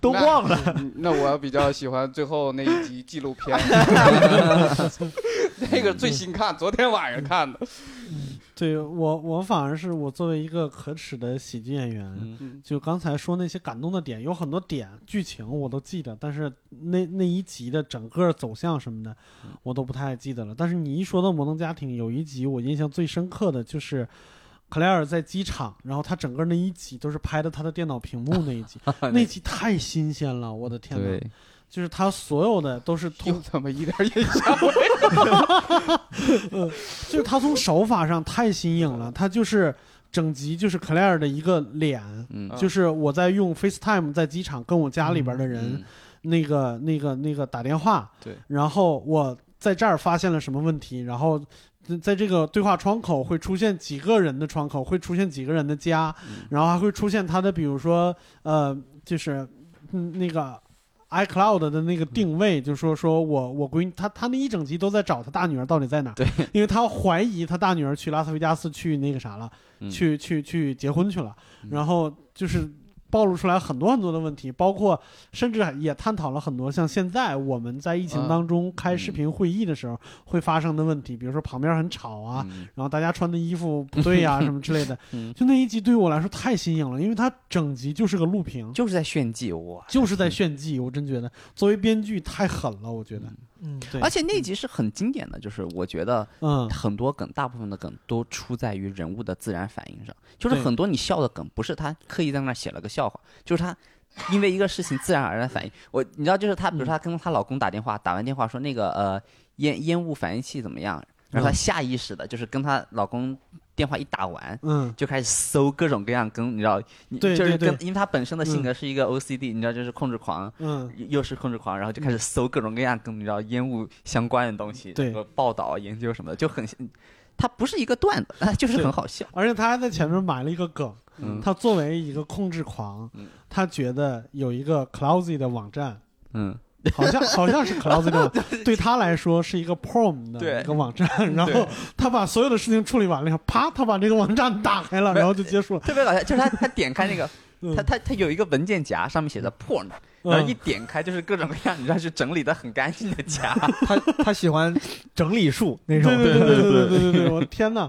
[SPEAKER 3] 都忘了。
[SPEAKER 2] 嗯那我比较喜欢最后那一集纪录 片，那个最新看，昨天晚上看的。
[SPEAKER 4] 对我我反而是我作为一个可耻的喜剧演员，
[SPEAKER 1] 嗯
[SPEAKER 2] 嗯
[SPEAKER 4] 就刚才说那些感动的点，有很多点剧情我都记得，但是那那一集的整个走向什么的，我都不太记得了。但是你一说到《摩登家庭》，有一集我印象最深刻的就是。克莱尔在机场，然后他整个那一集都是拍的他的电脑屏幕那一集，那集太新鲜了，我的天哪！
[SPEAKER 1] 对，
[SPEAKER 4] 就是他所有的都是
[SPEAKER 2] 又
[SPEAKER 4] 通，
[SPEAKER 2] 怎么一点印象？
[SPEAKER 4] 就是他从手法上太新颖了，他就是整集就是克莱尔的一个脸，
[SPEAKER 5] 嗯
[SPEAKER 2] 啊
[SPEAKER 4] 就是我在用 FaceTime 在机场跟我家里边的人，
[SPEAKER 5] 嗯
[SPEAKER 4] 那个、那个、那个打电话，
[SPEAKER 1] 对，
[SPEAKER 4] 然后我在这儿发现了什么问题，然后在在这个对话窗口会出现几个人的窗口，会出现几个人的家，
[SPEAKER 1] 嗯
[SPEAKER 4] 然后还会出现他的，比如说呃，就是嗯那个。iCloud 的那个定位，
[SPEAKER 5] 嗯
[SPEAKER 4] 就说说我我闺女，他他那一整集都在找他大女儿到底在哪儿，
[SPEAKER 5] 对，
[SPEAKER 4] 因为他怀疑他大女儿去拉斯维加斯去那个啥了，
[SPEAKER 1] 嗯
[SPEAKER 4] 去去去结婚去了，
[SPEAKER 5] 嗯
[SPEAKER 4] 然后就是暴露出来很多很多的问题，包括甚至也探讨了很多像现在我们在疫
[SPEAKER 5] 啊
[SPEAKER 4] 情当中开视频会议的时候会发生的问题，比如说旁边很吵啊，
[SPEAKER 1] 嗯
[SPEAKER 4] 然后大家穿的衣服不对 呀、什么之类的。
[SPEAKER 5] 嗯
[SPEAKER 4] 就那一集对于我来说太新颖了，因为它整集就是个录屏，
[SPEAKER 5] 就是在炫技哇。
[SPEAKER 4] 就是在炫技。我真觉得作为编剧太狠了，我觉得，
[SPEAKER 3] 嗯，
[SPEAKER 4] 对，
[SPEAKER 5] 而且那集是很经典的，就是我觉得
[SPEAKER 4] 嗯，
[SPEAKER 5] 很多梗，大部分的梗都出在于人物的自然反应上，就是
[SPEAKER 4] 对
[SPEAKER 5] 很多你笑的梗，不是他刻意在那儿写了个笑话，就是他因为一个事情自然而然
[SPEAKER 4] 嗯
[SPEAKER 5] 反应。我你知道，就是她，比如说她跟她老公打电话，打完电话说那个呃烟烟雾反应器怎么样，然后她下意识的就是跟她老公电话一打完，
[SPEAKER 4] 嗯，
[SPEAKER 5] 就开始搜各种各样跟你知道，你
[SPEAKER 4] 对
[SPEAKER 5] 就是
[SPEAKER 4] 对嗯
[SPEAKER 5] 跟
[SPEAKER 4] 对
[SPEAKER 5] 因为她本身的性格是一个 OCD，你知道就是控制狂，
[SPEAKER 4] 嗯，
[SPEAKER 5] 又又是控制狂，然后就开始搜各种各样跟你知道烟雾相关的东西，
[SPEAKER 4] 对
[SPEAKER 5] 什么报道、啊研究什么的，就很，它不是一个段子，它就是
[SPEAKER 4] 对
[SPEAKER 5] 很好笑。
[SPEAKER 4] 而且他还在前面埋了一个梗，
[SPEAKER 5] 嗯
[SPEAKER 4] 他作为一个控制狂
[SPEAKER 5] 嗯，
[SPEAKER 4] 他觉得有一个 Clousy 的网站。
[SPEAKER 5] 嗯，
[SPEAKER 4] 好像好像是 Cloud 这种，对他来说是一个 Prom 的
[SPEAKER 5] 对
[SPEAKER 4] 一个网站，然后
[SPEAKER 2] 对
[SPEAKER 4] 他把所有的事情处理完了以后，啪，他把这个网站打开了，
[SPEAKER 5] 没有
[SPEAKER 4] 然后就结束了。
[SPEAKER 5] 特别搞笑，就是他他点开那个，
[SPEAKER 4] 嗯
[SPEAKER 5] 他他他有一个文件夹，上面写着 porn，然后一
[SPEAKER 4] 嗯，
[SPEAKER 5] 点开就是各种各样，你知道是整理的很干净的夹，
[SPEAKER 3] 他他喜欢整理术那
[SPEAKER 4] 对
[SPEAKER 3] 种，
[SPEAKER 4] 对对
[SPEAKER 1] 对
[SPEAKER 4] 对对
[SPEAKER 1] 对
[SPEAKER 4] 对对对，我天哪！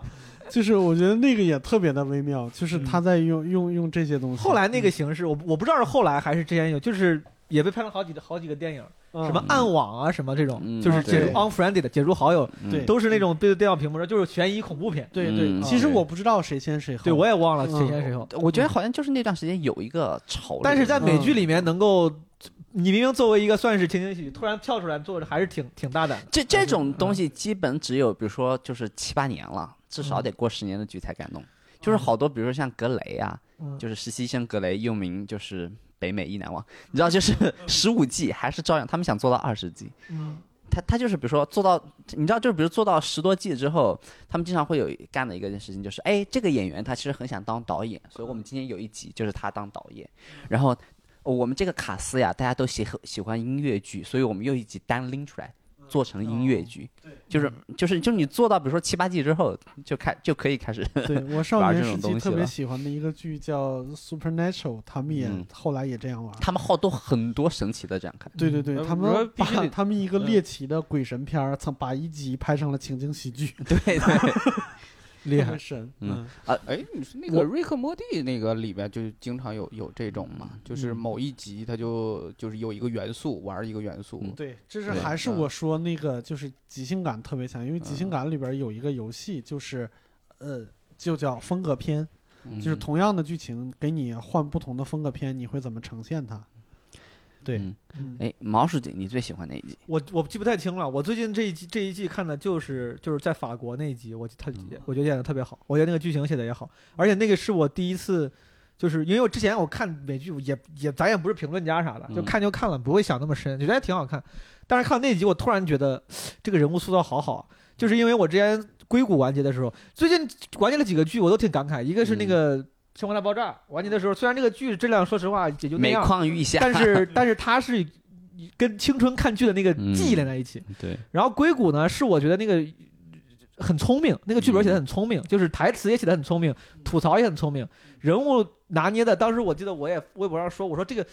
[SPEAKER 4] 就是我觉得那个也特别的微妙，就是他在用用用这些东西。
[SPEAKER 3] 后来那个形式，我不我不知道是后来还是之前有，就是也被拍了好几好几个电影，
[SPEAKER 4] 嗯
[SPEAKER 3] 什么暗网啊，什么这种，
[SPEAKER 5] 嗯
[SPEAKER 3] 就是解除
[SPEAKER 4] 对
[SPEAKER 3] unfriended 解除好友，
[SPEAKER 4] 对
[SPEAKER 3] 都是那种被电脑屏幕上就是悬疑恐怖片。
[SPEAKER 4] 对对，
[SPEAKER 5] 嗯
[SPEAKER 4] 其实
[SPEAKER 1] 对
[SPEAKER 4] 我不知道谁先谁后。
[SPEAKER 3] 对我也忘了
[SPEAKER 4] 嗯
[SPEAKER 3] 谁先谁后，
[SPEAKER 5] 我觉得好像就是那段时间有一个潮流，嗯
[SPEAKER 3] 但是在美剧里面能够，你明明作为一个算是情景喜剧，突然跳出来做，还是挺挺大胆的。
[SPEAKER 5] 这这种东西基本只有，比如说就是七八年了，至少得过十年的剧才敢弄。就是好多，比如说像格雷啊，
[SPEAKER 3] 嗯
[SPEAKER 5] 就是实习生格雷，又名就是北美一男王，你知道，就是十五季还是照样，他们想做到二十季。
[SPEAKER 3] 嗯
[SPEAKER 5] 他他就是比如说做到，你知道，就是比如做到十多季之后，他们经常会有干的一个事情，就是哎，这个演员他其实很想当导演，所以我们今天有一集就是他当导演，然后。我们这个卡斯呀，大家都喜喜欢音乐剧，所以我们又一集单拎出来，做成音乐剧，
[SPEAKER 4] 对
[SPEAKER 5] 就是就是就是你做到比如说七八季之后，就开就可以开始
[SPEAKER 4] 对我少
[SPEAKER 5] 玩
[SPEAKER 4] 年
[SPEAKER 5] 这
[SPEAKER 4] 时
[SPEAKER 5] 种东
[SPEAKER 4] 期特
[SPEAKER 5] 西
[SPEAKER 4] 别
[SPEAKER 5] 了
[SPEAKER 4] 喜欢的一个剧叫《Supernatural》，他们也
[SPEAKER 5] 嗯
[SPEAKER 4] 后来也这样 玩。
[SPEAKER 5] 他们好多很多神奇的展开。
[SPEAKER 4] 对对对，
[SPEAKER 3] 嗯
[SPEAKER 2] 呃
[SPEAKER 4] 他
[SPEAKER 2] 我说
[SPEAKER 4] 们
[SPEAKER 2] 必须
[SPEAKER 4] 把
[SPEAKER 2] 得
[SPEAKER 4] 他们一个
[SPEAKER 2] 嗯
[SPEAKER 4] 猎奇的鬼神片儿，曾把一集拍成了情景喜剧，
[SPEAKER 5] 对对，
[SPEAKER 3] 厉
[SPEAKER 4] 特别
[SPEAKER 3] 害。
[SPEAKER 4] 神。
[SPEAKER 5] 嗯，
[SPEAKER 2] 哎，你说那个《瑞克莫蒂》那个里边就经常有有这种嘛，就是
[SPEAKER 4] 嗯
[SPEAKER 2] 某一集它就就是有一个元素玩一个元素，
[SPEAKER 5] 嗯
[SPEAKER 4] 对，这是
[SPEAKER 2] 对
[SPEAKER 4] 还是
[SPEAKER 2] 嗯
[SPEAKER 4] 我说那个就是即兴感特别强，因为即
[SPEAKER 2] 嗯
[SPEAKER 4] 兴感里边儿有一个游戏，就是呃，就叫风格片，
[SPEAKER 2] 嗯
[SPEAKER 4] 就是同样的剧情给你换不同的风格片，你会怎么呈现它？对，
[SPEAKER 5] 嗯
[SPEAKER 4] 嗯
[SPEAKER 5] 哎，毛书记，你最喜欢哪一集？
[SPEAKER 3] 我我记不太清了，我最近这一季这一季看的就是就是在法国那一集，我他
[SPEAKER 5] 嗯
[SPEAKER 3] 我觉得演的特别好，我觉得那个剧情写的也好，而且那个是我第一次，就是因为我之前我看美剧也也咱也不是评论家啥的，就
[SPEAKER 5] 嗯
[SPEAKER 3] 看就看了，不会想那么深，觉得还挺好看。但是看到那集，我突然觉得这个人物塑造好好啊，就是因为我之前硅谷完结的时候，最近完结了几个剧，我都挺感慨，一个
[SPEAKER 5] 嗯
[SPEAKER 3] 是那个《生活大爆炸》完结的时候，虽然这个剧质量说实话也就那
[SPEAKER 5] 每
[SPEAKER 3] 样，
[SPEAKER 5] 况愈下。
[SPEAKER 3] 但是但是它是跟青春看剧的那个记忆连在一起。
[SPEAKER 1] 对，
[SPEAKER 3] 然后硅谷呢，是我觉得那个很聪明，那个剧本写的很聪明，就是台词也写的很聪明，吐槽也很聪明，人物拿捏的。当时我记得我也微博上说，我说这个，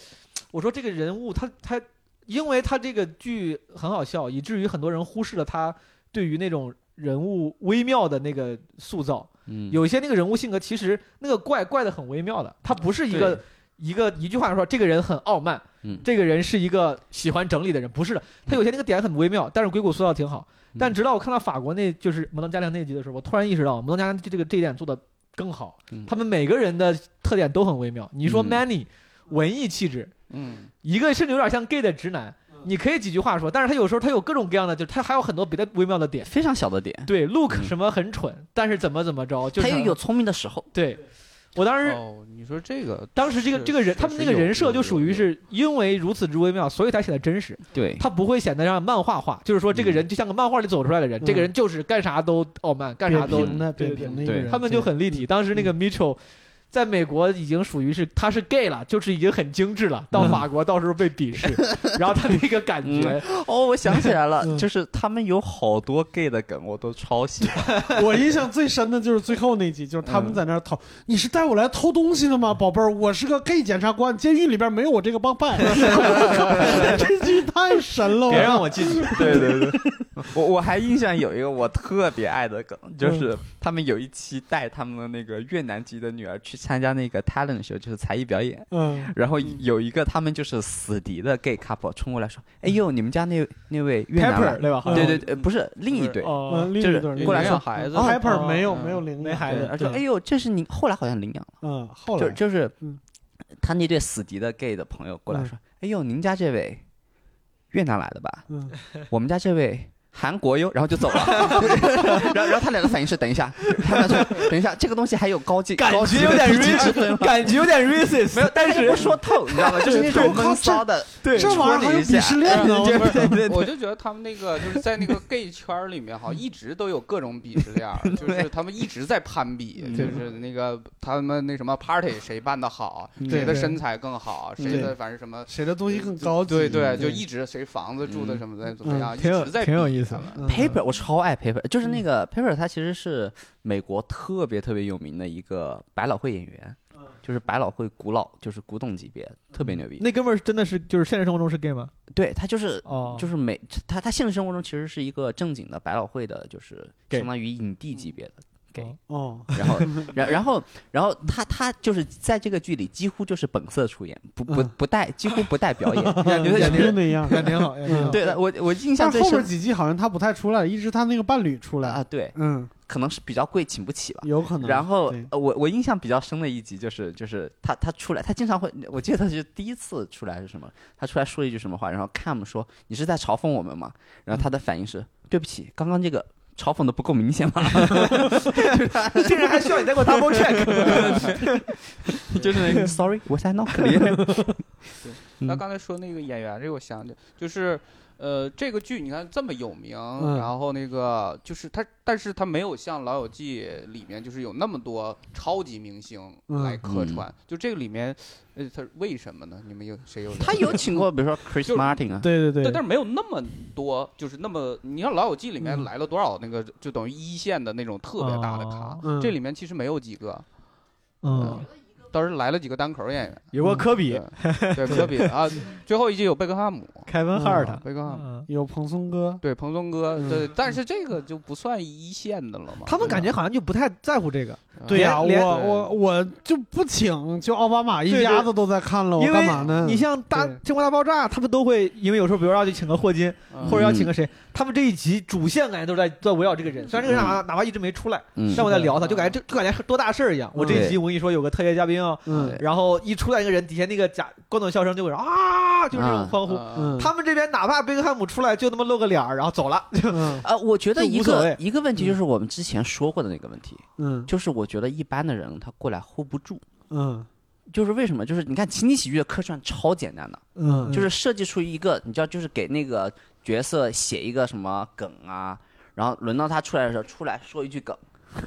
[SPEAKER 3] 我说这个人物他他，因为他这个剧很好笑，以至于很多人忽视了他对于那种人物微妙的那个塑造。
[SPEAKER 5] 嗯，
[SPEAKER 3] 有一些那个人物性格，其实那个怪怪的很微妙的，他不是一个一个一句话说这个人很傲慢，
[SPEAKER 5] 嗯
[SPEAKER 3] 这个人是一个喜欢整理的人，不是的，他有些那个点很微妙，但是硅谷塑造挺好。
[SPEAKER 5] 嗯
[SPEAKER 3] 但直到我看到法国那就是《摩登家庭》那集的时候，我突然意识到《摩登家庭》这个这一点做的更好
[SPEAKER 5] 嗯，
[SPEAKER 3] 他们每个人的特点都很微妙。你说
[SPEAKER 5] 嗯
[SPEAKER 3] Manny 文艺气质，
[SPEAKER 2] 嗯
[SPEAKER 3] 一个甚至有点像 gay 的直男，
[SPEAKER 5] 嗯
[SPEAKER 3] 你可以几句话说，但是他有时候他有各种各样的，就是他还有很多别的微妙的点。
[SPEAKER 5] 非常小的点，
[SPEAKER 3] 对，look
[SPEAKER 5] 嗯
[SPEAKER 3] 什么很蠢，但是怎么怎么着，就是
[SPEAKER 5] 他又
[SPEAKER 3] 想
[SPEAKER 5] 有聪明的时候。
[SPEAKER 3] 对，我当时、
[SPEAKER 2] 哦，你说这个
[SPEAKER 3] 当时这个
[SPEAKER 2] 是
[SPEAKER 3] 这个人，
[SPEAKER 2] 确
[SPEAKER 3] 他们
[SPEAKER 2] 实
[SPEAKER 3] 那个
[SPEAKER 2] 有
[SPEAKER 3] 人设就属于
[SPEAKER 2] 有
[SPEAKER 3] 是因为如此之微妙，所以才显得真实，
[SPEAKER 5] 对，
[SPEAKER 3] 他不会显得像漫画化，就是说这个人就像个漫画里走出来的人，
[SPEAKER 4] 嗯
[SPEAKER 3] 这个人就是干啥都傲慢，干啥
[SPEAKER 4] 扁
[SPEAKER 3] 都
[SPEAKER 4] 平的
[SPEAKER 3] 对对对
[SPEAKER 4] 扁平的一个
[SPEAKER 1] 对
[SPEAKER 4] 人，
[SPEAKER 3] 他们就
[SPEAKER 4] 对
[SPEAKER 3] 很立体。当时那个 Mitchell。在美国已经属于是他是 gay 了，就是已经很精致了。到
[SPEAKER 4] 嗯
[SPEAKER 3] 法国到时候被鄙视，然后他那个感觉，
[SPEAKER 5] 哦，我想起来
[SPEAKER 4] 嗯
[SPEAKER 5] 了，就是他们有好多 gay 的梗，我都超喜 欢。
[SPEAKER 4] 我印象最深的就是最后那集，就是他们在那儿讨，你是带我来偷东西的吗，宝贝儿？我是个 gay 检察官，监狱里边没有我这个帮派。这句太神了，
[SPEAKER 3] 别让我进去。
[SPEAKER 5] 对对对， 我我还印象有一个我特别爱的梗，
[SPEAKER 4] 嗯
[SPEAKER 5] 就是他们有一期带他们的那个越南籍的女儿去参加那个 talent show，就是才艺表演。
[SPEAKER 4] 嗯，
[SPEAKER 5] 然后有一个他们就是死敌的 gay couple 冲过来说：“哎呦，你们家那那位越南
[SPEAKER 3] Pepper
[SPEAKER 5] 来
[SPEAKER 3] 对吧？
[SPEAKER 4] 嗯
[SPEAKER 5] 对对对，呃不是另一对，
[SPEAKER 3] 哦
[SPEAKER 4] 嗯，，另
[SPEAKER 5] 就
[SPEAKER 4] 一
[SPEAKER 5] 是
[SPEAKER 4] 对儿
[SPEAKER 5] 过来
[SPEAKER 2] 领
[SPEAKER 5] 说
[SPEAKER 2] 养孩子啊
[SPEAKER 5] 哦
[SPEAKER 4] Piper 没有
[SPEAKER 3] 嗯
[SPEAKER 4] 没有领
[SPEAKER 3] 没
[SPEAKER 4] 养
[SPEAKER 3] 孩
[SPEAKER 5] 对
[SPEAKER 3] 子
[SPEAKER 5] 然后说：“哎
[SPEAKER 4] 对
[SPEAKER 5] 呦，这是你后来好像领养了，
[SPEAKER 4] 嗯，后
[SPEAKER 5] 就
[SPEAKER 4] 来
[SPEAKER 5] 就是
[SPEAKER 4] 嗯
[SPEAKER 5] 他那对死敌的 gay 的朋友
[SPEAKER 3] 嗯
[SPEAKER 5] 过来说：‘哎呦，您家这位越南来的吧？’
[SPEAKER 4] 嗯，
[SPEAKER 5] 我们家这位韩国哟，然后就走了。 然后，然后他俩的反应是：等一下，他俩说：等一下，这个东西还有高级，
[SPEAKER 3] 感
[SPEAKER 5] 高级
[SPEAKER 3] 觉有
[SPEAKER 5] 的
[SPEAKER 3] 点
[SPEAKER 5] 低级之
[SPEAKER 3] racist，感觉有点 racist，没有，但是
[SPEAKER 5] 不说透，你知道吗？就是那种闷骚的，
[SPEAKER 3] 对
[SPEAKER 4] 这玩意儿
[SPEAKER 5] 戳
[SPEAKER 4] 还有
[SPEAKER 5] 你一下
[SPEAKER 4] 鄙视链呢，我
[SPEAKER 5] 对对对
[SPEAKER 2] 嗯我就觉得他们那个就是在那个 gay 圈儿里面，
[SPEAKER 3] 嗯
[SPEAKER 2] 好像一直都有各种鄙视链儿， 就是他们一直在攀比，
[SPEAKER 5] 嗯
[SPEAKER 2] 就是那个他们那什么 party 谁办的好，
[SPEAKER 3] 嗯
[SPEAKER 4] 对
[SPEAKER 2] 谁的
[SPEAKER 4] 对
[SPEAKER 2] 身材更好，谁
[SPEAKER 4] 对
[SPEAKER 2] 的反正什么，
[SPEAKER 4] 谁的东西更高级？
[SPEAKER 2] 对对，
[SPEAKER 4] 嗯
[SPEAKER 2] 就一直谁房子住的
[SPEAKER 5] 嗯
[SPEAKER 2] 什么的怎么样，一
[SPEAKER 3] 挺有
[SPEAKER 2] 直在
[SPEAKER 3] 挺有
[SPEAKER 2] 比
[SPEAKER 3] 意
[SPEAKER 2] 他
[SPEAKER 3] 思
[SPEAKER 2] 们
[SPEAKER 4] 嗯
[SPEAKER 5] Paper，我超爱 Paper，就是那个 Paper，他其实是美国特别特别有名的一个百老汇演员，
[SPEAKER 4] 嗯
[SPEAKER 5] 就是百老汇古老，就是古董级别，特别牛逼。
[SPEAKER 3] 那哥们儿真的是就是现实生活中是 gay 吗？
[SPEAKER 5] 对他就是
[SPEAKER 3] 哦
[SPEAKER 5] 就是每他他现实生活中其实是一个正经的百老汇的，就是
[SPEAKER 3] 给
[SPEAKER 5] 相当于影帝级 别的给。
[SPEAKER 3] 哦
[SPEAKER 4] 哦，
[SPEAKER 5] 然后，然然后，然后他他就是在这个剧里几乎就是本色出演，不不
[SPEAKER 4] 嗯
[SPEAKER 5] 不带几乎不带 表演。觉
[SPEAKER 4] 肯定
[SPEAKER 5] 得
[SPEAKER 4] 那样。
[SPEAKER 3] 也挺好，也挺好。
[SPEAKER 5] 嗯对的，我我印象
[SPEAKER 4] 但
[SPEAKER 5] 最
[SPEAKER 4] 后
[SPEAKER 5] 深
[SPEAKER 4] 边几集好像他不太出来，一直他那个伴侣出
[SPEAKER 5] 啊，
[SPEAKER 4] 来，
[SPEAKER 5] 对，
[SPEAKER 4] 嗯，
[SPEAKER 5] 可能是比较贵请不起吧。
[SPEAKER 4] 有可能。
[SPEAKER 5] 然后
[SPEAKER 4] 对
[SPEAKER 5] 呃我我印象比较深的一集就是就是他他出来，他经常会，我记得他是第一次出来是什么？他出来说一句什么话，然后 Cam 说你是在嘲讽我们吗？然后他的反应是对不起，刚刚这个嘲讽的不够明显吗？
[SPEAKER 3] 竟然还需要你再给我 double check，
[SPEAKER 5] 就是 那个 sorry，我在 not clear。
[SPEAKER 2] 那刚才说那个演员这个，我想起就是，呃，这个剧你看这么有名，
[SPEAKER 4] 嗯
[SPEAKER 2] 然后那个就是它，但是它没有像《老友记》里面就是有那么多超级明星
[SPEAKER 4] 嗯
[SPEAKER 2] 来客串，就这个里面，呃，它为什么呢？你们有谁有？
[SPEAKER 5] 他 有请过，比如说 Chris
[SPEAKER 2] 就是
[SPEAKER 5] Martin 啊，
[SPEAKER 4] 对对
[SPEAKER 2] 对，但是没有那么多，就是那么，你看《老友记》里面
[SPEAKER 4] 嗯
[SPEAKER 2] 来了多少那个，就等于一线的那种特别大的咖，
[SPEAKER 3] 哦
[SPEAKER 4] 嗯
[SPEAKER 2] 这里面其实没有几个，
[SPEAKER 3] 嗯，
[SPEAKER 2] 倒是来了几个单口演员，
[SPEAKER 3] 有过科
[SPEAKER 2] 嗯
[SPEAKER 3] 比、
[SPEAKER 2] 对，对，科比啊，最后一季有贝克汉姆，
[SPEAKER 3] 凯文
[SPEAKER 4] 嗯
[SPEAKER 3] 哈尔特，
[SPEAKER 2] 贝克汉姆，
[SPEAKER 3] 嗯，
[SPEAKER 4] 有蓬松哥，
[SPEAKER 2] 对，蓬松哥，
[SPEAKER 4] 嗯
[SPEAKER 2] 对，但是这个就不算一线的了嘛，
[SPEAKER 3] 他们感觉好像就不太在乎这个，
[SPEAKER 4] 对啊呀、
[SPEAKER 3] 连
[SPEAKER 4] 我我我就不请，就奥巴马一
[SPEAKER 3] 对对
[SPEAKER 4] 家子都在看了，我
[SPEAKER 3] 因为
[SPEAKER 4] 干嘛呢？
[SPEAKER 3] 你像大
[SPEAKER 4] 对
[SPEAKER 3] 《中国大爆炸》，他们都会因为有时候比如要去请个霍金，
[SPEAKER 2] 嗯
[SPEAKER 4] 嗯
[SPEAKER 3] 或者要请个谁，他们这一集主线感觉都在在围绕这个人，虽然这个人哪怕哪怕一直没出来，
[SPEAKER 5] 嗯，
[SPEAKER 3] 但我在
[SPEAKER 4] 嗯是的
[SPEAKER 3] 聊他，就感觉这就感觉多大事儿一样。我这一集我跟你说有个特约嘉宾啊，
[SPEAKER 4] 嗯
[SPEAKER 3] 然后一出来一个人，底下那个假观众笑声就会啊，就是这种欢呼。
[SPEAKER 2] 嗯，
[SPEAKER 4] 嗯，
[SPEAKER 3] 他们这边哪怕贝克汉姆出来就那么露个脸儿，啊然后走了，
[SPEAKER 4] 嗯
[SPEAKER 5] 呃，我觉得
[SPEAKER 3] 就
[SPEAKER 5] 一
[SPEAKER 3] 无所
[SPEAKER 5] 个
[SPEAKER 3] 谓嗯
[SPEAKER 5] 一个问题就是我们之前说过的那个问题，
[SPEAKER 4] 嗯
[SPEAKER 5] 就是我觉得一般的人他过来 hold 不住，
[SPEAKER 4] 嗯
[SPEAKER 5] 就是为什么？就是你看情景喜剧的客串超简单的，
[SPEAKER 4] 嗯，。
[SPEAKER 5] 就是设计出一个，你知道，就是给那个角色写一个什么梗啊，然后轮到他出来的时候，出来说一句梗，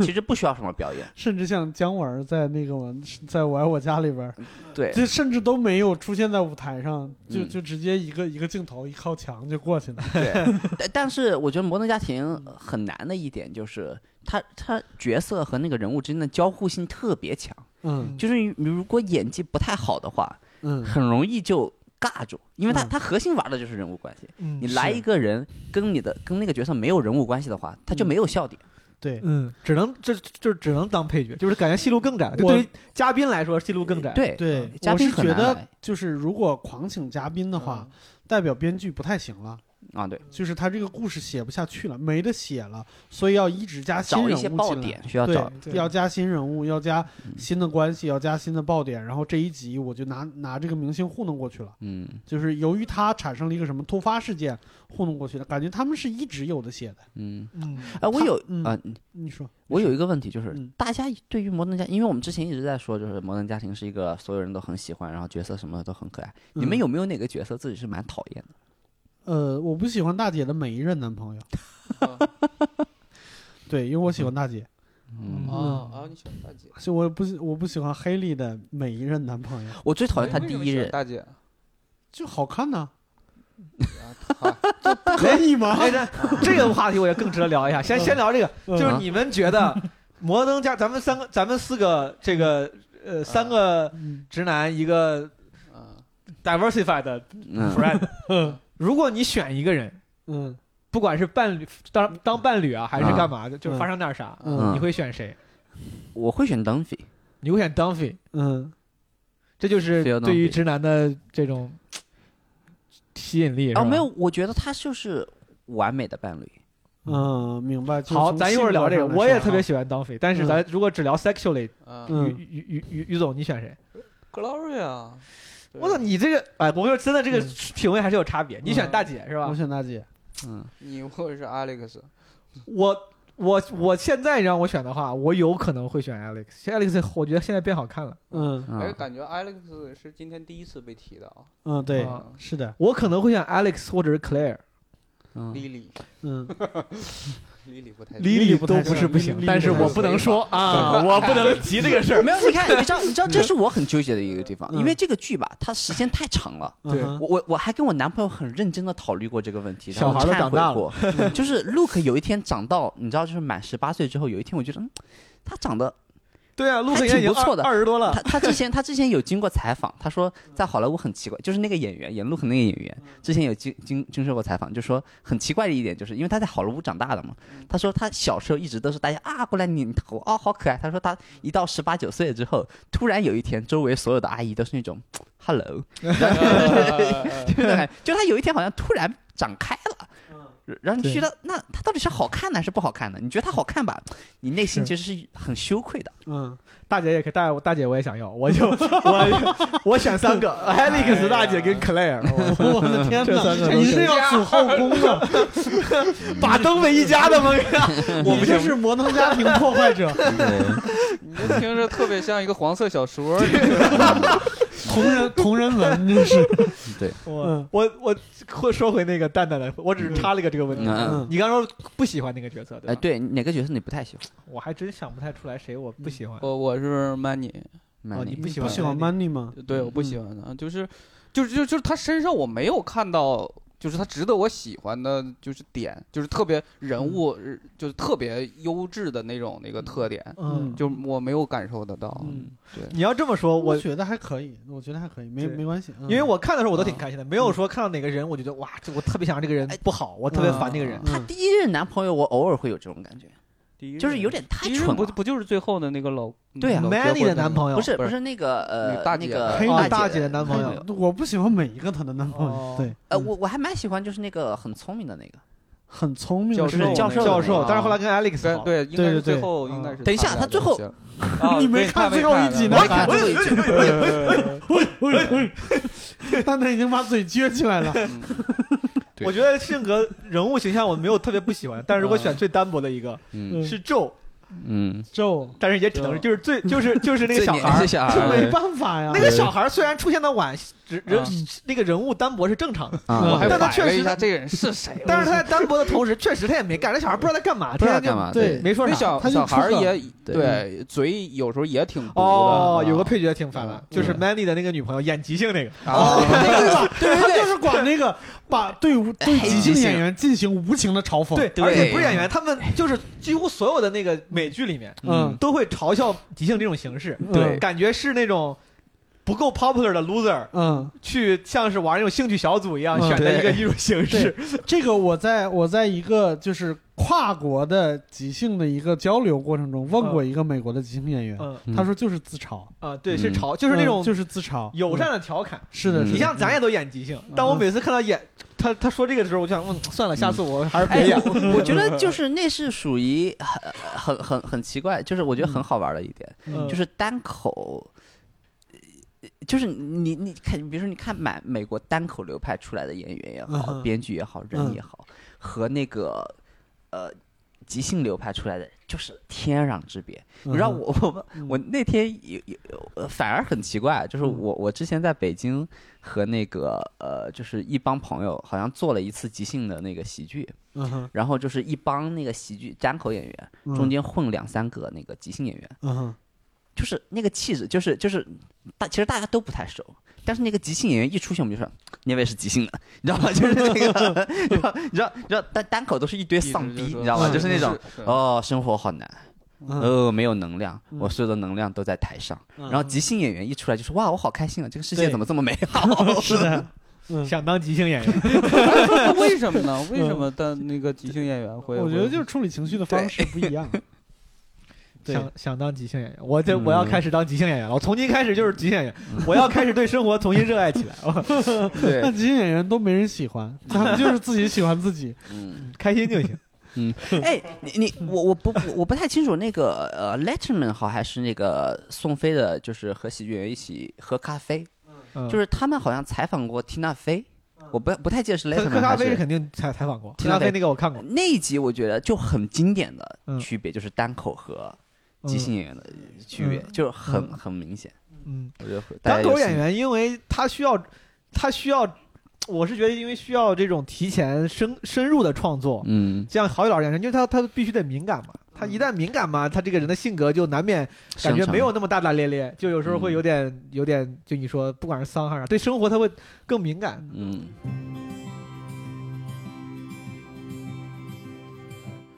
[SPEAKER 5] 其实不需要什么表演
[SPEAKER 4] 甚至像姜文儿在那个我在我爱我家里边儿，
[SPEAKER 5] 对，
[SPEAKER 4] 这甚至都没有出现在舞台上，就
[SPEAKER 5] 嗯
[SPEAKER 4] 就直接一个一个镜头一靠墙就过去了。
[SPEAKER 5] 但但是我觉得《摩登家庭》很难的一点就是，他他角色和那个人物之间的交互性特别强，
[SPEAKER 4] 嗯
[SPEAKER 5] 就是你如果演技不太好的话，
[SPEAKER 4] 嗯
[SPEAKER 5] 很容易就尬住，因为他
[SPEAKER 4] 嗯
[SPEAKER 5] 他核心玩的就是人物关系。你
[SPEAKER 3] 嗯
[SPEAKER 5] 来
[SPEAKER 4] 是
[SPEAKER 5] 一个人跟你的跟那个角色没有人物关系的话，他就
[SPEAKER 4] 嗯
[SPEAKER 5] 没有笑点。
[SPEAKER 4] 对，
[SPEAKER 3] 嗯，只能这就是只能当配角，就是感觉戏路更窄，就
[SPEAKER 4] 我
[SPEAKER 3] 对于嘉宾来说戏路更窄。，
[SPEAKER 5] 对嗯
[SPEAKER 4] 对，
[SPEAKER 5] 嘉
[SPEAKER 4] 我
[SPEAKER 5] 宾
[SPEAKER 4] 是
[SPEAKER 5] 很
[SPEAKER 4] 觉
[SPEAKER 5] 难哎嗯
[SPEAKER 4] 得
[SPEAKER 5] 来
[SPEAKER 4] 就是如果狂请嘉宾的话，代表编剧不太行了，
[SPEAKER 5] 啊，对，
[SPEAKER 4] 就是他这个故事写不下去了，没得写了，所以要一直加新
[SPEAKER 5] 找一
[SPEAKER 4] 人物
[SPEAKER 5] 些
[SPEAKER 4] 进
[SPEAKER 5] 爆
[SPEAKER 4] 来。
[SPEAKER 5] 点嗯需要
[SPEAKER 4] 对
[SPEAKER 5] 找。，
[SPEAKER 3] 对
[SPEAKER 4] 要加新人物，要加新的关系，要加新的爆点，然后这一集我就拿拿这个明星糊弄过去了。
[SPEAKER 5] 嗯，
[SPEAKER 4] 就是由于他产生了一个什么突发事件糊弄过去的，感觉他们是一直有的写的。
[SPEAKER 5] 嗯，
[SPEAKER 3] 嗯，
[SPEAKER 5] 哎，我有
[SPEAKER 4] 嗯
[SPEAKER 5] 啊，
[SPEAKER 4] 你说，
[SPEAKER 5] 我有一个问题就是
[SPEAKER 4] 嗯，
[SPEAKER 5] 大家对于《摩登家》，因为我们之前一直在说，就是《摩登家庭》是一个所有人都很喜欢，然后角色什么的都很可爱。你们
[SPEAKER 4] 嗯
[SPEAKER 5] 有没有哪个角色自己是蛮讨厌的？
[SPEAKER 4] 呃，我不喜欢大姐的每一任男朋友，对，因为我喜欢大姐，
[SPEAKER 5] 嗯，
[SPEAKER 3] 哦
[SPEAKER 2] 啊啊，你喜欢大姐，
[SPEAKER 4] 所以我不喜我不喜欢黑莉的每一任男朋友，
[SPEAKER 5] 我最讨厌他
[SPEAKER 2] 为
[SPEAKER 5] 第
[SPEAKER 2] 什么
[SPEAKER 5] 一
[SPEAKER 2] 喜欢
[SPEAKER 5] 任，
[SPEAKER 2] 大姐啊，
[SPEAKER 4] 就好看呐、
[SPEAKER 2] 好
[SPEAKER 4] 可以 吗？
[SPEAKER 3] 哎， 这这个话题我也更值得聊一下。先先聊这个，
[SPEAKER 4] 嗯
[SPEAKER 3] 就是你们觉得 摩登家，咱们三个，咱们四个，这个呃，三个
[SPEAKER 4] 嗯
[SPEAKER 3] 直男，一个
[SPEAKER 2] 嗯
[SPEAKER 3] diversified
[SPEAKER 5] 嗯，
[SPEAKER 3] friend，如果你选一个人，
[SPEAKER 4] 嗯
[SPEAKER 3] 不管是伴侣当当伴侣啊，还是干嘛的，就是
[SPEAKER 4] 嗯
[SPEAKER 3] 发生点啥，
[SPEAKER 4] 嗯
[SPEAKER 3] 你会选谁？
[SPEAKER 5] 我会选 Dunphy，
[SPEAKER 3] 你会选 Dumphy，
[SPEAKER 4] 嗯
[SPEAKER 3] 这就是
[SPEAKER 5] 非要 Dunphy
[SPEAKER 3] 对于直男的这种吸引力。是吧
[SPEAKER 4] 哦
[SPEAKER 5] 啊，没有，，我觉得他就是完美的伴侣。
[SPEAKER 4] 嗯，明白。就是
[SPEAKER 3] 好，
[SPEAKER 4] 从
[SPEAKER 3] 咱一会儿聊这个。
[SPEAKER 4] 性格上来
[SPEAKER 3] 我也
[SPEAKER 4] 说
[SPEAKER 3] 特别
[SPEAKER 4] 啊
[SPEAKER 3] 喜欢 Dumphy，但是咱如果只聊 sexually，
[SPEAKER 2] 嗯
[SPEAKER 3] 于
[SPEAKER 4] 嗯
[SPEAKER 3] 于于于于总，你选谁？
[SPEAKER 2] ，Gloria，对
[SPEAKER 3] 我操，你这个哎，我说真的，这个
[SPEAKER 4] 嗯
[SPEAKER 3] 品味还是有差别。你选
[SPEAKER 2] 嗯
[SPEAKER 3] 大姐是吧
[SPEAKER 4] 我？选大姐，
[SPEAKER 5] 嗯，
[SPEAKER 2] 你或者是 Alex，
[SPEAKER 3] 我我我现在让我选的话，我有可能会选 Alex。现在 Alex 我觉得现在变好看了，
[SPEAKER 4] 嗯
[SPEAKER 2] 哎，
[SPEAKER 5] 啊，
[SPEAKER 2] 感觉 Alex 是今天第一次被提到
[SPEAKER 4] 嗯，对
[SPEAKER 3] 啊，
[SPEAKER 4] 是的，
[SPEAKER 3] 我可能会选 Alex 或者是 Claire。
[SPEAKER 5] 嗯
[SPEAKER 2] ，Lily，Lily
[SPEAKER 4] 嗯，
[SPEAKER 2] 不太
[SPEAKER 4] 莉莉不太
[SPEAKER 3] 都不是
[SPEAKER 4] 行
[SPEAKER 3] 不行
[SPEAKER 4] 莉，莉
[SPEAKER 3] 但是
[SPEAKER 4] 不太
[SPEAKER 3] 我
[SPEAKER 4] 行
[SPEAKER 3] 不能说啊，我不 能提这个事儿。嗯
[SPEAKER 5] 没有，你看，你知道，你知道，这是我很纠结的一个地方，
[SPEAKER 4] 嗯
[SPEAKER 5] 因为这个剧吧，它时间太长了。
[SPEAKER 4] 嗯哼
[SPEAKER 5] 我我我还跟我男朋友很认真的讨论过这个问题，
[SPEAKER 3] 小孩儿都长大嗯
[SPEAKER 5] 了，就是 Luke 有一天长到，你知道，就是满十八岁之后，有一天我觉得，嗯，他长得，
[SPEAKER 3] 对啊，陆
[SPEAKER 5] 还
[SPEAKER 3] 克也已
[SPEAKER 5] 挺
[SPEAKER 3] 经
[SPEAKER 5] 不错的
[SPEAKER 3] 二二十多了
[SPEAKER 5] 他，他之前他之前有经过采访，他说在好莱坞很奇怪，就是那个演员演 Luke 那个演员，之前有经经经受过采访，就说很奇怪的一点就是，因为他在好莱坞长大的嘛，他说他小时候一直都是大家啊过来拧头哦好可爱，他说他一到十八九岁之后，突然有一天周围所有的阿姨都是那种 hello，
[SPEAKER 2] 嗯呃
[SPEAKER 5] 对吧？就他有一天好像突然长开了。
[SPEAKER 3] 嗯
[SPEAKER 5] 然后你觉得那他到底是好看呢，还是不好看呢？你觉得他好看吧，你内心其实是很羞愧的。
[SPEAKER 4] 嗯，
[SPEAKER 3] 大姐也可以大大姐我也想要，我就我我选三 个 Alex 大姐跟 Claire，
[SPEAKER 4] 我的天
[SPEAKER 3] 哎这三个
[SPEAKER 4] 哪，
[SPEAKER 3] 都
[SPEAKER 4] 你
[SPEAKER 3] 是
[SPEAKER 4] 是要组后宫啊？
[SPEAKER 3] 把灯为一家的吗？我不
[SPEAKER 4] 你就是摩登家庭破坏者，
[SPEAKER 2] 你这听着特别像一个黄色小说，
[SPEAKER 4] 同人同人文真是，
[SPEAKER 3] 我
[SPEAKER 4] 嗯
[SPEAKER 3] 我我会说回那个蛋蛋的，我只是插了一个这个问题。
[SPEAKER 5] 嗯
[SPEAKER 4] 嗯，
[SPEAKER 3] 你刚说不喜欢那个角色，
[SPEAKER 5] 哎，
[SPEAKER 3] 对吧？
[SPEAKER 5] 对哪个角色你不太喜欢？
[SPEAKER 3] 我还真想不太出来谁我不喜欢。
[SPEAKER 2] 我我是 Many，
[SPEAKER 3] 哦，你
[SPEAKER 4] 你
[SPEAKER 3] 不喜
[SPEAKER 4] 不
[SPEAKER 3] 欢
[SPEAKER 4] 喜欢 Money 吗？
[SPEAKER 2] 对，我不喜欢他，就是，就是，就就是他身上我没有看到，就是他值得我喜欢的，就是点，就是特别人物，呃就是特别优质的那种那个特点，
[SPEAKER 3] 嗯，
[SPEAKER 2] 就我没有感受得到。
[SPEAKER 4] 嗯，
[SPEAKER 3] 你要这么说，
[SPEAKER 4] 我
[SPEAKER 3] 我
[SPEAKER 4] 觉得还可以，我觉得还可以，没
[SPEAKER 3] 对
[SPEAKER 4] 没关系，嗯
[SPEAKER 3] 因为我看的时候我都挺开心的，没有说看到哪个人我觉得哇，这我特别想让这个人不好，我特别烦这个人。
[SPEAKER 5] 她
[SPEAKER 4] 嗯
[SPEAKER 5] 第一任男朋友，我偶尔会有这种感觉，就是有点太
[SPEAKER 2] 第一
[SPEAKER 5] 蠢
[SPEAKER 2] 任不
[SPEAKER 5] 了。
[SPEAKER 2] 不就是最后的那个老
[SPEAKER 5] 对啊
[SPEAKER 2] 老结婚
[SPEAKER 3] Manny 的男朋友
[SPEAKER 5] 不是
[SPEAKER 2] 哎不
[SPEAKER 5] 不
[SPEAKER 2] 是
[SPEAKER 5] 是那个呃
[SPEAKER 2] 女大姐
[SPEAKER 5] 那个
[SPEAKER 4] 哦
[SPEAKER 3] 黑女大
[SPEAKER 5] 大
[SPEAKER 3] 姐的男朋友，
[SPEAKER 4] 我不喜欢每一个她的男朋
[SPEAKER 3] 哦
[SPEAKER 4] 友，对，
[SPEAKER 5] 呃，
[SPEAKER 4] 嗯
[SPEAKER 5] 我我还蛮喜欢就是那个很聪明的那个。
[SPEAKER 4] 很聪明
[SPEAKER 2] 教
[SPEAKER 4] 的
[SPEAKER 2] 授
[SPEAKER 4] 那
[SPEAKER 2] 那
[SPEAKER 4] 种，
[SPEAKER 2] 个
[SPEAKER 5] 教授
[SPEAKER 3] 教
[SPEAKER 2] 那
[SPEAKER 3] 授，
[SPEAKER 2] 个
[SPEAKER 3] 但是后来跟 Alex
[SPEAKER 2] 对
[SPEAKER 3] 好，
[SPEAKER 2] 对，应该
[SPEAKER 4] 对
[SPEAKER 2] 是
[SPEAKER 4] 对
[SPEAKER 2] 最
[SPEAKER 4] 对
[SPEAKER 2] 后
[SPEAKER 3] 嗯
[SPEAKER 2] 应该是
[SPEAKER 5] 等一下
[SPEAKER 2] 他
[SPEAKER 5] 他最后
[SPEAKER 4] 你没看最后一集呢
[SPEAKER 5] 我也看最后一集，
[SPEAKER 4] 蛋蛋已经把嘴撅起来了，
[SPEAKER 1] 对
[SPEAKER 3] 我觉得性格人物形象我没有特别不喜欢，但是我选最单薄的一个
[SPEAKER 2] 嗯
[SPEAKER 3] 是 Joe，
[SPEAKER 2] 嗯，
[SPEAKER 4] 咒
[SPEAKER 3] 但是也只能是就是最 就是就是那个小孩儿
[SPEAKER 5] 最年，小
[SPEAKER 4] 这
[SPEAKER 5] 孩
[SPEAKER 4] 没办法呀
[SPEAKER 3] 那，个小孩儿虽然出现的晚，只人
[SPEAKER 4] 嗯
[SPEAKER 3] 那个人物单薄是正常的，
[SPEAKER 5] 啊，我还
[SPEAKER 3] 但他
[SPEAKER 2] 我
[SPEAKER 3] 确
[SPEAKER 2] 摆了
[SPEAKER 3] 实
[SPEAKER 2] 一下这个人是谁，
[SPEAKER 3] 但是他在单薄的 同时，确实他也没干，那小孩不知道在干嘛，
[SPEAKER 5] 不知道
[SPEAKER 3] 天天
[SPEAKER 5] 干嘛。
[SPEAKER 3] 就
[SPEAKER 4] 对
[SPEAKER 3] 没说
[SPEAKER 2] 那
[SPEAKER 3] 啥。
[SPEAKER 2] 小
[SPEAKER 4] 他就
[SPEAKER 2] 小孩儿
[SPEAKER 4] 出色
[SPEAKER 2] 也
[SPEAKER 5] 对
[SPEAKER 2] 对嘴有时候也挺毒的。
[SPEAKER 3] 哦，有个
[SPEAKER 2] 啊
[SPEAKER 3] 配角挺烦
[SPEAKER 5] 嗯
[SPEAKER 3] 的，就是 Manny 的那个女朋友演即兴那个，
[SPEAKER 4] 哦
[SPEAKER 2] 啊，
[SPEAKER 4] 对他就是管那个把对无对
[SPEAKER 5] 黑
[SPEAKER 4] 即
[SPEAKER 5] 即
[SPEAKER 4] 兴
[SPEAKER 5] 兴
[SPEAKER 4] 演员进行无情的嘲讽，
[SPEAKER 3] 对，
[SPEAKER 5] 对
[SPEAKER 3] 而且不是演员，他们就是几乎所有的那个美剧里面
[SPEAKER 4] 嗯
[SPEAKER 3] 都会嘲笑即兴这种形式，
[SPEAKER 4] 对
[SPEAKER 3] 感觉是那种不够 popular 的 loser
[SPEAKER 4] 嗯，
[SPEAKER 3] 去像是玩那种兴趣小组一样
[SPEAKER 4] 嗯
[SPEAKER 3] 选的一个
[SPEAKER 5] 对
[SPEAKER 3] 艺术形式，
[SPEAKER 4] 这个我在我在一个就是跨国的即兴的一个交流过程中问过一个美国的即兴演员，
[SPEAKER 3] 嗯
[SPEAKER 1] 嗯
[SPEAKER 4] 他说就是自嘲，
[SPEAKER 3] 啊，对，
[SPEAKER 1] 嗯
[SPEAKER 3] 是嘲，就是那
[SPEAKER 4] 嗯
[SPEAKER 3] 种
[SPEAKER 4] 就是自嘲，
[SPEAKER 3] 友善
[SPEAKER 4] 嗯
[SPEAKER 3] 的调侃。
[SPEAKER 4] 是
[SPEAKER 1] 嗯
[SPEAKER 4] 的，是的
[SPEAKER 3] 你像咱也都演即兴，但我每次看到演他他说这个的时候，我就想，嗯，算了，下次我还是别
[SPEAKER 5] 哎
[SPEAKER 3] 演。，
[SPEAKER 5] 我我觉得就是那是属于很很很很奇怪，就是我觉得很好玩的一点，
[SPEAKER 3] 嗯
[SPEAKER 5] 就是单口，呃就是你你看，比如说你看满美国单口流派出来的演员也好，
[SPEAKER 4] 嗯哼
[SPEAKER 5] 编剧也好，人也好，和那个呃即兴流派出来的就是天壤之别。你知道我 我
[SPEAKER 4] 嗯
[SPEAKER 5] 我那天有有呃反而很奇怪，就是我我之前在北京和那个呃就是一帮朋友好像做了一次即兴的那个喜剧，
[SPEAKER 4] 嗯哼
[SPEAKER 5] 然后就是一帮那个喜剧单口演员
[SPEAKER 4] 嗯
[SPEAKER 5] 中间混两三个那个即兴演员，
[SPEAKER 4] 嗯哼
[SPEAKER 5] 就是那个气质，就是就是大其实大家都不太熟。但是那个即兴演员一出现，我们就说那位是即兴的，你知道吗？ 就是那个，你知道，你知道，你知道单单口都是一堆丧逼，你知道吗？
[SPEAKER 2] 嗯
[SPEAKER 5] 就是那种， 哦，生活好难，
[SPEAKER 4] 嗯
[SPEAKER 5] 哦，没有能量，
[SPEAKER 4] 嗯
[SPEAKER 5] 我所有的能量都在台上。
[SPEAKER 4] 嗯，
[SPEAKER 5] 然后即兴演员一出来就说：“哇，我好开心啊！这个世界
[SPEAKER 4] 对
[SPEAKER 5] 怎么这么美 好？”
[SPEAKER 4] 是的，嗯。
[SPEAKER 3] 想当即兴演员，
[SPEAKER 2] 那哎为什么呢？为什么但那个即兴演员会？
[SPEAKER 4] 嗯我觉得就是是处理情绪的方式不一样，对
[SPEAKER 3] 想想当即兴演员，我这
[SPEAKER 5] 嗯
[SPEAKER 3] 我要开始当即兴演员了。我从今开始就是即兴演员，我要开始对生活重新热爱起来。我
[SPEAKER 4] 那
[SPEAKER 5] 对，
[SPEAKER 4] 即兴演员都没人喜欢，他们就是自己喜欢自己。
[SPEAKER 5] 嗯，
[SPEAKER 3] 开心就行。
[SPEAKER 5] 哎，你你我我不我我不太清楚那个呃，Letterman 好还是那个宋飞的，就是和喜剧演员一起喝咖啡，
[SPEAKER 3] 嗯
[SPEAKER 5] 就是他们好像采访过缇娜菲，
[SPEAKER 4] 嗯
[SPEAKER 5] 我不不太记得是
[SPEAKER 3] 喝喝
[SPEAKER 5] Letterman
[SPEAKER 3] 咖
[SPEAKER 5] 还
[SPEAKER 3] 啡是
[SPEAKER 5] 是
[SPEAKER 3] 肯定采采访过，
[SPEAKER 5] 听
[SPEAKER 3] 喝咖啡
[SPEAKER 5] 咖啡
[SPEAKER 3] 那个我看过。
[SPEAKER 5] 那一集，我觉得就很经典的
[SPEAKER 3] 嗯
[SPEAKER 5] 区别就是单口和即兴演员的区别，
[SPEAKER 3] 嗯
[SPEAKER 5] 就是很
[SPEAKER 3] 嗯
[SPEAKER 5] 很明显。
[SPEAKER 3] 嗯，
[SPEAKER 5] 我觉得会大家
[SPEAKER 3] 单口
[SPEAKER 5] 有兴
[SPEAKER 3] 演员，因为他需要，他需要，我是觉得因为需要这种提前深深入的创作，
[SPEAKER 5] 嗯，
[SPEAKER 3] 这样郝宇老师演员，因为他他必须得敏感嘛。他一旦敏感嘛，他这个人的性格就难免感觉
[SPEAKER 5] 上场
[SPEAKER 3] 没有那么大大咧咧，就有时候会有点有点，就你说不管是丧还是啥对生活他会更敏感。
[SPEAKER 5] 嗯。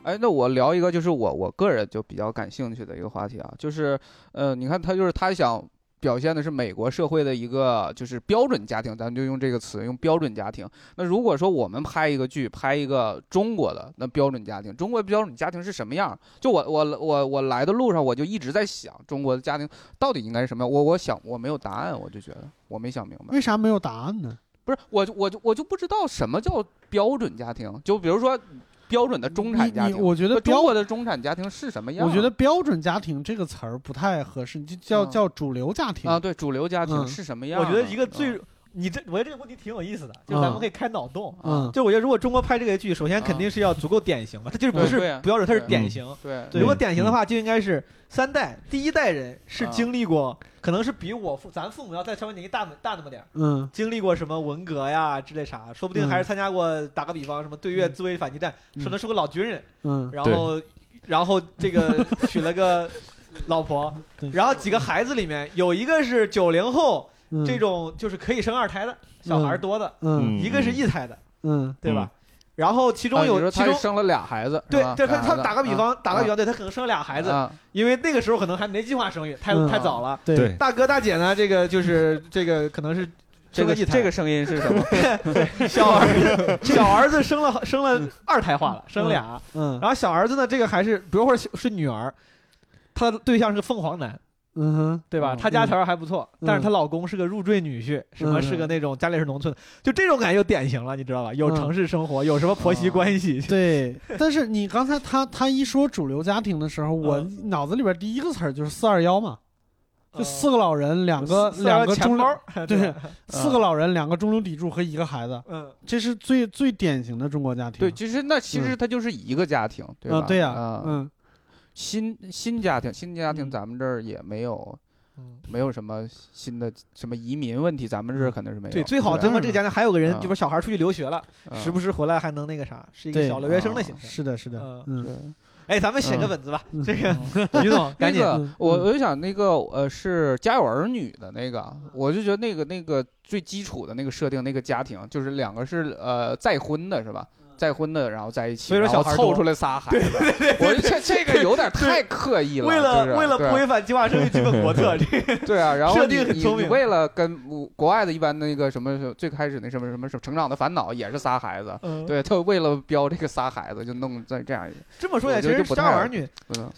[SPEAKER 2] 哎，那我聊一个，就是我我个人就比较感兴趣的一个话题啊，就是呃，你看他就是他想表现的是美国社会的一个就是标准家庭，咱们就用这个词，用标准家庭。那如果说我们拍一个剧，拍一个中国的那标准家庭，中国标准家庭是什么样儿？就我我我我来的路上，我就一直在想中国的家庭到底应该是什么样。我我想我没有答案，我就觉得我没想明白。
[SPEAKER 4] 为啥没有答案呢？
[SPEAKER 2] 不是我就我就我就不知道什么叫标准家庭，就比如说标准的中产家
[SPEAKER 4] 你
[SPEAKER 2] 庭
[SPEAKER 4] 你，我觉得
[SPEAKER 2] 那
[SPEAKER 4] 标
[SPEAKER 2] 中，国的中产家庭是什么样啊？
[SPEAKER 4] 我觉得标准家庭这个词儿不太合适，你就叫
[SPEAKER 2] 嗯
[SPEAKER 4] 叫主流家庭
[SPEAKER 2] 啊，。对，主流家庭
[SPEAKER 4] 嗯
[SPEAKER 2] 是什么样
[SPEAKER 3] 我
[SPEAKER 2] 啊？
[SPEAKER 3] 觉得一个最，你这，我觉得这个问题挺有意思的，就是咱们可以开脑洞。
[SPEAKER 4] 嗯
[SPEAKER 3] 就我觉得，如果中国拍这个剧，首先肯定是要足够典型吧，它就是不
[SPEAKER 2] 对
[SPEAKER 3] 是
[SPEAKER 2] 对啊
[SPEAKER 3] 不要惹，它是
[SPEAKER 2] 对
[SPEAKER 3] 典型。
[SPEAKER 2] 对
[SPEAKER 3] 对，
[SPEAKER 1] 嗯
[SPEAKER 3] 如果典型的话，就应该是三代，第一代人是
[SPEAKER 2] 啊
[SPEAKER 3] 经历过，可能是比我父咱父母要再稍微年纪大大那么点儿，
[SPEAKER 4] 嗯
[SPEAKER 3] 经历过什么文革呀之类啥，说不定
[SPEAKER 4] 嗯
[SPEAKER 3] 还是参加过，打个比方，什么对越自卫反击战，
[SPEAKER 4] 嗯
[SPEAKER 3] 可能是个老军人，
[SPEAKER 4] 嗯
[SPEAKER 3] 然后 然后这个 娶了个老婆
[SPEAKER 4] 对，
[SPEAKER 3] 然后几个孩子里面有一个是九零后
[SPEAKER 4] 嗯，
[SPEAKER 3] 这种就是可以生二胎的小孩儿多的，
[SPEAKER 4] 嗯
[SPEAKER 1] 嗯
[SPEAKER 3] 一个是一胎的，
[SPEAKER 4] 嗯
[SPEAKER 3] 对吧？然后其中有
[SPEAKER 2] 啊你说
[SPEAKER 3] 其
[SPEAKER 2] 他是
[SPEAKER 3] 中。
[SPEAKER 2] 生了俩孩子，
[SPEAKER 3] 对
[SPEAKER 2] 是吧，
[SPEAKER 3] 对，他
[SPEAKER 2] 俩孩
[SPEAKER 3] 他
[SPEAKER 2] 子
[SPEAKER 3] 打个比
[SPEAKER 2] 啊
[SPEAKER 3] 方，打个比方，对他可能生了俩孩子，
[SPEAKER 2] 啊
[SPEAKER 3] 因为那个时候可能还没计划生育，太、
[SPEAKER 4] 嗯
[SPEAKER 3] 太早了。
[SPEAKER 4] 对
[SPEAKER 1] 对
[SPEAKER 3] 大哥大姐呢，这个就是这个可能是
[SPEAKER 2] 这
[SPEAKER 3] 生
[SPEAKER 2] 个
[SPEAKER 3] 一胎
[SPEAKER 2] 这个声音是什么？
[SPEAKER 3] 小儿子，小儿子生了生了二胎化了，生
[SPEAKER 4] 嗯
[SPEAKER 3] 俩。
[SPEAKER 4] 嗯
[SPEAKER 3] 然后小儿子呢，这个还是比如或者是女儿，她的对象是个凤凰男，
[SPEAKER 4] 嗯哼
[SPEAKER 3] 对吧？
[SPEAKER 2] 嗯
[SPEAKER 3] 她家条件还不错，但是
[SPEAKER 4] 嗯
[SPEAKER 3] 她老公是个入赘女婿，什么
[SPEAKER 4] 嗯
[SPEAKER 3] 是个那种家里是农村的，就这种感觉就典型了，你知道吧？有
[SPEAKER 4] 嗯哦
[SPEAKER 3] 城市生活，有什么婆媳关系，
[SPEAKER 4] 对，但是你刚才他他一说主流家庭的时候，我脑子里边第一个词儿就是四二幺嘛，就四个老人，两个
[SPEAKER 3] 嗯四
[SPEAKER 4] 两个
[SPEAKER 3] 钱
[SPEAKER 4] 中
[SPEAKER 3] 包
[SPEAKER 4] 流，， 对，四个老人，两个中流砥柱和一个孩子，
[SPEAKER 3] 嗯，
[SPEAKER 4] 这是最最典型的中国家庭。
[SPEAKER 2] 对，其实那其
[SPEAKER 3] 嗯
[SPEAKER 2] 实他就是一个家庭，对
[SPEAKER 4] 啊
[SPEAKER 2] 吧？
[SPEAKER 4] 对呀
[SPEAKER 2] 啊，
[SPEAKER 4] 嗯
[SPEAKER 2] 新新家庭，新家庭
[SPEAKER 4] 嗯
[SPEAKER 2] 咱们这儿也没有
[SPEAKER 3] 嗯
[SPEAKER 2] 没有什么新的什么移民问题，咱们这儿肯定是没有。
[SPEAKER 4] 啊
[SPEAKER 3] 对，最好
[SPEAKER 2] 对
[SPEAKER 3] 他妈这个家庭还有个人，
[SPEAKER 2] 嗯
[SPEAKER 3] 就说小孩出去留学了，
[SPEAKER 2] 吧
[SPEAKER 3] 时不时回来还能那个啥，是一个
[SPEAKER 4] 对
[SPEAKER 3] 小留学生的形式。
[SPEAKER 4] 是的，是的
[SPEAKER 3] 嗯，
[SPEAKER 4] 嗯
[SPEAKER 2] 嗯
[SPEAKER 3] 哎，咱们写个
[SPEAKER 2] 嗯
[SPEAKER 3] 本子吧，
[SPEAKER 4] 嗯
[SPEAKER 3] 这个
[SPEAKER 2] 对。
[SPEAKER 3] 于总赶紧
[SPEAKER 2] 那个
[SPEAKER 4] 嗯
[SPEAKER 2] 我
[SPEAKER 4] 嗯
[SPEAKER 2] 我就想那个呃是《家有儿女》的那个，我就觉得那个那个最基础的那个设定，那个家庭就是两个是呃再婚的是吧？再婚的然后在一起，
[SPEAKER 3] 所以说
[SPEAKER 2] 然后
[SPEAKER 3] 小孩多
[SPEAKER 2] 凑出来仨孩子，我就这这个有点太刻意了，
[SPEAKER 3] 为了
[SPEAKER 2] 就是
[SPEAKER 3] 为了
[SPEAKER 2] 对
[SPEAKER 3] 不违反计划生育基本国 策，这个
[SPEAKER 2] 对啊，然后
[SPEAKER 3] 设
[SPEAKER 2] 你
[SPEAKER 3] 定很
[SPEAKER 2] 你
[SPEAKER 3] 聪
[SPEAKER 2] 你
[SPEAKER 3] 明
[SPEAKER 2] 为了跟我国外的一般那个什么最开始那什么什么什么成长的烦恼也是仨孩子，
[SPEAKER 3] 嗯，
[SPEAKER 2] 对，他为了标这个仨孩子就弄这这样一个，
[SPEAKER 3] 这么说起来，
[SPEAKER 2] 我
[SPEAKER 3] 其
[SPEAKER 2] 觉得
[SPEAKER 3] 实
[SPEAKER 2] 就不
[SPEAKER 3] 家有
[SPEAKER 2] 太
[SPEAKER 3] 儿女
[SPEAKER 2] 嗯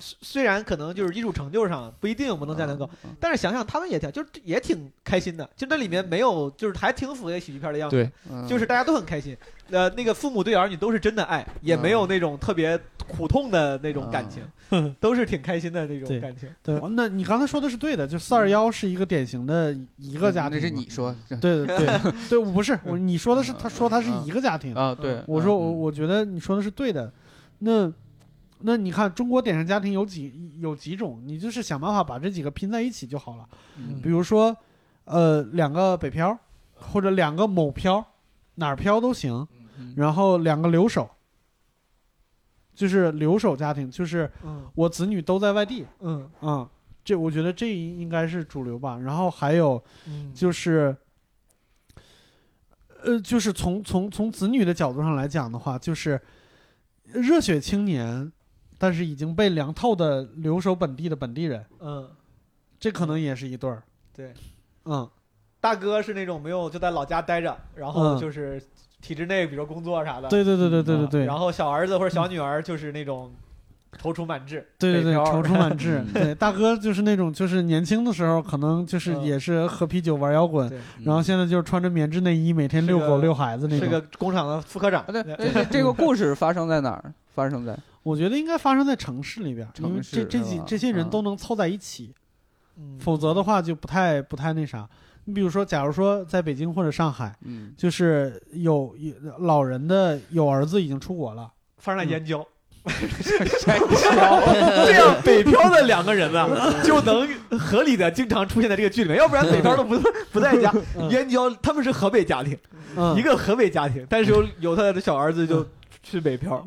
[SPEAKER 3] 虽虽然可能就是艺术成就上不一定不能再能够，
[SPEAKER 2] 嗯
[SPEAKER 3] 但是想想他们也挺就是也挺开心的，就那里面没有就是还挺符合喜剧片的样子，
[SPEAKER 2] 嗯
[SPEAKER 3] 就是大家都很开心。呃，那个父母对儿女都是真的爱，也没
[SPEAKER 2] 嗯
[SPEAKER 3] 有那种特别苦痛的那种感情，都是挺开心的那种
[SPEAKER 4] 对
[SPEAKER 3] 感情。
[SPEAKER 4] 对，那你刚才说的是对的，就四二幺是一个典型的一个家庭嘛。嗯
[SPEAKER 2] 那是你说这
[SPEAKER 4] 对对对对，我 不是我，你说的是他说他是一个家庭，
[SPEAKER 2] 啊，对，
[SPEAKER 4] 我说
[SPEAKER 2] 嗯
[SPEAKER 4] 我我觉得你说的是对的，那那你看中国典型家庭有几有几种，你就是想办法把这几个拼在一起就好了。
[SPEAKER 2] 嗯
[SPEAKER 4] 比如说，呃，两个北漂，或者两个某漂，哪儿漂都行，
[SPEAKER 2] 嗯
[SPEAKER 4] 然后两个留守，就是留守家庭，就是
[SPEAKER 3] 嗯
[SPEAKER 4] 我子女都在外地，
[SPEAKER 3] 嗯
[SPEAKER 4] 嗯，这我觉得这应该是主流吧。然后还有
[SPEAKER 3] 嗯，
[SPEAKER 4] 就是，呃，就是从从从子女的角度上来讲的话，就是热血青年，但是已经被凉透的留守本地的本地人，
[SPEAKER 3] 嗯，
[SPEAKER 4] 这可能也是一对儿。
[SPEAKER 3] 对，
[SPEAKER 4] 嗯，
[SPEAKER 3] 大哥是那种没有就在老家待着，然后
[SPEAKER 4] 嗯
[SPEAKER 3] 就是体制内，比如工作啥的，
[SPEAKER 4] 对对对对对对对，
[SPEAKER 3] 然后小儿子或者小女儿就是那种踌躇满志，
[SPEAKER 4] 对对对，
[SPEAKER 3] 北漂
[SPEAKER 4] 踌躇满志
[SPEAKER 2] 嗯。
[SPEAKER 4] 对，大哥就是那种，就是年轻的时候可能就是
[SPEAKER 3] 嗯
[SPEAKER 4] 也是喝啤酒玩摇滚，
[SPEAKER 3] 对
[SPEAKER 4] 然后现在就是穿着棉质内衣，每天
[SPEAKER 3] 是
[SPEAKER 4] 遛
[SPEAKER 3] 个
[SPEAKER 4] 狗遛孩子那
[SPEAKER 3] 是个
[SPEAKER 4] 种。
[SPEAKER 3] 工厂的副科长
[SPEAKER 2] 啊，。对，这这这个故事发生在哪儿？发生在
[SPEAKER 4] 我觉得应该发生在城市里边儿，因为
[SPEAKER 2] 城市
[SPEAKER 4] 这这
[SPEAKER 2] 是
[SPEAKER 4] 几
[SPEAKER 2] 吧
[SPEAKER 4] 这些人
[SPEAKER 2] 嗯
[SPEAKER 4] 都能凑在一起，
[SPEAKER 3] 嗯
[SPEAKER 4] 否则的话就不太不太那啥。你比如说，假如说在北京或者上海，
[SPEAKER 2] 嗯，
[SPEAKER 4] 就是有有老人的有儿子已经出国了，
[SPEAKER 3] 发生在燕郊，
[SPEAKER 2] 太巧了
[SPEAKER 4] 嗯
[SPEAKER 3] 这样北漂的两个人啊呢， 就能合理的经常出现在这个剧里面，要不然北漂都不不在家。
[SPEAKER 4] 嗯
[SPEAKER 3] 燕郊他们是河北家庭，
[SPEAKER 4] 嗯
[SPEAKER 3] 一个河北家庭，但是有有他的小儿子就去北漂，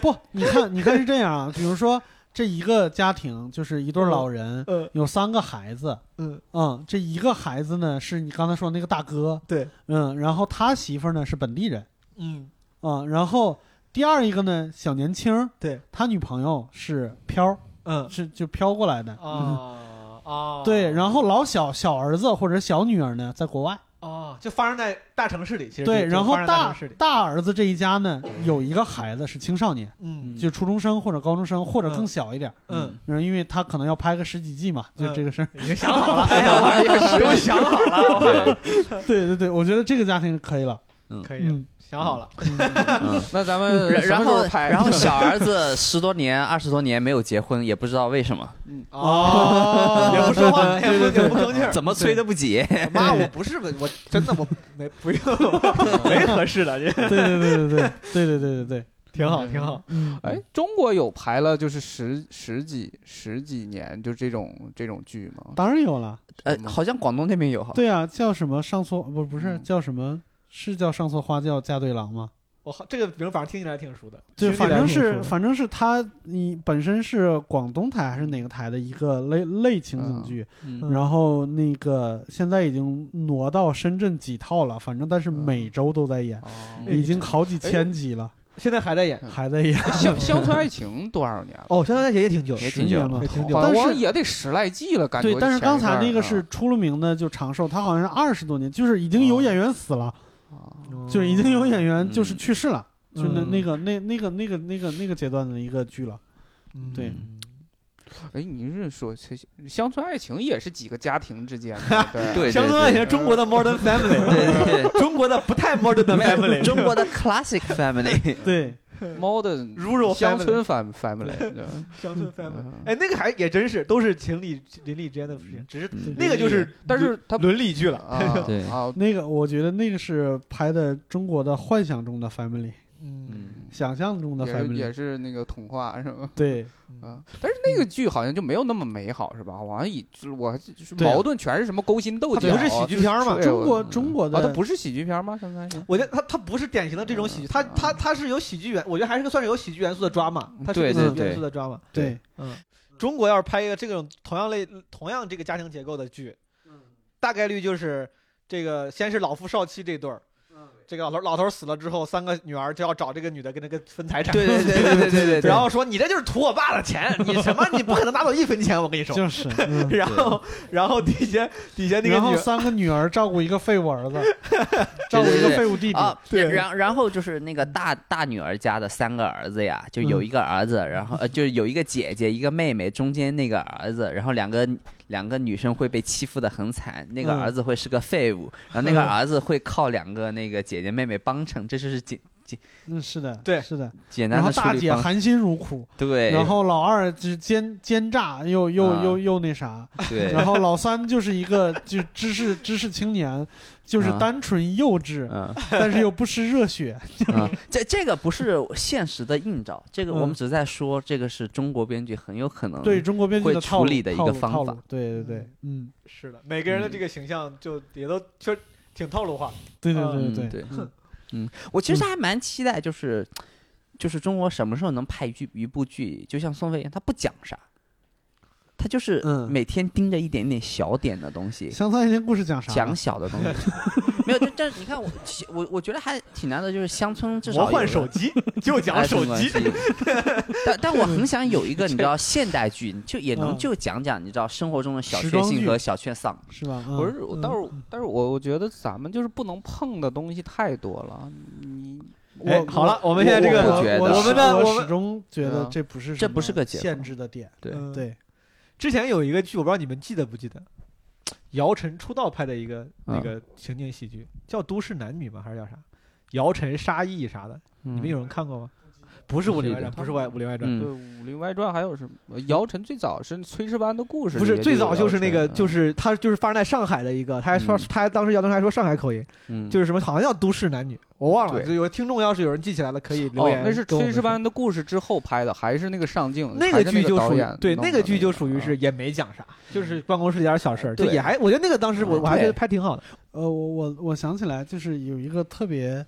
[SPEAKER 4] 不，你看你看是这样啊，比如说这一个家庭就是一对儿老人，
[SPEAKER 3] 嗯
[SPEAKER 4] 有三个孩子，
[SPEAKER 3] 嗯
[SPEAKER 4] 嗯，这一个孩子呢是你刚才说的那个大哥，
[SPEAKER 3] 对，
[SPEAKER 4] 嗯，然后他媳妇儿呢是本地人，
[SPEAKER 3] 嗯
[SPEAKER 4] 啊、然后第二一个呢小年轻儿，
[SPEAKER 3] 对
[SPEAKER 4] 他女朋友是飘儿，
[SPEAKER 3] 嗯
[SPEAKER 4] 是就飘过来的，
[SPEAKER 3] 啊啊
[SPEAKER 4] 对，然后老小小儿子或者小女儿呢在国外，
[SPEAKER 3] 哦，就发生在大城市里，其实
[SPEAKER 4] 对，
[SPEAKER 3] 就
[SPEAKER 4] 然后
[SPEAKER 3] 发生在
[SPEAKER 4] 大
[SPEAKER 3] 城市里，
[SPEAKER 4] 大儿子这一家呢有一个孩子是青少年，
[SPEAKER 3] 嗯
[SPEAKER 4] 就初中生或者高中生或者更小一点儿，
[SPEAKER 3] 嗯，
[SPEAKER 4] 嗯，因为他可能要拍个十几季嘛，就
[SPEAKER 3] 嗯
[SPEAKER 4] 这个 事儿。
[SPEAKER 3] 已经想哎 好了，哎呀，我已经想好了，
[SPEAKER 4] 对对对，我觉得这个家庭是可以了。
[SPEAKER 3] 可以
[SPEAKER 4] 嗯，
[SPEAKER 3] 想好了，
[SPEAKER 1] 嗯
[SPEAKER 2] 那咱们
[SPEAKER 5] 然
[SPEAKER 2] 什么
[SPEAKER 5] 然
[SPEAKER 2] 时候
[SPEAKER 5] 后
[SPEAKER 2] 拍？
[SPEAKER 5] 然后小儿子十多年、二十多年没有结婚，也不知道为什么，
[SPEAKER 3] 哦，也不说话，也不也不吭气儿。
[SPEAKER 5] 怎么催都不结。
[SPEAKER 3] 妈，我不是我，我真的我没不 用，没合适的，这
[SPEAKER 4] 对对对对对对对对对对，
[SPEAKER 3] 挺好挺好。
[SPEAKER 4] 嗯，
[SPEAKER 2] 哎，中国有排了就是十十几十几年就这种这种剧吗？
[SPEAKER 4] 当然有了。
[SPEAKER 5] 呃
[SPEAKER 2] 什，么
[SPEAKER 5] 好像广东那边有哈。
[SPEAKER 4] 对啊，叫什么上错不不是
[SPEAKER 2] 嗯
[SPEAKER 4] 叫什么是叫上错花轿嫁对郎吗？
[SPEAKER 3] 我好这个名反正听起来挺熟的，
[SPEAKER 4] 就
[SPEAKER 3] 听起
[SPEAKER 4] 反
[SPEAKER 3] 来
[SPEAKER 4] 正
[SPEAKER 3] 挺熟
[SPEAKER 4] 是
[SPEAKER 3] 的
[SPEAKER 4] 反正是他你本身是广东台还是哪个台的一个类类情景剧，
[SPEAKER 5] 嗯
[SPEAKER 4] 然后那个现在已经挪到深圳几套了，反正但
[SPEAKER 3] 嗯
[SPEAKER 4] 是每周都在演，
[SPEAKER 2] 哦
[SPEAKER 4] 已经好几
[SPEAKER 3] 哎
[SPEAKER 4] 千集了，
[SPEAKER 3] 现在还在演。
[SPEAKER 2] 哎
[SPEAKER 4] 还在演，
[SPEAKER 2] 乡乡村爱情多少年了？
[SPEAKER 3] 嗯哦，现在也 挺久，
[SPEAKER 5] 也
[SPEAKER 4] 十
[SPEAKER 5] 挺
[SPEAKER 4] 年
[SPEAKER 5] 久
[SPEAKER 4] 了
[SPEAKER 3] 也。挺久
[SPEAKER 2] 好
[SPEAKER 4] 但
[SPEAKER 2] 像
[SPEAKER 4] 是
[SPEAKER 2] 也得十来季了，感觉
[SPEAKER 4] 对，但是
[SPEAKER 2] 前
[SPEAKER 4] 刚
[SPEAKER 2] 一段
[SPEAKER 4] 才那个
[SPEAKER 2] 啊
[SPEAKER 4] 是出了名的，就长寿，他好像是二十多年，就是已经
[SPEAKER 3] 哦
[SPEAKER 4] 有演员死了，
[SPEAKER 2] 哦
[SPEAKER 4] 就是已经有演员就是
[SPEAKER 5] 嗯
[SPEAKER 4] 去世了，就那
[SPEAKER 3] 嗯
[SPEAKER 4] 那个那那个那个那个那个阶段的一个剧了。
[SPEAKER 3] 嗯
[SPEAKER 4] 对
[SPEAKER 2] 哎，你是说乡乡村爱情也是几个家庭之间的？ 对
[SPEAKER 5] 对
[SPEAKER 3] 相当于中国的 Modern
[SPEAKER 5] 对
[SPEAKER 3] Family，
[SPEAKER 5] 对对
[SPEAKER 3] 中国的不太 Modern 的
[SPEAKER 5] 没有，
[SPEAKER 3] Family，
[SPEAKER 5] 中国的 classic family。
[SPEAKER 4] 对，
[SPEAKER 2] ，modern
[SPEAKER 3] 如若
[SPEAKER 2] 乡村 fam- family，对吧
[SPEAKER 3] 乡村 Family。
[SPEAKER 2] 嗯
[SPEAKER 3] 哎，那个还也真是，都是情侣邻里之间的事情，只是
[SPEAKER 1] 嗯
[SPEAKER 3] 那个就是，
[SPEAKER 2] 但是他
[SPEAKER 3] 伦理剧了。
[SPEAKER 2] 啊
[SPEAKER 1] 对
[SPEAKER 2] 啊，
[SPEAKER 4] 那个我觉得那个是拍的中国的幻想中的 family，
[SPEAKER 3] 嗯，
[SPEAKER 4] 想象中的
[SPEAKER 2] 也是也
[SPEAKER 4] family。
[SPEAKER 2] 是那个童话是吗？
[SPEAKER 4] 对，
[SPEAKER 2] 啊，但是那个剧好像就没有那么美好是吧？好像以我就是
[SPEAKER 4] 对啊
[SPEAKER 2] 矛盾全是什么勾心斗
[SPEAKER 3] 它
[SPEAKER 2] 角，啊
[SPEAKER 3] 不是喜剧片儿嘛
[SPEAKER 2] 对？
[SPEAKER 4] 中国
[SPEAKER 2] 我
[SPEAKER 4] 中国
[SPEAKER 2] 啊，它
[SPEAKER 4] 的
[SPEAKER 2] 不是喜剧片吗？乡村爱 情
[SPEAKER 3] 我觉得它它不是典型的这种喜剧，
[SPEAKER 5] 嗯
[SPEAKER 3] 它它它是有喜剧元，我觉得还是个算是有喜剧元素的抓马，它是有
[SPEAKER 5] 对
[SPEAKER 3] 喜
[SPEAKER 4] 对
[SPEAKER 3] 剧
[SPEAKER 5] 对
[SPEAKER 3] 元素的抓马。
[SPEAKER 4] 对，
[SPEAKER 3] 嗯，中国要是拍一个这种同样类、同样这个家庭结构的剧，大概率就是这个先是老夫少妻这对儿，这个老头老头死了之后，三个女儿就要找这个女的跟那个分财产，
[SPEAKER 5] 对对对对 对对 对。
[SPEAKER 3] 然后说你这就是图我爸的钱，你什么你不可能拿走一分钱，我跟你说。
[SPEAKER 4] 就是。嗯
[SPEAKER 3] 然后然后底下底 下那个
[SPEAKER 4] 然后
[SPEAKER 3] 女
[SPEAKER 4] 三个女儿照顾一个废物儿子，照顾一个废物弟弟。
[SPEAKER 5] 啊，
[SPEAKER 3] 对
[SPEAKER 5] 然然后就是那个大大女儿家的三个儿子呀，就有
[SPEAKER 4] 嗯
[SPEAKER 5] 一个儿子，然后呃，就是有一个姐姐，一个妹妹，中间那个儿子，然后两个两个女生会被欺负的很惨，那个
[SPEAKER 4] 嗯
[SPEAKER 5] 儿子会是个废物，然后那个
[SPEAKER 4] 嗯
[SPEAKER 5] 儿子会靠两个那个姐姐妹妹帮衬，这就是简
[SPEAKER 4] 嗯，是的，
[SPEAKER 3] 对
[SPEAKER 4] 是的。
[SPEAKER 5] 简
[SPEAKER 4] 然
[SPEAKER 5] 单
[SPEAKER 4] 后
[SPEAKER 5] 的处
[SPEAKER 4] 大
[SPEAKER 5] 理
[SPEAKER 4] 姐
[SPEAKER 5] 方式。
[SPEAKER 4] 含辛茹苦，
[SPEAKER 5] 对，
[SPEAKER 4] 然后老二就是奸奸诈，又又
[SPEAKER 5] 啊
[SPEAKER 4] 又又那啥，
[SPEAKER 5] 对，
[SPEAKER 4] 然后老三就是一个就知识知识青年，就是
[SPEAKER 5] 啊
[SPEAKER 4] 单纯 幼稚，
[SPEAKER 5] 嗯
[SPEAKER 4] 但是又不失热血。
[SPEAKER 5] 嗯， 这这个不是现实的映照，这个我
[SPEAKER 4] 嗯
[SPEAKER 5] 们只是在说，这个是中国编剧很有可能
[SPEAKER 4] 对中国编剧
[SPEAKER 5] 嗯会
[SPEAKER 4] 的
[SPEAKER 5] 处
[SPEAKER 4] 套路
[SPEAKER 5] 理的一
[SPEAKER 4] 套
[SPEAKER 5] 个
[SPEAKER 4] 路
[SPEAKER 5] 方
[SPEAKER 4] 套
[SPEAKER 5] 法
[SPEAKER 4] 路对对对，嗯，
[SPEAKER 3] 是的，每个人的这个形象就也都就挺套路化。
[SPEAKER 4] 对对
[SPEAKER 3] 嗯
[SPEAKER 4] 对
[SPEAKER 5] 嗯
[SPEAKER 4] 对
[SPEAKER 5] 对
[SPEAKER 4] 嗯
[SPEAKER 5] 嗯，我其实还蛮期待，就是就是中国什么时候能拍一剧一部剧，就像宋飞一样，他不讲啥，他就是
[SPEAKER 4] 嗯
[SPEAKER 5] 每天盯着一点点小点的东西，
[SPEAKER 4] 乡村爱情故事讲啥？
[SPEAKER 5] 讲小的东西。没有，就但是你看我其我我觉得还挺难的，就是乡村至少
[SPEAKER 3] 魔幻
[SPEAKER 5] 有
[SPEAKER 3] 手机就讲
[SPEAKER 5] 哎
[SPEAKER 3] 手
[SPEAKER 5] 没关
[SPEAKER 3] 机，
[SPEAKER 5] 系但但我很想有一个你知道现代剧，就也能
[SPEAKER 4] 嗯
[SPEAKER 5] 就讲讲你知道生活中的小
[SPEAKER 4] 时
[SPEAKER 5] 确
[SPEAKER 4] 装
[SPEAKER 5] 幸
[SPEAKER 4] 剧
[SPEAKER 5] 和小确丧。
[SPEAKER 4] 是吧？
[SPEAKER 2] 不
[SPEAKER 4] 嗯
[SPEAKER 2] 是，我但是我但是我我觉得咱们就是不能碰的东西太多了。你
[SPEAKER 3] 哎
[SPEAKER 4] 我
[SPEAKER 3] 好了我们现在这
[SPEAKER 5] 个
[SPEAKER 4] 我
[SPEAKER 5] 我觉
[SPEAKER 3] 我们的
[SPEAKER 5] 得
[SPEAKER 4] 呃我
[SPEAKER 3] 我
[SPEAKER 4] 我
[SPEAKER 3] 们
[SPEAKER 4] 始终觉得
[SPEAKER 2] 嗯
[SPEAKER 4] 这不是
[SPEAKER 5] 这
[SPEAKER 4] 什
[SPEAKER 5] 不是
[SPEAKER 4] 么
[SPEAKER 5] 个结
[SPEAKER 4] 限
[SPEAKER 5] 果
[SPEAKER 4] 制的点。
[SPEAKER 5] 对
[SPEAKER 3] 嗯
[SPEAKER 4] 对，
[SPEAKER 3] 之前有一个剧，我不知道你们记得不记得，姚晨出道拍的一个那
[SPEAKER 5] 嗯
[SPEAKER 3] 个情景喜剧，叫《都市男女》吗？还是叫啥？姚晨、沙溢啥的，你
[SPEAKER 5] 你
[SPEAKER 3] 们
[SPEAKER 2] 嗯
[SPEAKER 3] 有人看过吗？不是《武林外传》，不是《外武林外传》，
[SPEAKER 2] 对
[SPEAKER 5] 嗯，
[SPEAKER 2] 《武林外传》还有什么？姚晨最早是《炊事班的故事》
[SPEAKER 3] 不
[SPEAKER 2] 里面有姚晨，
[SPEAKER 3] 是最早就是那个，就是是他就是发生在上海的一个，他还说
[SPEAKER 5] 嗯
[SPEAKER 3] 他当时姚晨还说上海口音，
[SPEAKER 5] 嗯
[SPEAKER 3] 就是什么好像叫《都市男女》，我忘了。
[SPEAKER 2] 对
[SPEAKER 3] 就有听众要是有人记起来了，可以留
[SPEAKER 2] 哦
[SPEAKER 3] 言，
[SPEAKER 2] 那是《
[SPEAKER 3] 跟我
[SPEAKER 2] 炊
[SPEAKER 3] 们
[SPEAKER 2] 事
[SPEAKER 3] 说
[SPEAKER 2] 班的故事》之后拍的，还是那个上镜，
[SPEAKER 3] 那
[SPEAKER 2] 还
[SPEAKER 3] 个
[SPEAKER 2] 是
[SPEAKER 3] 剧就
[SPEAKER 2] 导
[SPEAKER 3] 属于
[SPEAKER 2] 演
[SPEAKER 3] 对，
[SPEAKER 2] 弄的
[SPEAKER 3] 那
[SPEAKER 2] 那啊
[SPEAKER 3] 个剧嗯就属于是也没讲啥，就是办公室里点小事儿，就
[SPEAKER 5] 对
[SPEAKER 3] 也还，我觉得那个当时我
[SPEAKER 5] 嗯
[SPEAKER 3] 我还觉得
[SPEAKER 5] 对
[SPEAKER 3] 拍挺好的。
[SPEAKER 4] 呃，我我我想起来，就是有一个特别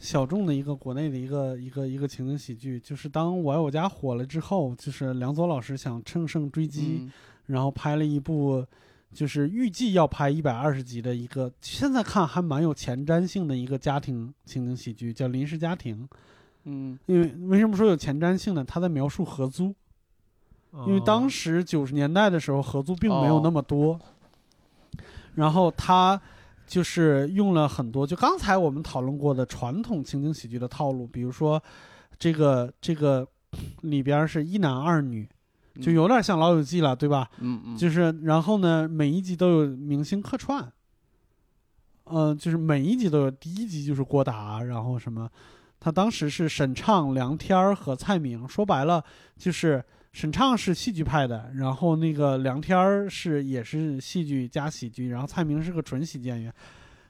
[SPEAKER 4] 小众的一个国内的一个一个一个情景喜剧，就是当《我爱我家》火了之后，就是梁左老师想乘胜追击，
[SPEAKER 2] 嗯
[SPEAKER 4] 然后拍了一部，就是预计要拍一百二十集的一个，现在看还蛮有前瞻性的一个家庭情景喜剧，叫《临时家庭》。
[SPEAKER 2] 嗯
[SPEAKER 4] 因为为什么说有前瞻性呢？他在描述合租，
[SPEAKER 3] 哦嗯
[SPEAKER 4] 因为当时九十年代的时候合租并没有那么多，然后他就是用了很多就刚才我们讨论过的传统情景喜剧的套路，比如说这个这个里边儿是一男二女，就有点像《老友记》了，对吧？
[SPEAKER 2] 嗯嗯嗯，
[SPEAKER 4] 就是然后呢，每一集都有明星客串。呃，就是每一集都有，第一集就是郭达，然后什么，他当时是沈畅、梁天儿和蔡明，说白了就是沈畅是戏剧派的，然后那个梁天儿是也是戏剧加喜剧，然后蔡明是个纯喜剧演员，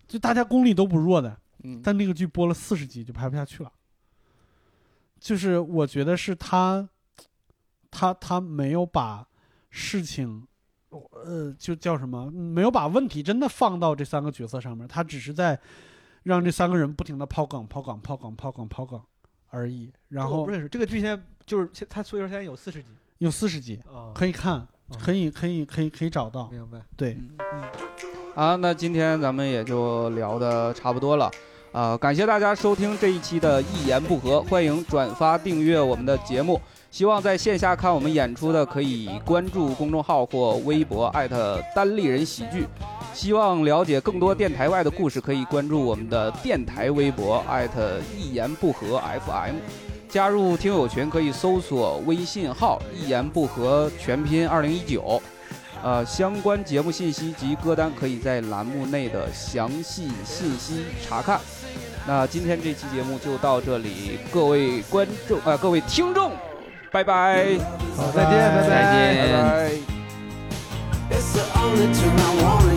[SPEAKER 4] 就大家功力都不弱的，
[SPEAKER 2] 嗯，
[SPEAKER 4] 但那个剧播了四十集就拍不下去了，就是我觉得是他，他他没有把事情，呃，就叫什么，没有把问题真的放到这三个角色上面，他只是在让这三个人不停的抛梗、抛梗、抛梗、抛梗、抛梗而已。然
[SPEAKER 3] 我
[SPEAKER 4] 后
[SPEAKER 3] 不认识这个剧，现在就是现他，所以说现在有四十集
[SPEAKER 4] 有四十集
[SPEAKER 3] 啊，
[SPEAKER 4] 可以看，可以可以可以可以找到。
[SPEAKER 3] 嗯明白。
[SPEAKER 4] 对，
[SPEAKER 2] 啊，那今天咱们也就聊的差不多了。啊、感谢大家收听这一期的《一言不合》，欢迎转发订阅我们的节目。希望在线下看我们演出的，可以关注公众号或微博艾特单立人喜剧。希望了解更多电台外的故事，可以关注我们的电台微博艾特一言不合 FM。加入听友群可以搜索微信号“一言不合全拼二零一九”。呃，相关节目信息及歌单可以在栏目内的详细信息查看。那今天这期节目就到这里，各位观众啊、呃各位听众，拜拜，
[SPEAKER 4] 好，
[SPEAKER 3] 再见拜拜
[SPEAKER 5] 再见
[SPEAKER 2] 拜拜。
[SPEAKER 6] It's the only thing I wanna